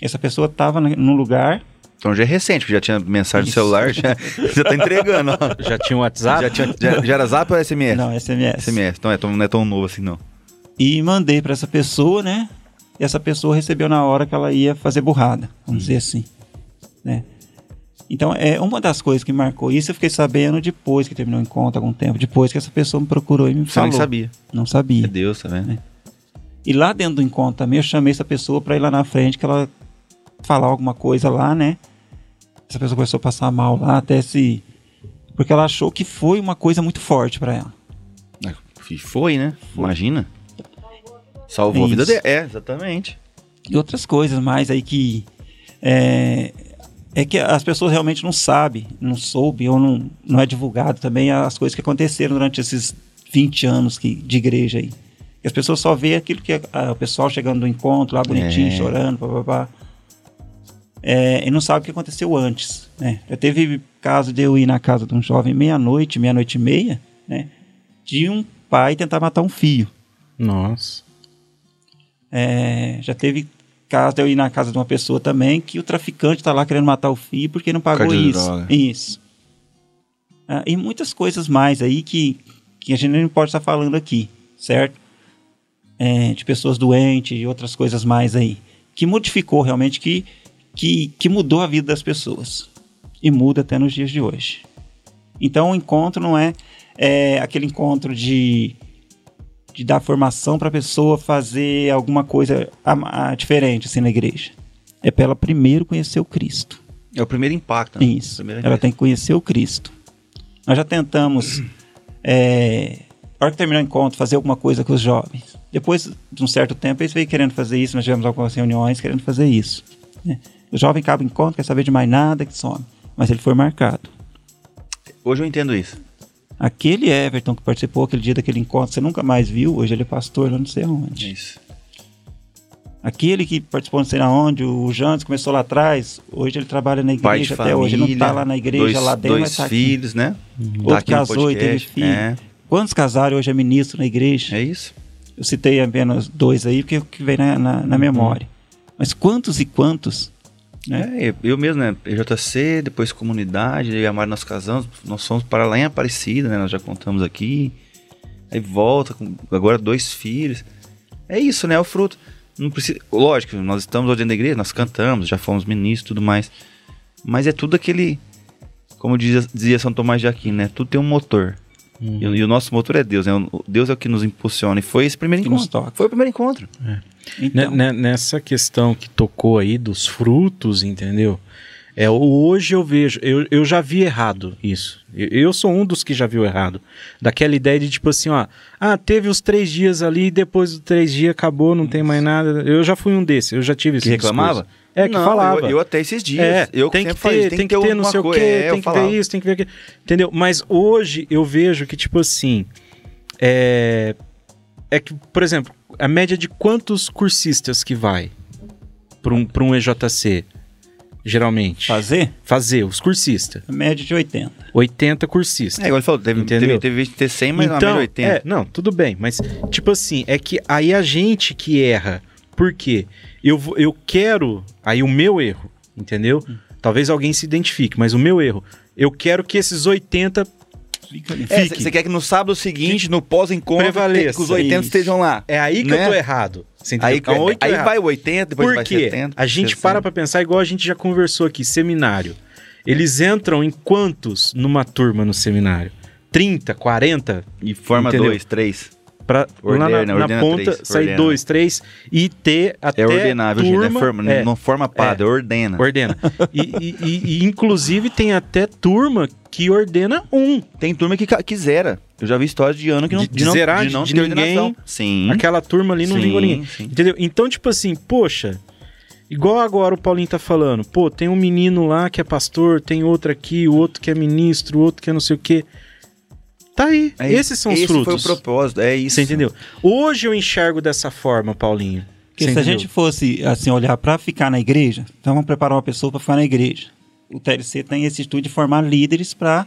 S3: Essa pessoa tava na- num lugar,
S2: Então já é recente, porque já tinha mensagem
S3: Isso.
S2: no celular, já, já tá entregando, ó.
S1: já tinha o WhatsApp?
S2: Já, tinha, já, já era zap ou SMS?
S3: não, SMS.
S2: então é SMS. Então é, tão- não é tão novo assim, não.
S3: E mandei para essa pessoa, né? e essa pessoa recebeu na hora que ela ia fazer burrada, vamos
S2: Uhum.
S3: dizer assim, né? Então, é uma das coisas que marcou isso, eu fiquei sabendo depois que terminou o encontro, algum tempo depois que essa pessoa me procurou e me
S2: Você
S3: falou.
S2: nem sabia.
S3: Não sabia.
S2: É Deus, tá vendo?
S3: E lá dentro do encontro também, eu chamei essa pessoa pra ir lá na frente, que ela falar alguma coisa lá, né? Essa pessoa começou a passar mal lá, até se. Porque ela achou que foi uma coisa muito forte pra ela. Ah,
S2: E Foi, né? Imagina. Salvou
S3: É
S2: a vida
S3: isso.
S2: dele. É, exatamente.
S3: E outras coisas mais aí que. É, é que as pessoas realmente não sabem, não soube ou não, não é divulgado também as coisas que aconteceram durante esses 20 anos que, de igreja aí. E as pessoas só vê aquilo que ah, o pessoal chegando do encontro lá bonitinho,
S2: É.
S3: chorando, papapá. É, e não sabe o que aconteceu antes, né? Já teve caso de eu ir na casa de um jovem meia-noite, meia-noite e meia, né? De um pai tentar matar um filho.
S1: Nossa.
S3: É, já teve caso de eu ir na casa de uma pessoa também que o traficante tá lá querendo matar o filho porque não pagou
S2: causa de
S3: isso.
S2: droga.
S3: Isso. Ah, e muitas coisas mais aí que, que a gente não pode estar falando aqui, certo? É, de pessoas doentes e outras coisas mais aí. Que modificou realmente, que, que, que mudou a vida das pessoas. E muda até nos dias de hoje. Então o encontro não é, é aquele encontro de, de dar formação para a pessoa fazer alguma coisa a- a- diferente assim, na igreja. É para ela primeiro conhecer o Cristo.
S2: É o primeiro impacto. né?
S3: Isso.
S2: Primeira
S3: Ela
S2: vez.
S3: tem que conhecer o Cristo. Nós já tentamos, é, na hora que terminou o encontro, fazer alguma coisa com os jovens. Depois de um certo tempo, eles veio querendo fazer isso, nós tivemos algumas reuniões querendo fazer isso. né? O jovem acaba o encontro, quer saber de mais nada, que some. Mas ele foi marcado.
S2: Hoje eu entendo isso.
S3: Aquele Everton que participou aquele dia daquele encontro, você nunca mais viu, hoje ele é pastor lá não sei aonde.
S2: Isso.
S3: Aquele que participou não sei aonde, o Jantes começou lá atrás, hoje ele trabalha
S2: Pai
S3: na
S2: de
S3: igreja até
S2: família.
S3: hoje. Ele não tá lá na igreja,
S2: dois,
S3: lá dentro, mas
S2: Dois
S3: tá aqui.
S2: filhos, né?
S3: Outro
S2: no
S3: casou e teve
S2: podcast.
S3: filho. Quantos casaram hoje é ministro na igreja?
S2: É, é isso.
S3: Eu citei apenas dois aí, porque é o que vem na, na-
S2: Uhum.
S3: na memória. Mas quantos e quantos? né?
S2: É, eu- eu mesmo, né? PJC, depois comunidade, eu e a Mari nós casamos, nós fomos para lá em Aparecida, né? Nós já contamos aqui. Aí volta, com agora dois filhos. É isso, né? É o fruto. Não precisa, lógico, nós estamos hoje na igreja, nós cantamos, já fomos ministros e tudo mais. Mas é tudo aquele. Como dizia, dizia São Tomás de Aquino, né? Tudo tem um motor.
S3: Uhum.
S2: E, o- e o nosso motor é Deus, né? o- Deus é o que nos impulsiona. E foi esse primeiro
S3: Que nos
S2: encontro.
S3: toca.
S2: Foi o primeiro encontro.
S3: Então,
S1: Ne- ne- Né, Nessa questão que tocou aí dos frutos, entendeu? É, o- hoje eu vejo, eu, eu já vi errado isso. Eu, eu sou um dos que já viu errado. Daquela ideia de tipo assim, ó, ah, teve os três dias ali, depois dos três dias acabou, não tem mais nada. Eu já fui um desses, eu já tive esse
S2: Que reclamava?
S1: É, que
S2: Não,
S1: falava.
S2: Eu, eu até esses dias.
S1: É,
S2: eu
S1: tem que ter,
S2: sempre falei,
S1: tem, que ter não
S2: alguma
S1: sei o quê,
S2: coisa. É, eu
S1: tem que
S2: falava.
S1: ter isso, tem que ver aquilo. Entendeu? Mas hoje eu vejo que, tipo assim, é, é que, por exemplo, a média de quantos cursistas que vai para um, pra um EJC, geralmente?
S3: fazer?
S1: Fazer, os cursistas.
S3: A média de 80.
S1: 80 cursistas.
S2: É, igual ele falou, teve,
S1: Entendeu?
S2: teve, teve gente ter 100, mas na média 80.
S1: É, não, tudo bem, mas tipo assim, é que aí a gente que erra. Por quê? Eu, vou- eu quero. Aí o meu erro, entendeu?
S2: Hum.
S1: Talvez alguém se identifique, mas o meu erro. Eu quero que esses 80
S3: Fica ali.
S2: É,
S1: fique.
S2: Você quer que no sábado seguinte, no pós-encontro,
S1: Prevaleça.
S2: te- que os 80
S3: Isso.
S2: estejam lá.
S1: É aí que
S2: Né?
S1: eu tô errado. Você entendeu?
S2: Aí,
S1: Então, eu tô
S2: aí
S1: errado.
S2: vai o 80, depois
S1: Por
S2: vai
S1: quê?
S2: 70.
S1: a gente
S2: 60.
S1: para pra pensar, igual a gente já conversou aqui, seminário. Eles entram em quantos numa turma no seminário? 30, 40?
S2: E forma
S1: Entendeu?
S2: 2, 3.
S1: Pra
S2: Ordena,
S1: lá na- na,
S2: ordena
S1: ponta
S2: três,
S1: sair
S2: ordena.
S1: dois, três e ter até
S2: É ordenável, gente.
S1: turma,
S2: É forma,
S1: é,
S2: Não né? forma padre, ordena.
S1: ordena. E, e- e- e, inclusive tem até turma que ordena um.
S2: Tem turma que ca- que zera. Eu já vi histórias de ano que não,
S1: De- de zerar, de- de ninguém.
S2: Sim.
S1: Aquela turma ali não
S2: Hum? sim,
S1: vingou ninguém.
S2: sim.
S1: Entendeu? Então, tipo assim, poxa, igual agora o Paulinho tá falando, pô, tem um menino lá que é pastor, tem outro aqui, o outro que é ministro, o outro que é não sei o quê. Tá aí.
S2: É
S1: Esses são os
S2: Esse
S1: frutos.
S2: foi o propósito, é isso.
S1: Você entendeu? Hoje eu enxergo dessa forma, Paulinho.
S3: Porque se
S1: Você
S3: a
S1: entendeu?
S3: gente fosse assim olhar para ficar na igreja, então vamos preparar uma pessoa para ficar na igreja. O TLC tem esse estudo de formar líderes para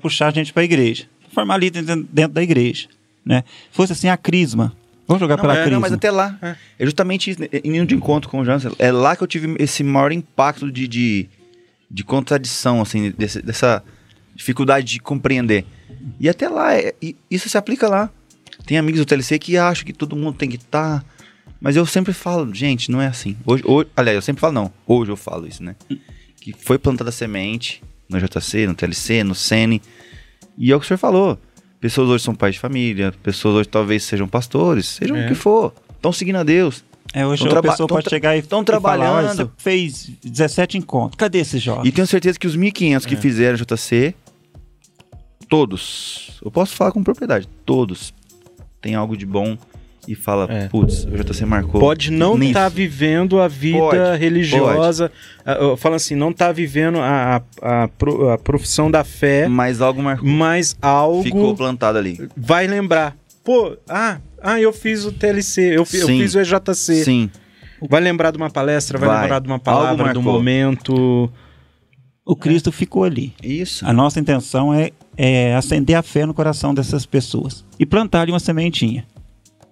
S3: puxar a gente para a igreja. Formar líderes dentro- dentro da igreja, né? Se fosse assim a crisma. Vamos jogar
S2: Não,
S3: pela
S2: é,
S3: crisma.
S2: não, mas até lá.
S1: É.
S2: É, justamente isso, né, em um de encontro com o Jansen. É lá que eu tive esse maior impacto de, de, de contradição, assim, desse- dessa dificuldade de compreender. E até lá, é- e isso se aplica lá. Tem amigos do TLC que acham que todo mundo tem que estar. Mas eu sempre falo, gente, não é assim. Hoje, hoje, aliás, eu sempre falo, não. Hoje eu falo isso, né? Que foi plantada semente no JC, no TLC, no Sene. E é o que o senhor falou. Pessoas hoje são pais de família, pessoas hoje talvez sejam pastores, sejam
S1: É.
S2: o que for. Estão seguindo a Deus.
S3: É, hoje
S2: Tão
S3: a
S2: traba-
S3: pessoa
S2: tão
S3: pode
S2: tra-
S3: chegar e
S2: tão
S3: e falar, "Olha,
S2: trabalhando."
S3: você fez 17 encontros. Cadê esse jovem?
S2: E tenho certeza que os 1.500
S1: É.
S2: que fizeram JC, todos, eu posso falar com propriedade, todos têm algo de bom e fala,
S1: É.
S2: putz, o JC marcou.
S1: Pode não tá
S2: nisso.
S1: estar vivendo a vida
S2: Pode,
S1: religiosa. Ah, ah, Fala assim, não tá vivendo a, a, a pro- a profissão da fé,
S2: Mas algo marcou.
S1: mas algo
S2: Ficou plantado ali.
S1: vai lembrar. Pô, ah, ah, eu fiz o TLC, eu, fi- eu
S2: Sim.
S1: fiz o EJC.
S2: Sim.
S1: Vai lembrar de uma palestra, vai,
S2: Vai.
S1: lembrar de uma
S2: Algo
S1: palavra, de
S2: marcou.
S1: um momento.
S3: O Cristo ficou ali.
S2: Isso.
S3: A nossa intenção é, é acender a fé no coração dessas pessoas e plantar ali uma sementinha,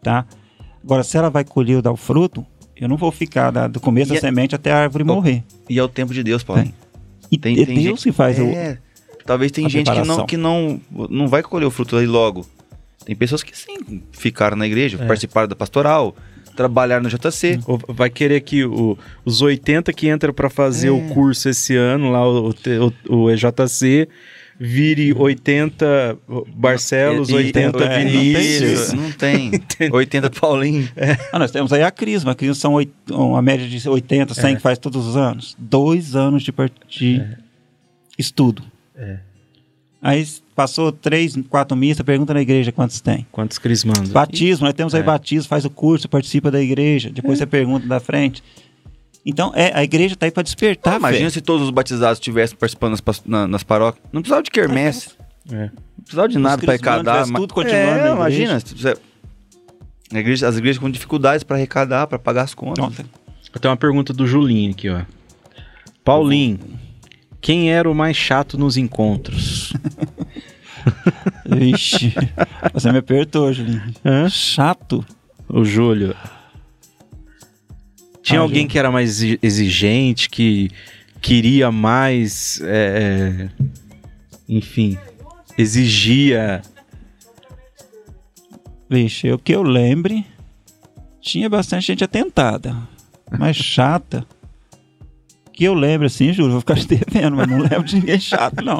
S3: tá? Agora, se ela vai colher ou dar o fruto, eu não vou ficar da- do começo
S2: E
S3: da
S2: é-
S3: semente até a árvore morrer.
S2: E é o tempo de Deus, Paulo.
S3: Tem. E
S2: tem-
S3: é
S2: tem
S3: Deus
S2: gente-
S3: que faz o...
S2: É. Talvez tem
S3: a
S2: gente que não,
S3: preparação.
S2: que não não vai colher o fruto aí logo. Tem pessoas que sim, ficaram na igreja,
S3: É.
S2: participaram da pastoral, trabalharam no
S3: Hum.
S2: JC.
S1: Ou Vai querer que o- os 80 que entram para fazer o curso esse ano, lá o, T- o- o EJC, vire 80 Barcelos,
S2: E- e-
S1: 80
S2: é, não tem
S1: Vinícius.
S2: isso, Não tem. 80 Paulinho.
S3: Ah, nós temos aí a Crisma. A Crisma são oit- uma média de 80, 100 que faz todos os anos. Dois anos de, par- de estudo. Aí passou três, quatro missas, pergunta na igreja quantos tem.
S1: Quantos crismandos?
S3: Batismo, nós temos aí batismo, faz o curso, participa da igreja, depois você pergunta da frente. Então, é, a igreja está aí para despertar, a
S2: Tá, Ah, Imagina
S3: tá,
S2: se
S3: fé.
S2: todos os batizados estivessem participando nas, pas- na- nas paróquias. Não precisava de quermesse.
S1: É.
S2: Não precisava de nada para
S3: crismandos
S2: arrecadar.
S3: tivessem
S2: ma-
S3: tudo continuando na
S2: é,
S3: igreja.
S2: imagina. se você- a igreja- as igrejas com dificuldades para arrecadar, para pagar as contas.
S3: Pronto.
S1: Eu tenho uma pergunta do Julinho aqui, ó. Paulinho, quem era o mais chato nos encontros?
S3: Vixe, você me apertou, Julinho.
S1: Hã?
S3: Chato.
S1: O Júlio. Tinha
S3: Ah,
S1: alguém
S3: Júlio.
S1: que era mais exi- exigente, que queria mais. é, é, enfim, exigia.
S3: Vixe, eu que eu lembre, tinha bastante gente atentada, mas chata. Que eu lembro assim, juro, vou ficar te devendo, mas não lembro de ninguém chato, não.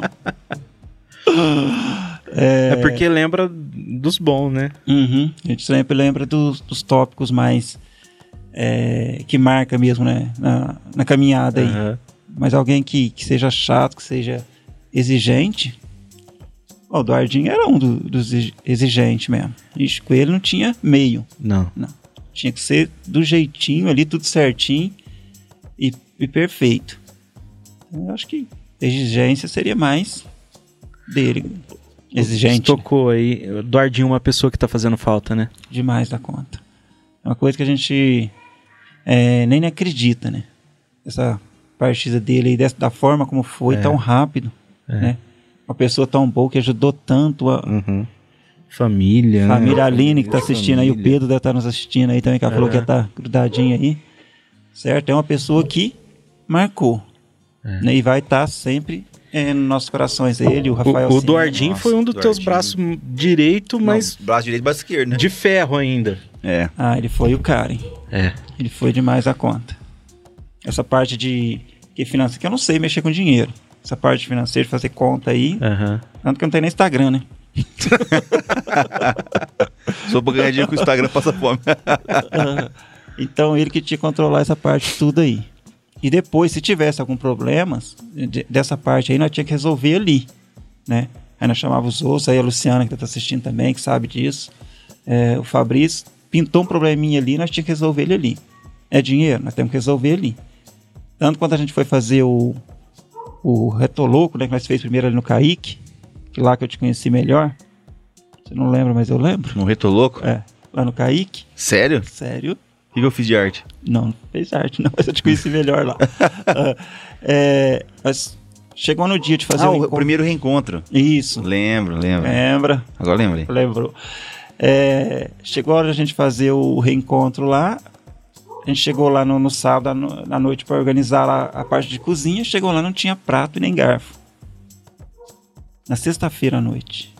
S1: É. porque lembra dos bons, né?
S3: Uhum. A gente sempre lembra dos, dos tópicos mais é, que marca mesmo, né? Na, na caminhada aí.
S1: Aham.
S3: Mas alguém que, que seja chato, que seja exigente. Ó, o Duardinho era um do- dos exi- exigentes mesmo. Ixi, com ele não tinha meio.
S1: Não.
S3: Tinha que ser do jeitinho ali, tudo certinho e, e perfeito. Então, eu acho que exigência seria mais dele. Exigente. né?
S1: Tocou aí. Eduardinho, uma pessoa que tá fazendo falta, né?
S3: demais da conta. É uma coisa que a gente é, nem acredita, né? Essa partida dele aí, dessa, da forma como foi,
S1: É.
S3: tão rápido, né? Uma pessoa tão boa que ajudou tanto a
S1: Família. né?
S3: Uhum. família Aline que tá
S1: Família.
S3: assistindo aí, o Pedro deve estar nos assistindo aí também, que ela falou que
S1: É.
S3: ia estar grudadinha aí, certo? É uma pessoa que marcou, né? E vai estar sempre é, nos nossos corações, ele, o Rafael
S1: É. O, o
S3: Sena.
S1: Duardinho
S2: nossa,
S1: foi um dos teus
S2: Duardinho.
S1: braços direito, mas
S2: Não, braço direito e braço esquerdo, né?
S1: de ferro ainda.
S2: É.
S3: Ah, ele foi o cara, hein?
S1: É.
S3: Ele foi demais da conta. Essa parte de que finança que eu não sei mexer com dinheiro. Essa parte financeira, de fazer conta aí.
S1: Aham.
S3: Tanto que eu não tenho nem Instagram, né?
S2: Só pra ganhar dinheiro com um o Instagram passa fome.
S3: Então ele que tinha que controlar essa parte tudo aí. E depois, se tivesse algum problema de- dessa parte aí, nós tinha que resolver ali, né? Aí nós chamava os outros, aí a Luciana que tá assistindo também, que sabe disso. É, o Fabrício pintou um probleminha ali, nós tinha que resolver ele ali. É dinheiro, nós temos que resolver ali. Tanto quando a gente foi fazer o, o Retoloco, né? Que nós fez primeiro ali no Kaique, que lá que eu te conheci melhor. Você não lembra, mas eu lembro.
S2: No reto louco?
S3: É, lá no Kaique.
S2: Sério?
S3: Sério?
S2: O que, que eu fiz de arte?
S3: Não, não fez arte, não, mas eu te conheci melhor lá. Ah, é, mas chegou no dia de fazer
S2: ah,
S3: o
S2: o
S3: encontro. É.
S2: primeiro reencontro.
S3: Isso,
S2: Lembro, lembro.
S3: lembra?
S2: Agora lembrei.
S3: Lembrou. É, chegou a hora da gente fazer o reencontro lá. A gente chegou lá no, no sábado à no- na noite para organizar lá a parte de cozinha. Chegou lá, não tinha prato e nem garfo. Na sexta-feira à noite.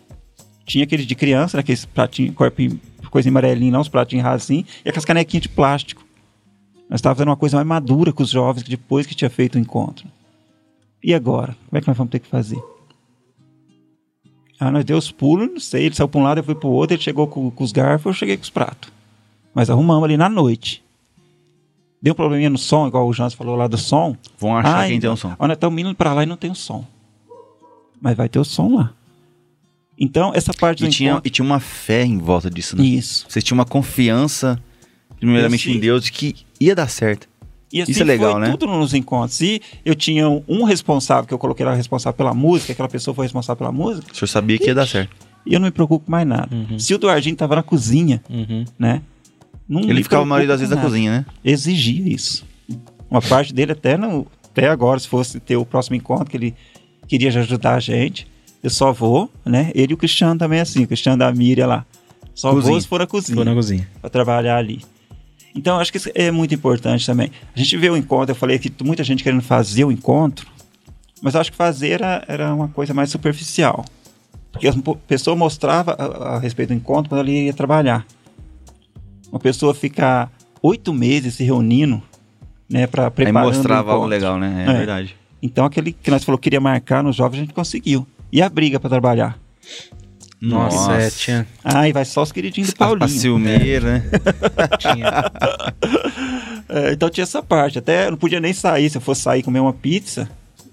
S3: Tinha aquele de criança, né, aquele pratinho, corpinho coisinha amarelinha lá, uns pratinhos rasos assim, e aquelas canequinhas de plástico. Nós estávamos fazendo uma coisa mais madura com os jovens que depois que tinha feito o encontro. E agora? Como é que nós vamos ter que fazer? Aí nós deu os pulos, Ah, não sei, ele saiu para um lado, eu fui para o outro, ele chegou com, com os garfos, eu cheguei com os pratos. Mas arrumamos ali na noite. Deu um probleminha no som, igual o Jans falou lá do som.
S2: Vão achar
S3: Ai,
S2: quem tem um som.
S3: Olha, tá estamos indo para lá e não tem o som. Mas vai ter o som lá. Então, essa parte
S2: E
S3: do
S2: tinha,
S3: encontro...
S2: e tinha uma fé em volta disso, né?
S3: Isso.
S2: Você tinha uma confiança, primeiramente
S3: Esse-
S2: em Deus, de que ia dar certo.
S3: E assim
S2: Isso é legal,
S3: foi
S2: né?
S3: tudo nos encontros. E eu tinha um responsável, que eu coloquei lá responsável pela música, aquela pessoa foi responsável pela música,
S2: O senhor sabia que ia dar certo.
S3: e eu não me preocupo com mais nada.
S2: Uhum.
S3: Se o Duardinho tava na cozinha,
S1: Uhum.
S3: né? não me
S2: Ele ficava a maioria das
S3: preocupo
S2: vezes na
S3: com nada.
S2: cozinha, né?
S3: Exigia isso. Uma parte dele até não, até agora, se fosse ter o próximo encontro, que ele queria já ajudar a gente. Eu só vou, né? Ele e o Cristiano também assim, o Cristiano da Miriam lá. Só vou
S2: Cozinha.
S3: se for a cozinha
S1: Foi na cozinha.
S3: para trabalhar ali. Então, acho que isso é muito importante também. A gente vê o encontro, eu falei que t- muita gente querendo fazer o encontro, mas eu acho que fazer era, era uma coisa mais superficial. Porque a pessoa mostrava a, a respeito do encontro quando ela ia trabalhar. Uma pessoa ficar oito meses se reunindo, né, para
S2: Aí
S3: preparar.
S2: mostrava algo legal, né? É,
S3: É.
S2: verdade.
S3: Então, aquele que nós falou que queria marcar nos jovens, a gente conseguiu. E a briga para trabalhar?
S1: Nossa, é, tinha,
S3: Ai, vai só os queridinhos do
S2: A,
S3: Paulinho.
S2: a ciumeira, né?
S1: tinha.
S3: É, então tinha essa parte. Até eu não podia nem sair. Se eu fosse sair e comer uma pizza,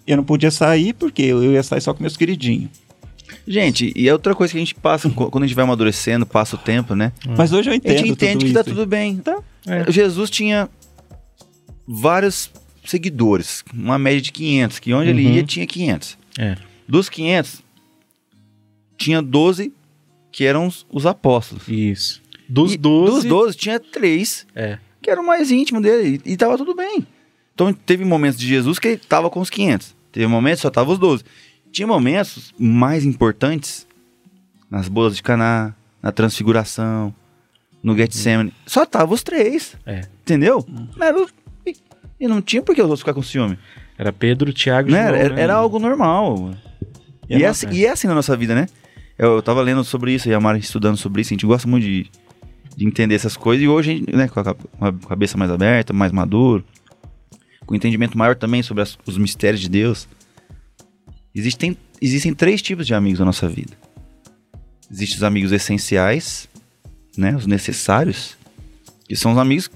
S3: eu não podia sair porque eu eu ia sair só com meus queridinhos.
S2: Gente, e é outra coisa que a gente passa, co- quando a gente vai amadurecendo, passa o tempo, né?
S3: Mas hoje eu
S2: A
S3: entendo.
S2: gente entende
S3: tudo
S2: que tá
S3: isso.
S2: tudo bem.
S1: É.
S2: Jesus tinha vários seguidores, uma média de 500, que onde ele
S1: Uhum.
S2: ia tinha 500.
S1: É.
S2: Dos 500, tinha 12 que eram os, os apóstolos.
S1: Isso. Dos
S2: E
S1: 12.
S2: Dos 12, tinha três
S1: É.
S2: que eram mais íntimos dele. E, e tava tudo bem. Então teve momentos de Jesus que ele tava com os 500. Teve momentos que só tava os 12. Tinha momentos mais importantes nas bodas de Caná, na transfiguração, no Getsemane. Só tava os três.
S1: Uhum. É.
S2: Entendeu? Não era os- e- e não tinha por que os outros ficar com ciúme.
S1: Era Pedro, Tiago e
S2: Não
S1: João.
S2: era, era,
S1: né?
S2: era algo normal.
S3: E
S2: E,
S3: a
S2: é
S3: nossa-
S2: assim, e é assim na nossa vida, né? Eu, eu tava lendo sobre isso e a Mari estudando sobre isso. A gente gosta muito de, de entender essas coisas. E hoje, a gente, né, com a cap- com a cabeça mais aberta, mais maduro, com um entendimento maior também sobre as- os mistérios de Deus, existem, existem três tipos de amigos na nossa vida: existem os amigos essenciais, né? Os necessários, que são os amigos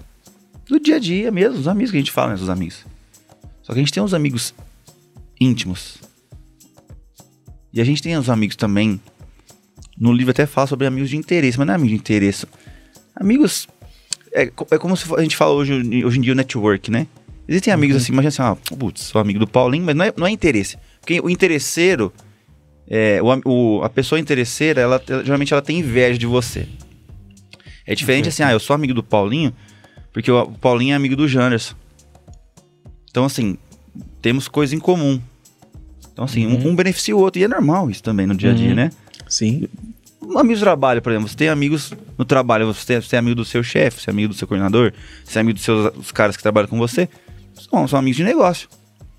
S2: do dia a dia mesmo, os amigos que a gente fala, né? Os amigos. Só que a gente tem uns amigos íntimos. E a gente tem os amigos também. No livro até fala sobre amigos de interesse, mas não é amigo de interesse. Amigos. É, co- é como se fo- a gente fala hoje, hoje em dia o network, né? Existem amigos assim, imagina assim, ah, putz, sou amigo do Paulinho, mas não é, não é interesse. Porque o interesseiro. é, o am- o- a pessoa interesseira, ela, ela- geralmente ela tem inveja de você. É diferente assim, ah, eu sou amigo do Paulinho, porque o o Paulinho é amigo do Janderson. Então, assim, temos coisa em comum. Então, assim, um- um, beneficia o outro. E é normal isso também no dia a dia,
S1: Uhum.
S2: né?
S1: Sim.
S2: Um amigo do trabalho, por exemplo. Você tem amigos no trabalho. Você tem- você é amigo do seu chefe, você é amigo do seu coordenador, você é amigo dos seus dos caras que trabalham com você. São, são amigos de negócio.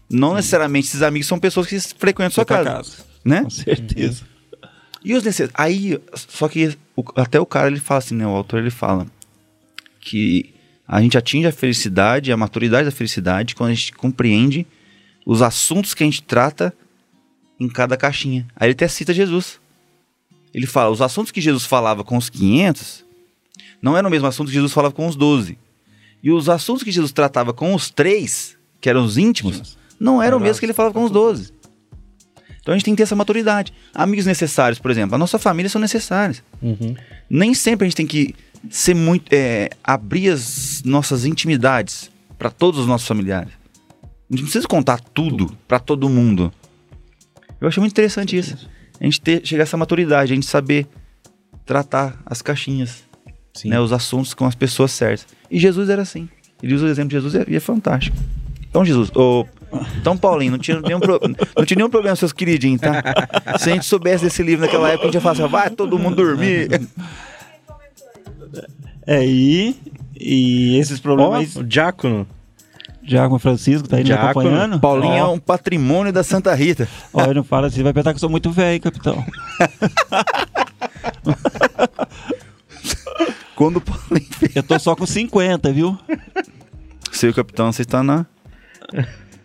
S2: Não necessariamente esses amigos são pessoas que frequentam a sua
S3: Outra
S2: casa,
S3: casa.
S2: né?
S3: Com certeza.
S2: E os necessários. Aí, só que o- até o cara ele fala assim, né? O autor ele fala que a gente atinge a felicidade, a maturidade da felicidade, quando a gente compreende os assuntos que a gente trata em cada caixinha. Aí ele até cita Jesus. Ele fala: os assuntos que Jesus falava com os 500 não eram o mesmo assunto que Jesus falava com os 12. E os assuntos que Jesus tratava com os três, que eram os íntimos, não eram o mesmo que ele falava com os 12. Então a gente tem que ter essa maturidade. Amigos necessários, por exemplo, a nossa família são necessários.
S1: Uhum.
S2: Nem sempre a gente tem que ser muito. é, abrir as nossas intimidades para todos os nossos familiares. A gente não precisa contar tudo para todo mundo. Eu acho muito interessante isso. A gente ter, chegar a essa maturidade, a gente saber tratar as caixinhas,
S1: Sim.
S2: né, os assuntos com as pessoas certas. E Jesus era assim. Ele usa o exemplo de Jesus e é- e é fantástico. Então, Jesus, ô, então, Paulinho, não tinha, nenhum pro- não tinha nenhum problema, seus queridinhos, tá? Se a gente soubesse desse livro naquela época, a gente ia falar assim, vai todo mundo dormir.
S3: É, e, e esses
S1: Ó,
S3: problemas.
S1: o Diácono.
S3: Diácono Francisco tá aí nos
S1: Diácono.
S3: acompanhando.
S2: Paulinho é
S3: Ó,
S2: um patrimônio da Santa Rita.
S3: ó, ele não fala assim, vai pensar que eu sou muito velho, capitão.
S2: Quando o Paulo Henrique-
S3: Eu tô só com 50, viu?
S2: Seu capitão, você está na.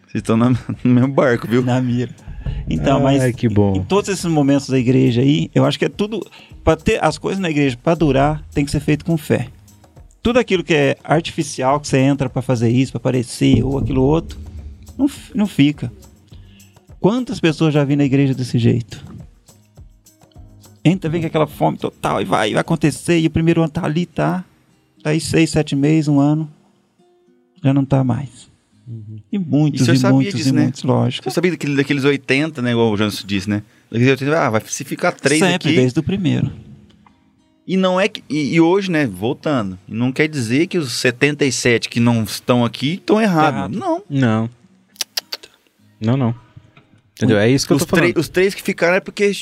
S2: Vocês estão na- no mesmo barco, viu?
S3: Na mira. Então,
S1: Ai,
S3: mas
S1: que bom.
S3: em todos esses momentos da igreja aí, eu acho que é tudo para ter as coisas na igreja para durar, tem que ser feito com fé. Tudo aquilo que é artificial que você entra para fazer isso, para aparecer ou aquilo outro, não, f- não fica. Quantas pessoas já vi na igreja desse jeito? Entra, vem com aquela fome total e vai, vai acontecer. E o primeiro ano tá ali, tá? Tá aí seis, sete meses, um ano. Já não tá mais.
S1: Uhum.
S3: E
S2: E o
S3: muitos,
S2: senhor
S3: e,
S2: sabia
S3: muitos,
S2: disso,
S3: e
S2: né?
S3: muitos, lógico.
S2: Você sabia daquele- daqueles 80, né? Igual o Jansen disse, né? Daqueles 80, ah, vai se ficar três
S3: Sempre,
S2: aqui.
S3: desde o primeiro.
S2: E não é que. E, e hoje, né? Voltando. Não quer dizer que os 77 que não estão aqui estão
S1: Tá
S2: errados.
S3: errado.
S2: Não.
S1: Não. Não, não. Entendeu? É isso que
S2: Os,
S1: eu tô falando.
S2: três- os três que ficaram é porque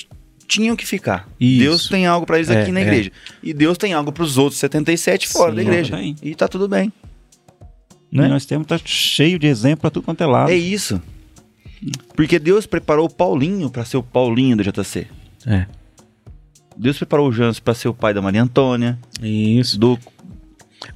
S2: tinham que ficar.
S1: Isso.
S2: Deus tem algo pra eles
S1: É,
S2: aqui na
S1: é.
S2: igreja. E Deus tem algo pros outros 77 fora
S1: Sim.
S2: da igreja.
S3: Tem.
S2: E tá tudo bem. Né?
S3: E nós temos, tá cheio de exemplo pra tudo quanto é lado.
S2: É isso. Porque Deus preparou o Paulinho pra ser o Paulinho do JC.
S1: É.
S2: Deus preparou o Jansen pra ser o pai da Maria Antônia.
S1: Isso.
S2: Do...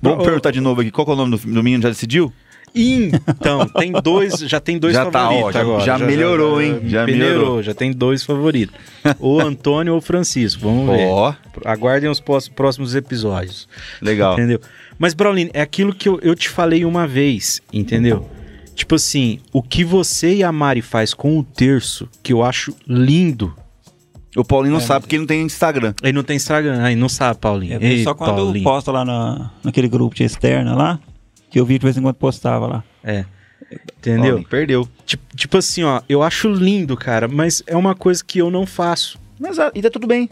S2: Vamos
S1: Ô,
S2: perguntar de novo aqui, qual que é o nome do, do menino? Já decidiu?
S1: Então, tem dois, já tem dois
S2: Já tá, ó,
S1: favoritos
S2: já-
S1: agora.
S2: já melhorou, hein? Já
S1: Já peneirou,
S2: melhorou.
S1: já tem dois favoritos. ou Antônio ou Francisco, vamos ver.
S2: Ó,
S1: Aguardem os pós- próximos episódios.
S2: legal.
S1: Entendeu? Mas, Braulino, é aquilo que eu, eu te falei uma vez, entendeu? Tipo assim, o que você e a Mari faz com o terço, que eu acho lindo.
S2: O
S1: É.
S2: Paulinho não sabe porque ele não tem Instagram.
S1: Ele não tem Instagram, aí não sabe, Paulinho.
S3: Eu vi
S1: Ei,
S3: só quando
S1: Paulinho.
S3: eu posto lá na, naquele grupo de externa lá, que eu vi de vez em quando postava lá.
S1: Entendeu?
S2: Paulinho, perdeu.
S1: Tipo, tipo assim, ó, eu acho lindo, cara, mas é uma coisa que eu não faço.
S2: Mas ah, e tá tudo bem.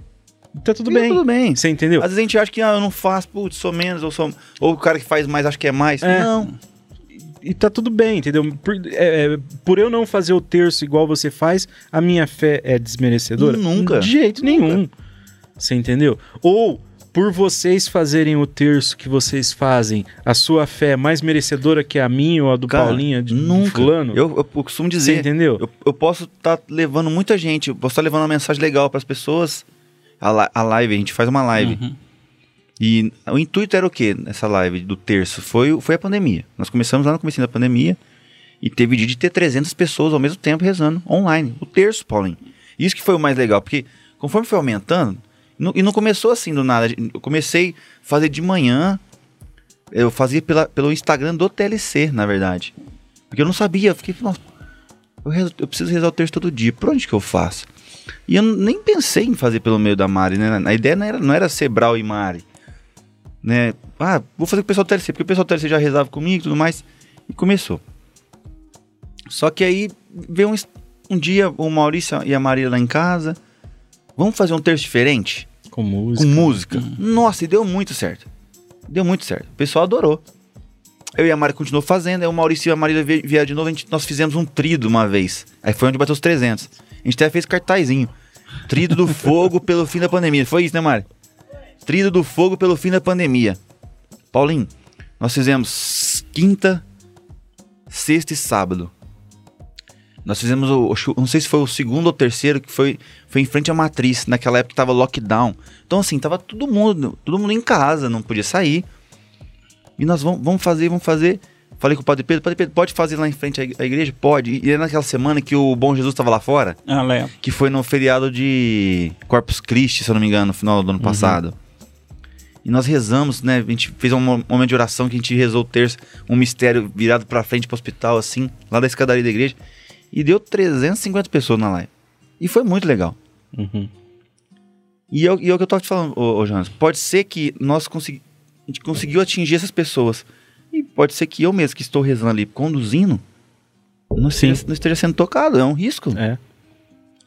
S1: Tá tudo
S2: E
S1: bem.
S2: Tá tudo bem.
S1: Você entendeu?
S2: Às vezes a gente acha que ah, eu não faço, putz, sou menos, ou, sou... ou o cara que faz mais acha que é mais.
S1: É.
S2: Não.
S1: E tá tudo bem, entendeu? Por, é, é, por eu não fazer o terço igual você faz, a minha fé é desmerecedora?
S2: Nunca.
S1: De jeito nenhum. Você entendeu? Ou por vocês fazerem o terço que vocês fazem, a sua fé é mais merecedora que a minha ou a do
S2: Cara,
S1: Paulinha, é de
S2: nunca.
S1: fulano?
S2: Eu, eu costumo
S1: Você
S2: dizer,
S1: entendeu?
S2: eu, eu posso estar levando muita gente, eu posso estar levando uma mensagem legal pras pessoas. A, li- a live, a gente faz uma live.
S3: Uhum.
S2: E o intuito era o quê nessa live do terço? Foi, o- foi a pandemia. Nós começamos lá no comecinho da pandemia e teve dia de ter 300 pessoas ao mesmo tempo rezando online. O terço, Paulinho. Isso que foi o mais legal, porque conforme foi aumentando, no- e não começou assim do nada. Eu comecei a fazer de manhã, eu fazia pela, pelo Instagram do TLC, na verdade. Porque eu não sabia, eu fiquei, nossa, eu, rezo- eu preciso rezar o terço todo dia, por onde que eu faço? E eu nem pensei em fazer pelo meio da Mari, né? A ideia não era, não era ser Brau e Mari né? Ah, vou fazer com o pessoal do TLC, porque o pessoal do TLC já rezava comigo e tudo mais. E começou. Só que aí veio um, es- um dia o Maurício e a Maria lá em casa. Vamos fazer um terço diferente?
S1: Com música.
S2: Com música. Nossa, e deu muito certo. Deu muito certo. O pessoal adorou. Eu e a Mari continuou fazendo, aí o Maurício e a Maria vie- vieram de novo, a gente, nós fizemos um trido uma vez. Aí foi onde bateu os 300. A gente até fez cartazinho. Trido do fogo pelo fim da pandemia. Foi isso, né, Mari? Trido do fogo pelo fim da pandemia. Paulinho, nós fizemos quinta, sexta e sábado. Nós fizemos o, acho- não sei se foi o segundo ou terceiro que foi, foi em frente à matriz, naquela época que tava lockdown. Então assim, tava todo mundo, todo mundo em casa, não podia sair. E nós vamos, vamos fazer, vamos fazer. Falei com o Padre Pedro, Padre Pedro, pode fazer lá em frente à ig- à igreja? Pode. E era naquela semana que o Bom Jesus tava lá fora
S3: Ah, Léo.
S2: que foi no feriado de Corpus Christi, se eu não me engano, no final
S1: Uhum.
S2: do ano passado. E nós rezamos, né? A gente fez um mo- momento de oração que a gente rezou o terço, um mistério virado pra frente pro hospital, assim, lá da escadaria da igreja. E deu 350 pessoas na live. E foi muito legal.
S1: Uhum.
S2: E é, o- e é o que eu tava te falando, ô, ô Jonas. Pode ser que nós consegui, a gente conseguiu atingir essas pessoas. E pode ser que eu mesmo, que estou rezando ali, conduzindo, não
S1: Sim.
S2: esteja, não esteja sendo tocado. É um risco.
S1: É.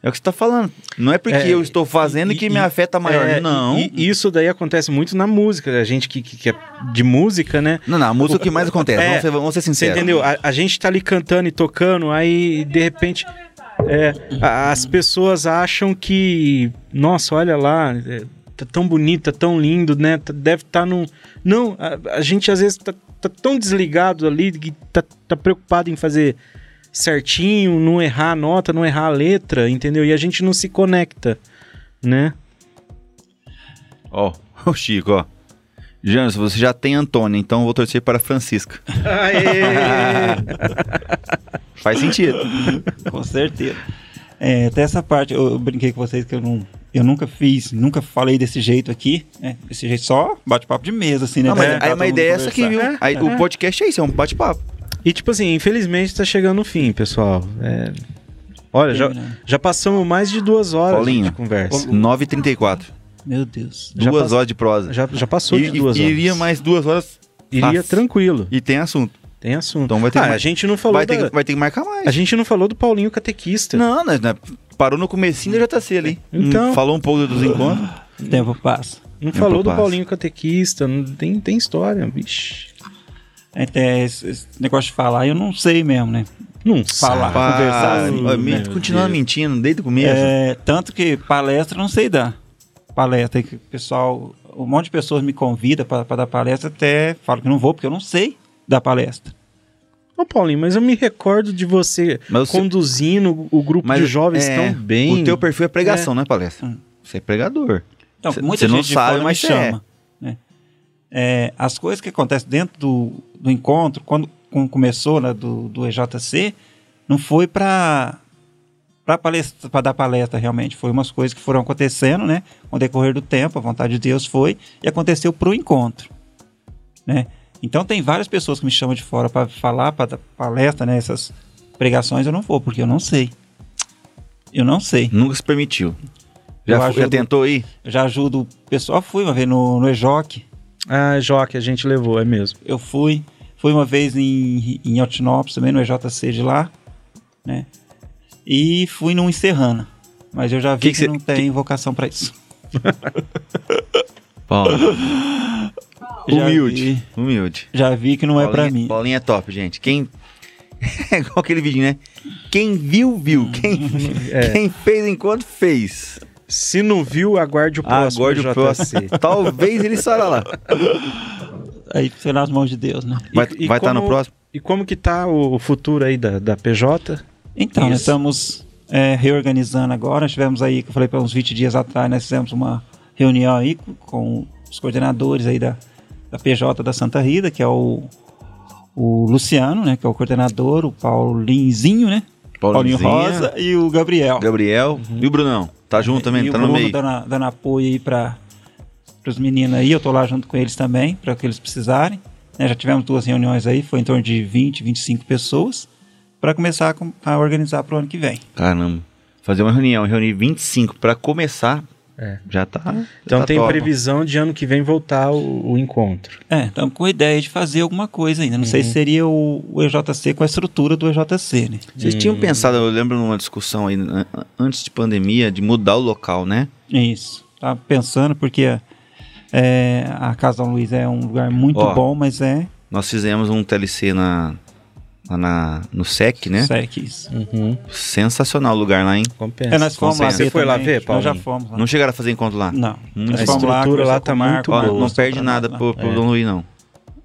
S2: É o que você tá falando. Não é porque
S1: É,
S2: eu estou fazendo
S1: e-
S2: que
S1: e-
S2: minha fé tá maior.
S1: É,
S2: não.
S1: E, e isso daí acontece muito na música. A gente que- que- que é de música, né?
S2: Não, não. A música é o que mais acontece.
S1: É,
S2: vamos, ser, vamos ser
S1: Você
S2: sinceros.
S1: entendeu? A, a gente tá ali cantando e tocando, aí de repente é, a- as pessoas acham que, nossa, olha lá, é, tá tão bonito, tá tão lindo, né? Tá- Deve estar tá num. Não, a, a gente às vezes tá, tá tão desligado ali, que tá, tá preocupado em fazer certinho, não errar a nota, não errar a letra, entendeu? E a gente não se conecta, né?
S2: Ó, o Chico, ó. Janderson, você já tem Antônia, então eu vou torcer para a Francisca. Faz sentido.
S3: Com certeza. É, até essa parte eu, eu brinquei com vocês que eu não. Eu nunca fiz, nunca falei desse jeito aqui, né? Desse jeito só, bate-papo de mesa, assim, né?
S2: Não,
S3: Pra
S2: mas
S3: tentar
S2: aí
S3: todo
S2: uma
S3: mundo
S2: ideia é essa aqui,
S3: conversar.
S2: viu?
S4: É,
S2: Aí,
S4: é.
S2: O podcast é isso, é um bate-papo.
S1: E tipo assim, infelizmente tá chegando o fim, pessoal. É, Olha, já,
S3: né?
S1: já passamos mais de duas horas
S2: Paulinho,
S1: de conversa.
S2: 9h34.
S3: Meu Deus.
S1: É. Já
S2: Duas
S1: passou-
S2: horas de prosa.
S1: Já, já passou
S2: E-
S1: de duas
S2: e-
S1: horas.
S2: Iria mais duas horas
S1: Iria
S2: fácil.
S1: tranquilo.
S2: e tem assunto.
S1: Tem assunto.
S2: Então vai ter
S1: Ah,
S2: mais-
S1: a gente não falou
S2: Vai ter,
S1: da-
S2: que, vai ter que marcar mais.
S1: A gente não falou do Paulinho catequista.
S2: Não, nós, nós parou no comecinho da JC ali.
S1: Então.
S2: Hum, Falou um pouco dos encontros.
S3: O tempo passa.
S1: Não
S2: Tempo
S1: falou do
S2: passa.
S1: Paulinho catequista, não tem, tem história, vixe.
S3: Até esse, esse negócio de falar, eu não sei mesmo, né?
S1: Não
S3: Falar,
S1: sabe.
S2: Pá,
S3: conversar.
S2: ó, me-
S1: Meu
S2: continuando
S1: Deus.
S2: mentindo desde o começo.
S3: É, tanto que palestra eu não sei dar. Palestra que o pessoal, um monte de pessoas me convida para dar palestra, até falo que não vou porque eu não sei dar palestra.
S1: Ô, Paulinho, mas eu me recordo de você
S2: Mas você-
S1: conduzindo o grupo
S2: mas
S1: de jovens
S2: é,
S1: tão bem.
S2: O teu perfil é pregação, né, palestra?
S3: Hum.
S2: Você é pregador.
S3: Então,
S2: Cê-
S3: muita
S2: cê
S3: gente
S2: não
S3: de
S2: sabe,
S3: fora
S2: mas
S3: me
S2: cê é.
S3: chama. né? É, as coisas que acontecem dentro do, do encontro, quando, quando começou né, do, do EJC, não foi para para dar palestra realmente. Foi umas coisas que foram acontecendo, né? Com o decorrer do tempo, a vontade de Deus foi e aconteceu para o encontro, né? Então tem várias pessoas que me chamam de fora para falar, para dar palestra, né? Essas pregações eu não vou porque eu não sei. Eu não sei.
S2: Nunca se permitiu.
S3: Eu
S2: Já,
S3: ajudo.
S2: já tentou aí?
S3: Eu já ajudo o pessoal. Fui uma vez no, no EJOC,
S1: Ah, Joque, a gente levou, é mesmo.
S3: eu fui. Fui uma vez em, em Altinópolis também, no EJC de lá, né? E fui num Serrana. Mas eu já vi
S2: Que
S3: que,
S2: que cê-
S3: não tem vocação pra isso. Já
S2: Humilde.
S3: vi-
S2: Humilde.
S3: Já vi que não é pra
S2: Paulinha-
S3: mim.
S2: Paulinha é top, gente. Quem. É igual aquele vídeo, né? Quem viu, viu. Quem,
S1: É.
S2: quem fez enquanto fez.
S1: Se não viu, aguarde o próximo.
S2: Agora o
S1: tá
S2: próximo. Talvez ele estará lá.
S3: Aí sei lá nas mãos de Deus, né?
S2: Vai
S1: e
S2: estar no
S1: como-
S2: próximo?
S1: E como que tá o o futuro aí da, da PJ?
S3: Então, nós
S1: Isso.
S3: estamos é, reorganizando agora. Nós tivemos aí, que eu falei para uns 20 dias atrás, nós fizemos uma reunião aí com, com os coordenadores aí da, da PJ da Santa Rita, que é o, o Luciano, né? Que é o coordenador, o Paulinzinho, né? Paulinho Rosa e o Gabriel.
S2: Gabriel e o Brunão. Tá junto também,
S3: e
S2: tá
S3: o
S2: no
S3: Bruno
S2: meio.
S3: dando, dando apoio aí para os meninos aí. Eu tô lá junto com eles também, para o que eles precisarem. né? já tivemos duas reuniões aí, foi em torno de 20, 25 pessoas, para começar a, com- a organizar para o ano que vem.
S2: Caramba. Fazer uma reunião, reunir 25 pra começar.
S1: É.
S2: Já tá. já
S1: Então
S2: tá
S1: tem
S2: top.
S1: previsão de ano que vem voltar o, o encontro.
S3: É, estamos com a ideia de fazer alguma coisa ainda. Não sei se seria o, o EJC com a estrutura do EJC, né?
S2: Vocês tinham pensado, eu lembro numa discussão aí an- an- antes de pandemia, de mudar o local, né?
S3: Isso. Tá pensando, porque é, a Casa São Luís é um lugar muito
S2: Ó,
S3: bom, mas é.
S2: Nós fizemos um TLC na, lá na, no SEC, né?
S3: Sério que isso.
S1: Uhum,
S2: Sensacional o lugar lá, hein?
S1: compensa.
S3: É, nós fomos lá ver.
S1: Você foi lá
S3: também.
S1: ver,
S3: Nós já
S1: Paulinho?
S3: fomos lá.
S2: Não chegaram a fazer encontro lá.
S3: Não.
S2: Hum,
S3: Nós
S2: a
S3: fomos
S1: estrutura lá tá
S3: conversou com o
S1: muito
S3: Marco,
S2: Ó,
S3: mostrou
S1: boa.
S2: não
S3: pra
S2: perde
S3: nós
S2: nada
S3: lá.
S2: pro, pro
S1: É.
S2: Dom Luiz, não.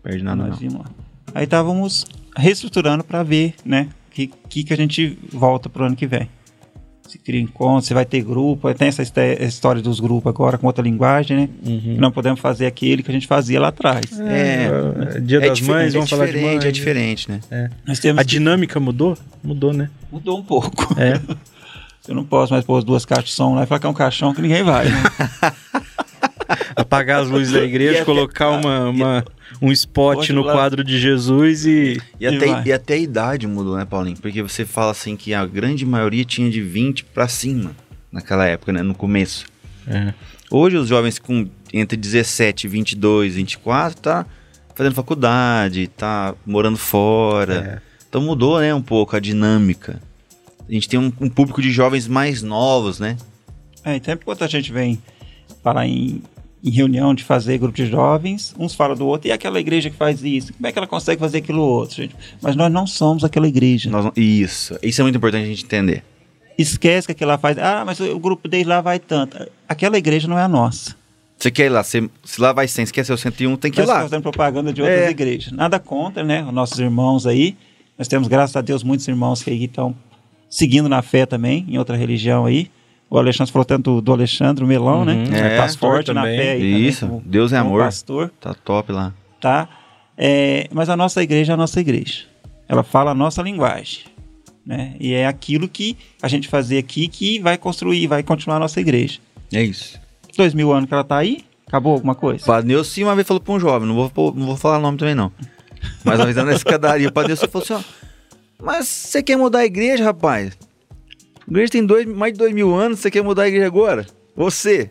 S2: Perde nada,
S3: Nós
S2: não.
S3: vimos lá. Aí estávamos reestruturando para ver, né? O que, que, que a gente volta pro ano que vem. Se cria encontro, se vai ter grupo. aí Tem essa histe- essa história dos grupos agora com outra linguagem, né?
S1: Uhum.
S3: Não podemos fazer aquele que a gente fazia lá atrás.
S2: É,
S1: É, Dia das
S2: difer-
S1: Mães, vamos falar de
S2: diferente,
S1: mãe.
S2: É diferente, né?
S3: Nós temos
S1: A
S3: que-
S1: dinâmica mudou? Mudou, né?
S3: Mudou um pouco.
S1: É.
S3: Eu não posso mais pôr as duas caixas de som lá e falar que é um caixão que ninguém vai. né?
S1: Apagar as luzes da
S2: E
S1: igreja,
S2: até-
S1: colocar uma, uma- um spot
S3: Outro
S1: no
S3: lado.
S1: quadro de Jesus e.
S2: E,
S3: E
S2: até,
S3: vai.
S2: e até a idade mudou, né, Paulinho? Porque você fala assim que a grande maioria tinha de 20 pra cima naquela época, né? No começo.
S1: É.
S2: Hoje os jovens com entre 17, 22, 24 tá fazendo faculdade, tá morando fora. Então mudou, né, um pouco a dinâmica. A gente tem um, um público de jovens mais novos, né?
S3: É, então enquanto a gente vem falar em, em reunião de fazer grupo de jovens, uns falam do outro, e aquela igreja que faz isso? Como é que ela consegue fazer aquilo outro, gente? Mas nós não somos aquela igreja.
S2: Nós não- isso, isso é muito importante a gente entender.
S3: Esquece que aquilo lá faz, ah, mas o grupo deles lá vai tanto. Aquela igreja não é a nossa.
S2: Você quer ir lá, você, se lá vai 100, esquece o 101, tem que ir
S3: Nós
S2: lá.
S3: fazendo propaganda de outras
S2: É.
S3: igrejas. Nada contra, né? Os nossos irmãos aí. Nós temos, graças a Deus, muitos irmãos que aí estão seguindo na fé também, em outra religião aí. O Alexandre falou tanto do Alexandre Melão, né?
S1: Uhum,
S2: é,
S3: tá forte na
S1: também.
S3: fé aí também
S2: Isso,
S3: como-
S2: Deus é
S3: como
S2: amor.
S3: pastor,
S2: Tá top lá.
S3: tá? É, mas a nossa igreja é a nossa igreja. Ela fala a nossa linguagem, né? E é aquilo que a gente fazer aqui que vai construir, vai continuar a nossa igreja.
S2: É isso.
S3: Dois mil anos que ela tá aí, acabou alguma coisa?
S2: O Padre Nilson uma vez falou pra um jovem, não vou, pô- não vou falar o nome também não. Mas uma vez lá na escadaria, o Padre Nilson falou assim, ó. Mas você quer mudar a igreja, rapaz? A igreja tem dois, mais de dois mil anos, você quer mudar a igreja agora? Você,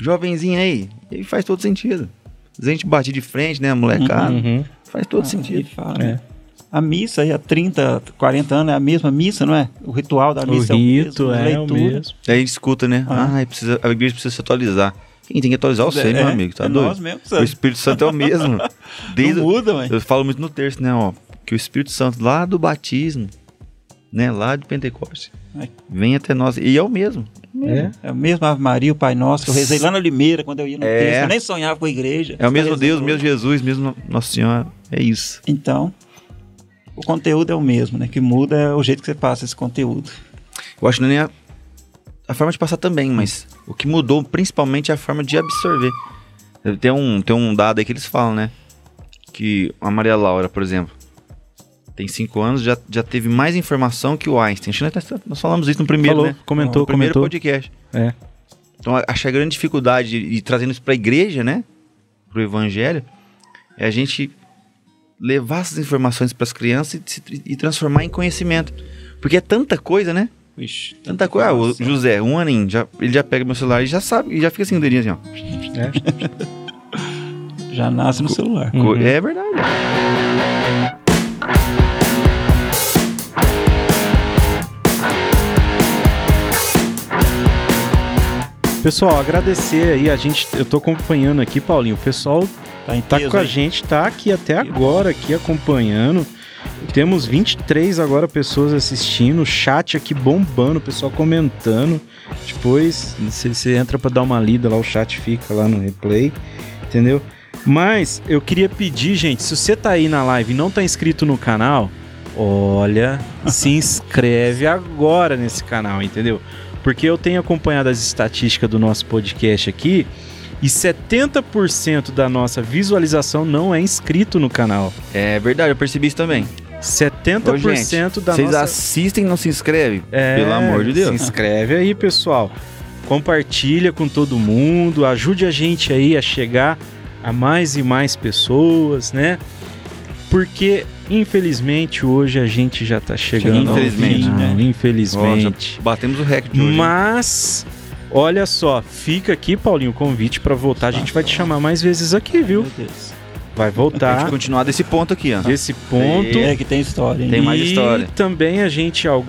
S2: jovenzinho aí. E aí faz todo sentido. Às vezes A gente bate de frente, né, molecada?
S1: Uhum. É.
S2: Faz todo
S3: Ah,
S2: sentido.
S3: ele fala,
S2: É.
S3: né? A missa aí há 30, 40 anos é a mesma missa, não é? O ritual da
S1: O
S3: missa
S1: rito
S3: é o mesmo, a
S1: é, o
S3: leitura.
S1: mesmo.
S2: Aí a gente escuta, né?
S3: Ah.
S2: Ah, precisa, a igreja precisa se atualizar. Quem tem que atualizar é você,
S3: É,
S2: meu amigo, tá
S3: é
S2: doido?
S3: nós mesmos,
S2: O
S3: sabe?
S2: Espírito Santo é o mesmo. Desde,
S3: Não muda, ué.
S2: Eu falo muito no terço, né? Ó, que o Espírito Santo lá do batismo, né? Lá de Pentecostes,
S3: Ai.
S2: vem até nós. E é o mesmo.
S1: É.
S3: É o mesmo Ave Maria, o Pai Nosso, que eu rezei lá na Limeira quando eu ia no
S2: É.
S3: texto, eu nem sonhava com a igreja.
S2: É o mesmo
S3: Rezando.
S2: Deus, mesmo Jesus, mesmo Nossa Senhora. É isso.
S3: Então, o conteúdo é o mesmo, né? O que muda é o jeito que você passa esse conteúdo.
S2: Eu acho que não é nem a, a forma de passar também, mas o que mudou principalmente é a forma de absorver. Tem um, tem um dado aí que eles falam, né? Que a Maria Laura, por exemplo, tem cinco anos, já, já teve mais informação que o Einstein. Acho que nós, nós falamos isso no primeiro,
S1: Falou,
S2: né?
S1: comentou,
S2: no primeiro
S1: comentou.
S2: podcast.
S1: É.
S2: Então, a- acho que a grande dificuldade, e trazendo isso pra igreja, né? Pro evangelho, é a gente levar essas informações pras crianças e, se- e transformar em conhecimento. Porque é tanta coisa, né?
S3: Ixi,
S2: Tanta coisa. Ah, o
S3: informação.
S2: José, um aninho, já, ele já pega meu celular e já sabe, e já fica assim, o dedinho assim, ó.
S1: É.
S3: Ah, Já nasce no celular.
S2: Co-
S1: Uhum.
S2: É verdade.
S1: Pessoal, agradecer aí. A gente, eu tô acompanhando aqui, Paulinho. O pessoal
S3: Tá em
S1: tá
S3: peso
S1: com a
S3: aí.
S1: gente, tá aqui até agora, aqui acompanhando. Temos 23 agora pessoas assistindo, o chat aqui bombando, o pessoal comentando. Depois você você entra pra dar uma lida lá, o chat fica lá no replay, entendeu? Mas eu queria pedir, gente, se você tá aí na live e não tá inscrito no canal, olha, se inscreve agora nesse canal, entendeu? Porque eu tenho acompanhado as estatísticas do nosso podcast aqui e 70% da nossa visualização não é inscrito no canal.
S2: É verdade, eu percebi isso também.
S1: 70%
S2: Ô, gente,
S1: da
S2: Vocês
S1: nossa
S2: assistem e não se inscrevem?
S1: É,
S2: Pelo amor de Deus.
S1: Se inscreve aí, pessoal. Compartilha com todo mundo, ajude a gente aí a chegar a mais e mais pessoas, né? Porque infelizmente hoje a gente já tá chegando ao
S2: Infelizmente,
S1: final,
S3: né?
S1: infelizmente.
S2: Batemos o recorde de hoje. hein?
S1: Mas, olha só, fica aqui, Paulinho, o convite pra voltar. A gente vai te chamar mais vezes aqui, viu?
S3: Meu Deus.
S1: Vai
S2: Tem que
S1: voltar
S2: continuar desse ponto aqui, ó.
S1: desse ponto.
S3: É que tem história, hein?
S2: Tem mais
S1: e
S2: história.
S1: também a gente, al-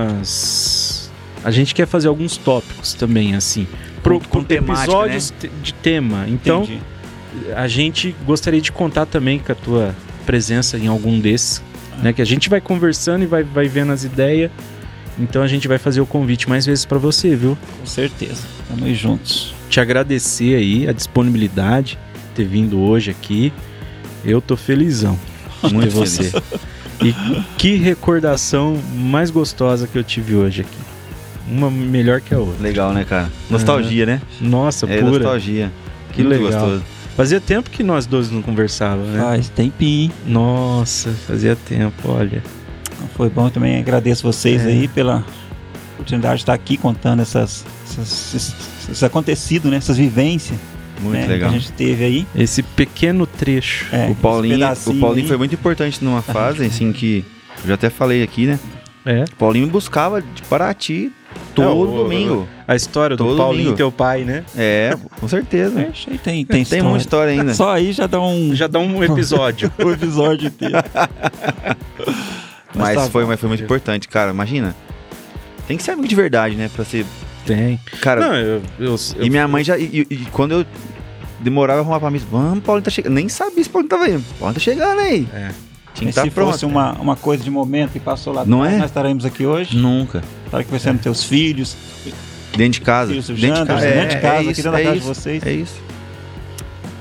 S1: algumas... A gente quer fazer alguns tópicos também, assim. Pro,
S2: Com- com
S1: pro-
S2: temática, né?
S1: episódios te- de tema. Então,
S3: Entendi.
S1: a gente gostaria de contar também com a tua presença em algum desses,
S2: Ah.
S1: né? Que a gente vai conversando e vai, vai vendo as ideias. Então a gente vai fazer o convite mais vezes pra você, viu?
S3: com certeza. Tamo juntos.
S1: te agradecer aí a disponibilidade ter vindo hoje aqui. Eu tô felizão de ter
S2: Muito
S1: você. E que recordação mais gostosa que eu tive hoje aqui. Uma melhor que a outra.
S2: Legal, né, cara? Nostalgia, né?
S1: Nossa,
S2: É
S1: pura.
S2: nostalgia.
S1: Que
S2: Muito
S1: legal.
S2: gostoso.
S1: Fazia tempo que nós dois não conversávamos,
S2: É.
S1: né?
S3: Faz tempinho.
S2: Ah.
S1: Nossa, fazia tempo, olha.
S3: Então Foi bom também, agradeço vocês
S1: É.
S3: aí pela oportunidade de estar aqui contando essas, essas- esses, esses acontecidos, né? Essas vivências
S2: Muito
S3: né,
S2: legal.
S3: que a gente teve aí.
S1: Esse pequeno trecho.
S3: É,
S2: O
S3: esse
S2: Paulinho, o
S3: pedacinho
S2: Paulinho
S3: aí.
S2: foi muito importante numa fase, assim, que eu já até falei aqui, né?
S1: É.
S2: O Paulinho buscava de Paraty todo
S1: É, o-
S2: domingo.
S1: A história do
S2: Todo
S1: Paulinho,
S2: domingo.
S1: teu pai, né?
S2: É, com certeza.
S3: É, achei, tem, tem,
S2: Tem um né? muita história ainda.
S3: Só aí já dá um,
S1: Já dá um episódio.
S3: um episódio inteiro.
S2: Mas,
S3: tá
S2: foi,
S3: bom.
S2: mas foi muito importante, cara. Imagina. Tem que ser amigo de verdade, né? Pra ser.
S1: Tem.
S2: Cara,
S1: Não, eu, eu-
S2: e minha mãe já. E, e- e quando eu demorava a arrumar pra mim, vamos, Paulinho tá chegando. Nem sabia se o Paulinho tava indo. Paulinho tá chegando aí.
S1: É.
S2: Tinha que
S3: Mas
S2: estar
S3: se
S2: pronto.
S3: fosse uma, uma coisa de momento que passou lá
S2: Tá Não
S3: atrás,
S2: é?
S3: nós estaremos aqui hoje.
S2: Nunca.
S3: Estarei conversando com teus filhos,
S2: Dentro de casa.
S3: filhos do
S2: Dentro de
S3: Janders,
S2: casa.
S3: dentro de casa, aqui
S2: isso,
S3: dentro da
S2: é
S3: casa de
S2: isso,
S3: vocês.
S2: É isso.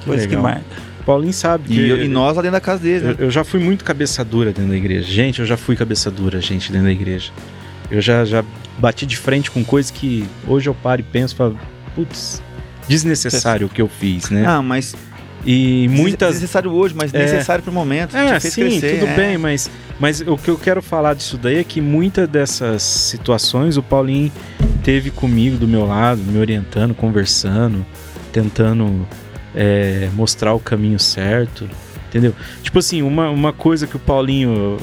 S3: Coisa que
S1: legal.
S3: marca.
S1: Paulinho sabe
S2: E,
S1: que
S2: eu- e nós lá dentro da casa deles, né?
S1: Eu, eu já fui muito cabeça dura dentro da igreja. Gente, eu já fui cabeça dura, gente, dentro da igreja. Eu já, já bati de frente com coisa que hoje eu paro e penso, e falo, putz, desnecessário o que eu fiz, né?
S2: Ah, mas
S1: E muitas
S2: necessário hoje, mas
S1: É.
S2: necessário pro momento.
S1: É,
S2: te fez
S1: sim,
S2: crescer,
S1: tudo
S2: é.
S1: bem, mas, mas o que eu quero falar disso daí é que muitas dessas situações o Paulinho teve comigo do meu lado, me orientando, conversando, tentando é, mostrar o caminho certo, entendeu? Tipo assim, uma, uma coisa que o Paulinho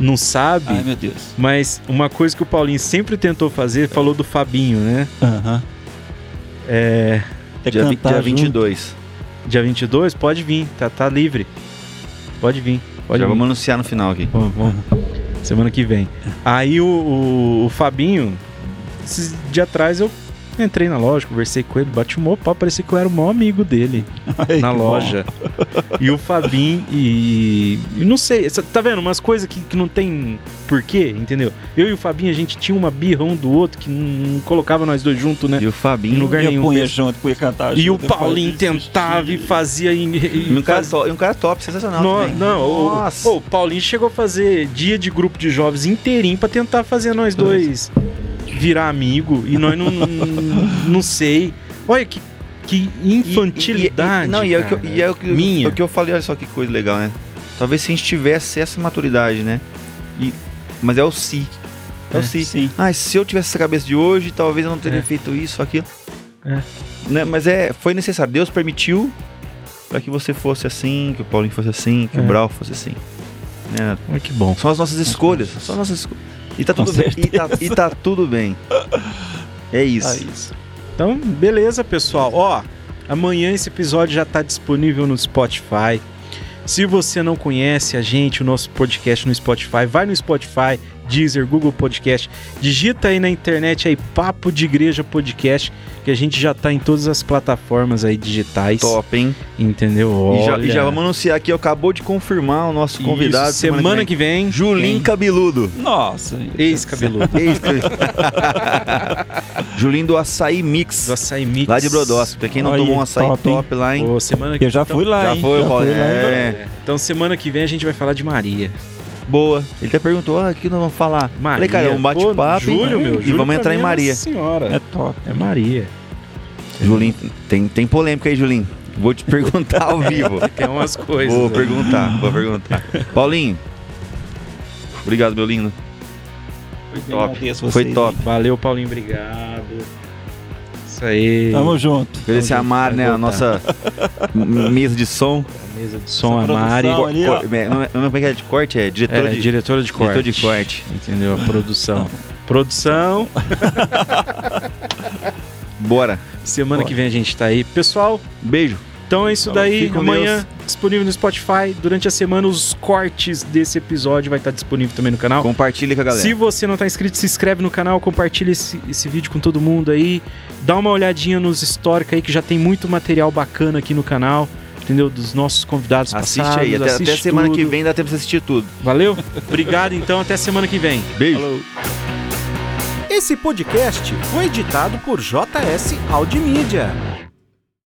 S1: não sabe,
S3: Ai, meu Deus.
S1: mas uma coisa que o Paulinho sempre tentou fazer, falou do Fabinho, né?
S3: Aham. É.
S2: Dia, vi-
S3: cantar
S2: dia
S3: junto.
S2: 22.
S1: Dia 22, pode vir, tá, tá livre. Pode vir, pode
S2: Já
S1: vir.
S2: vamos anunciar no final aqui.
S1: Vamos, vamos. Semana que vem. Aí o, o- o Fabinho, esses dias atrás eu entrei na loja, conversei com ele, bati um papo, parecia que eu era o maior amigo dele
S3: Ai,
S1: na
S3: que
S1: loja. E o Fabinho e, e não sei, cê tá vendo? Umas coisas que, que não tem porquê, entendeu? Eu e o Fabinho, a gente tinha uma birra um do outro que não, não colocava nós dois juntos, né?
S2: E o Fabinho.
S1: Em
S3: bom.
S1: lugar
S3: Ia
S1: nenhum.
S3: punha junto, punha cantar
S1: E o
S3: junto, eu
S1: Paulinho
S3: fazia isso,
S1: tentava e
S3: xixi.
S1: fazia... e- e-
S2: E um cara, to- e um cara top, sensacional.
S1: No-
S2: também.
S1: não, o-
S2: Nossa.
S1: o Paulinho chegou a fazer dia de grupo de jovens inteirinho pra tentar fazer nós dois virar amigo e nós não, não, não sei. Olha que, que
S2: E- e-
S1: infantilidade.
S2: E, não, e é, o que, eu-
S1: cara.
S2: e é o que,
S1: Minha.
S2: é o que eu falei, olha só que coisa legal, né? Talvez se a gente tivesse essa maturidade, né? E, mas é o se. É,
S1: É,
S2: o se.
S3: sim.
S2: Ah, se eu tivesse essa cabeça de hoje, talvez eu não teria
S1: É.
S2: feito isso, aquilo.
S1: É.
S2: Né? Mas é, foi necessário. Deus permitiu para que você fosse assim, que o Paulinho fosse assim, que
S1: É.
S2: o Brau fosse assim. Né?
S1: Olha que bom.
S2: São as nossas escolhas. São as nossas escolhas. E tá
S3: Com
S2: tudo bem. E tá, e tá tudo bem. É isso.
S1: Tá
S3: Ah, isso.
S1: Então, beleza, pessoal. Ó, amanhã esse episódio já tá disponível no Spotify. Se você não conhece a gente, o nosso podcast no Spotify, vai no Spotify, Deezer, Google Podcast, digita aí na internet aí Papo de Igreja Podcast, que a gente já tá em todas as plataformas aí digitais,
S2: Top, hein?
S1: entendeu?
S2: E já, e
S1: Olha,
S2: já vamos anunciar aqui, ó, acabou de confirmar o nosso
S1: isso,
S2: convidado.
S1: semana, que vem,
S2: Julinho Cabeludo.
S3: Nossa.
S1: ex-cabeludo
S2: Ex- Julinho do Açaí Mix.
S1: do Açaí Mix.
S2: Lá de Brodós. Pra quem não
S3: Aí,
S2: tomou um açaí top,
S3: top, hein?
S2: lá, hein?
S1: Pô, semana que
S3: Eu já fui lá,
S2: Já
S3: hein?
S2: foi,
S3: Já
S2: Paulinho.
S3: lá, hein?
S2: É,
S1: Então semana que vem a gente vai falar de Maria.
S2: boa. Ele até perguntou, ah, o que nós vamos falar?
S1: Maria.
S2: Falei, cara, é um
S1: pô,
S2: bate-papo.
S1: Júlio, meu.
S2: E
S1: Júlio
S2: vamos
S1: pra
S2: entrar em
S1: mim é
S2: Maria.
S1: Nossa senhora.
S3: É top.
S1: É Maria.
S2: Julinho, tem, tem polêmica aí, Julinho. Vou te perguntar ao vivo.
S1: Tem umas coisas.
S2: Vou
S1: né?
S2: perguntar, vou perguntar. Paulinho. Obrigado, meu lindo.
S3: Eu
S2: Top.
S3: agradeço
S2: Foi
S3: vocês,
S2: top.
S1: Valeu, Paulinho, obrigado. Isso aí.
S3: hein? Tamo junto.
S2: Agradecer a Mari, né? A nossa mesa de som.
S1: A mesa de som, a
S3: Essa
S1: Mari.
S3: produção ali, ó.
S2: Cor- é, não, é- não é como é que é de corte? É diretor
S1: É,
S2: de,
S1: diretora de corte.
S2: diretor de corte.
S1: Entendeu? A produção. produção.
S2: Bora.
S1: Semana que vem a gente tá aí. Pessoal,
S2: Beijo.
S1: então é isso
S2: Falou,
S1: daí.
S2: fique com
S1: Amanhã, disponível no Spotify. Durante a semana, os cortes desse episódio vai estar disponível também no canal.
S2: Compartilha com a galera.
S1: Se você não tá inscrito, se inscreve no canal, compartilha esse, esse vídeo com todo mundo aí. Dá uma olhadinha nos históricos aí, que já tem muito material bacana aqui no canal, entendeu? Dos nossos convidados
S2: Assiste
S1: passados.
S2: aí. Até, até
S1: assiste
S2: semana que
S1: tudo.
S2: vem dá tempo de assistir tudo.
S1: Valeu? Obrigado, então. Até semana que vem.
S2: Beijo.
S4: Esse podcast foi editado por JS Audimídia.